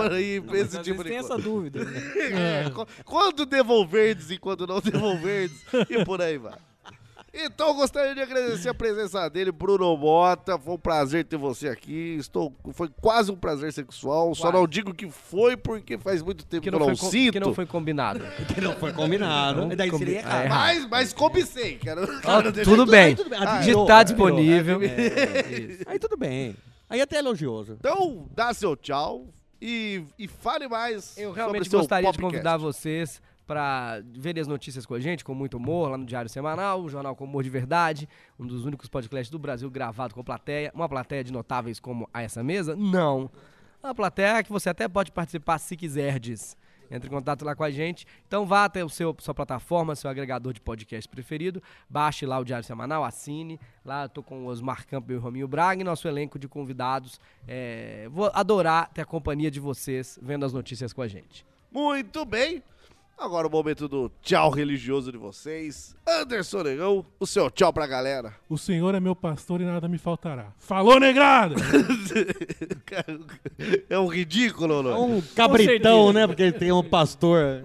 S5: Por aí,
S7: Não, mas
S5: esse
S7: às
S5: tipo de
S7: vezes tem
S5: coisa.
S7: essa dúvida, né?
S5: É, qu- Quando devolverdes e quando não devolverdes, e por aí vai. Então, eu gostaria de agradecer a presença dele, Bruno Mota. Foi um prazer ter você aqui. Estou, foi quase um prazer sexual. Só
S9: Quase.
S5: não digo que foi, porque faz muito tempo que,
S9: Que não,
S5: eu
S9: foi,
S5: não
S9: co-
S5: sinto.
S9: que não foi combinado.
S6: que não foi combinado.
S9: Não
S6: Daí
S9: combi-
S6: seria
S9: Ah, é.
S6: errado.
S5: Mas, mas cobicei, quero,
S9: Ó,
S5: quero deixar
S9: tudo
S7: É.
S5: claro.
S9: bem. É,
S5: Ah,
S9: De
S5: eu-
S9: tá disponível.
S6: Aí tudo bem. Aí até é elogioso.
S5: Então, dá seu tchau e, e fale mais
S9: Eu realmente
S5: sobre o seu
S9: gostaria de
S5: podcast.
S9: convidar vocês para verem as notícias com a gente, com muito humor, lá no Diário Semanal, o Jornal com Humor de Verdade, um dos únicos podcasts do Brasil gravado com plateia, uma plateia de notáveis como a essa mesa? Não. Uma plateia que você até pode participar se quiserdes. Entre em contato lá com a gente. Então vá até o seu sua plataforma, seu agregador de podcast preferido, baixe lá o Diário Semanal, assine. Lá eu tô com o Osmar Campbell e o Rominho Braga e nosso elenco de convidados. É, vou adorar ter a companhia de vocês vendo as notícias com a gente.
S5: Muito bem. Agora o momento do tchau religioso de vocês. Anderson Negão, o seu tchau pra galera.
S13: O Senhor é meu pastor e nada me faltará. Falou, negrada!
S5: É um ridículo, não é?
S6: Um cabritão, né? Porque ele tem um pastor.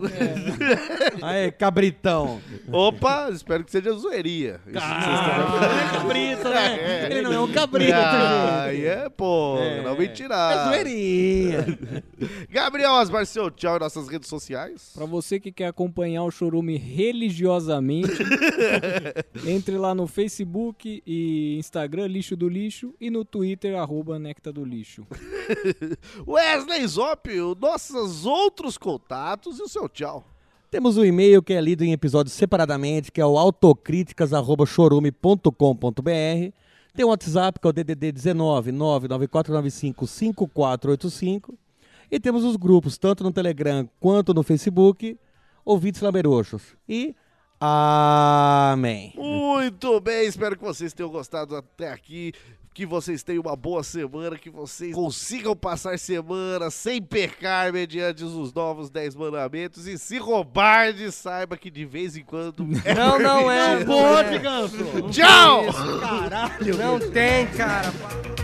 S6: Aí, cabritão.
S5: Opa, espero que seja zoeiria. Isso que vocês estão-
S6: Cabrito, né?
S5: É.
S6: Ele não é um cabrito,
S5: Ah,
S6: gente.
S5: aí é, pô, não me tirar.
S6: É zoeirinha.
S5: Gabriel Osmar, seu tchau em nossas redes sociais.
S7: Pra você que quer acompanhar o Chorume religiosamente, entre lá no Facebook e Instagram Lixo do Lixo e no Twitter arroba Necta do Lixo.
S5: Wesley Zop, os nossos outros contatos e o seu tchau.
S6: Temos um e-mail que é lido em episódios separadamente, que é o autocríticas.chorume.com.br. Tem um WhatsApp que é o DDD 19 994955485. E temos os grupos, tanto no Telegram quanto no Facebook, ouvintes lameroxos. E amém.
S5: Muito bem, espero que vocês tenham gostado até aqui. Que vocês tenham uma boa semana, que vocês consigam passar semana sem pecar mediante os novos 10 mandamentos. E se roubar, de saiba que de vez em quando. é
S9: Não, não é.
S5: permitido.
S9: Não é.
S5: Tchau!
S9: Não tem, cara.
S11: Oh,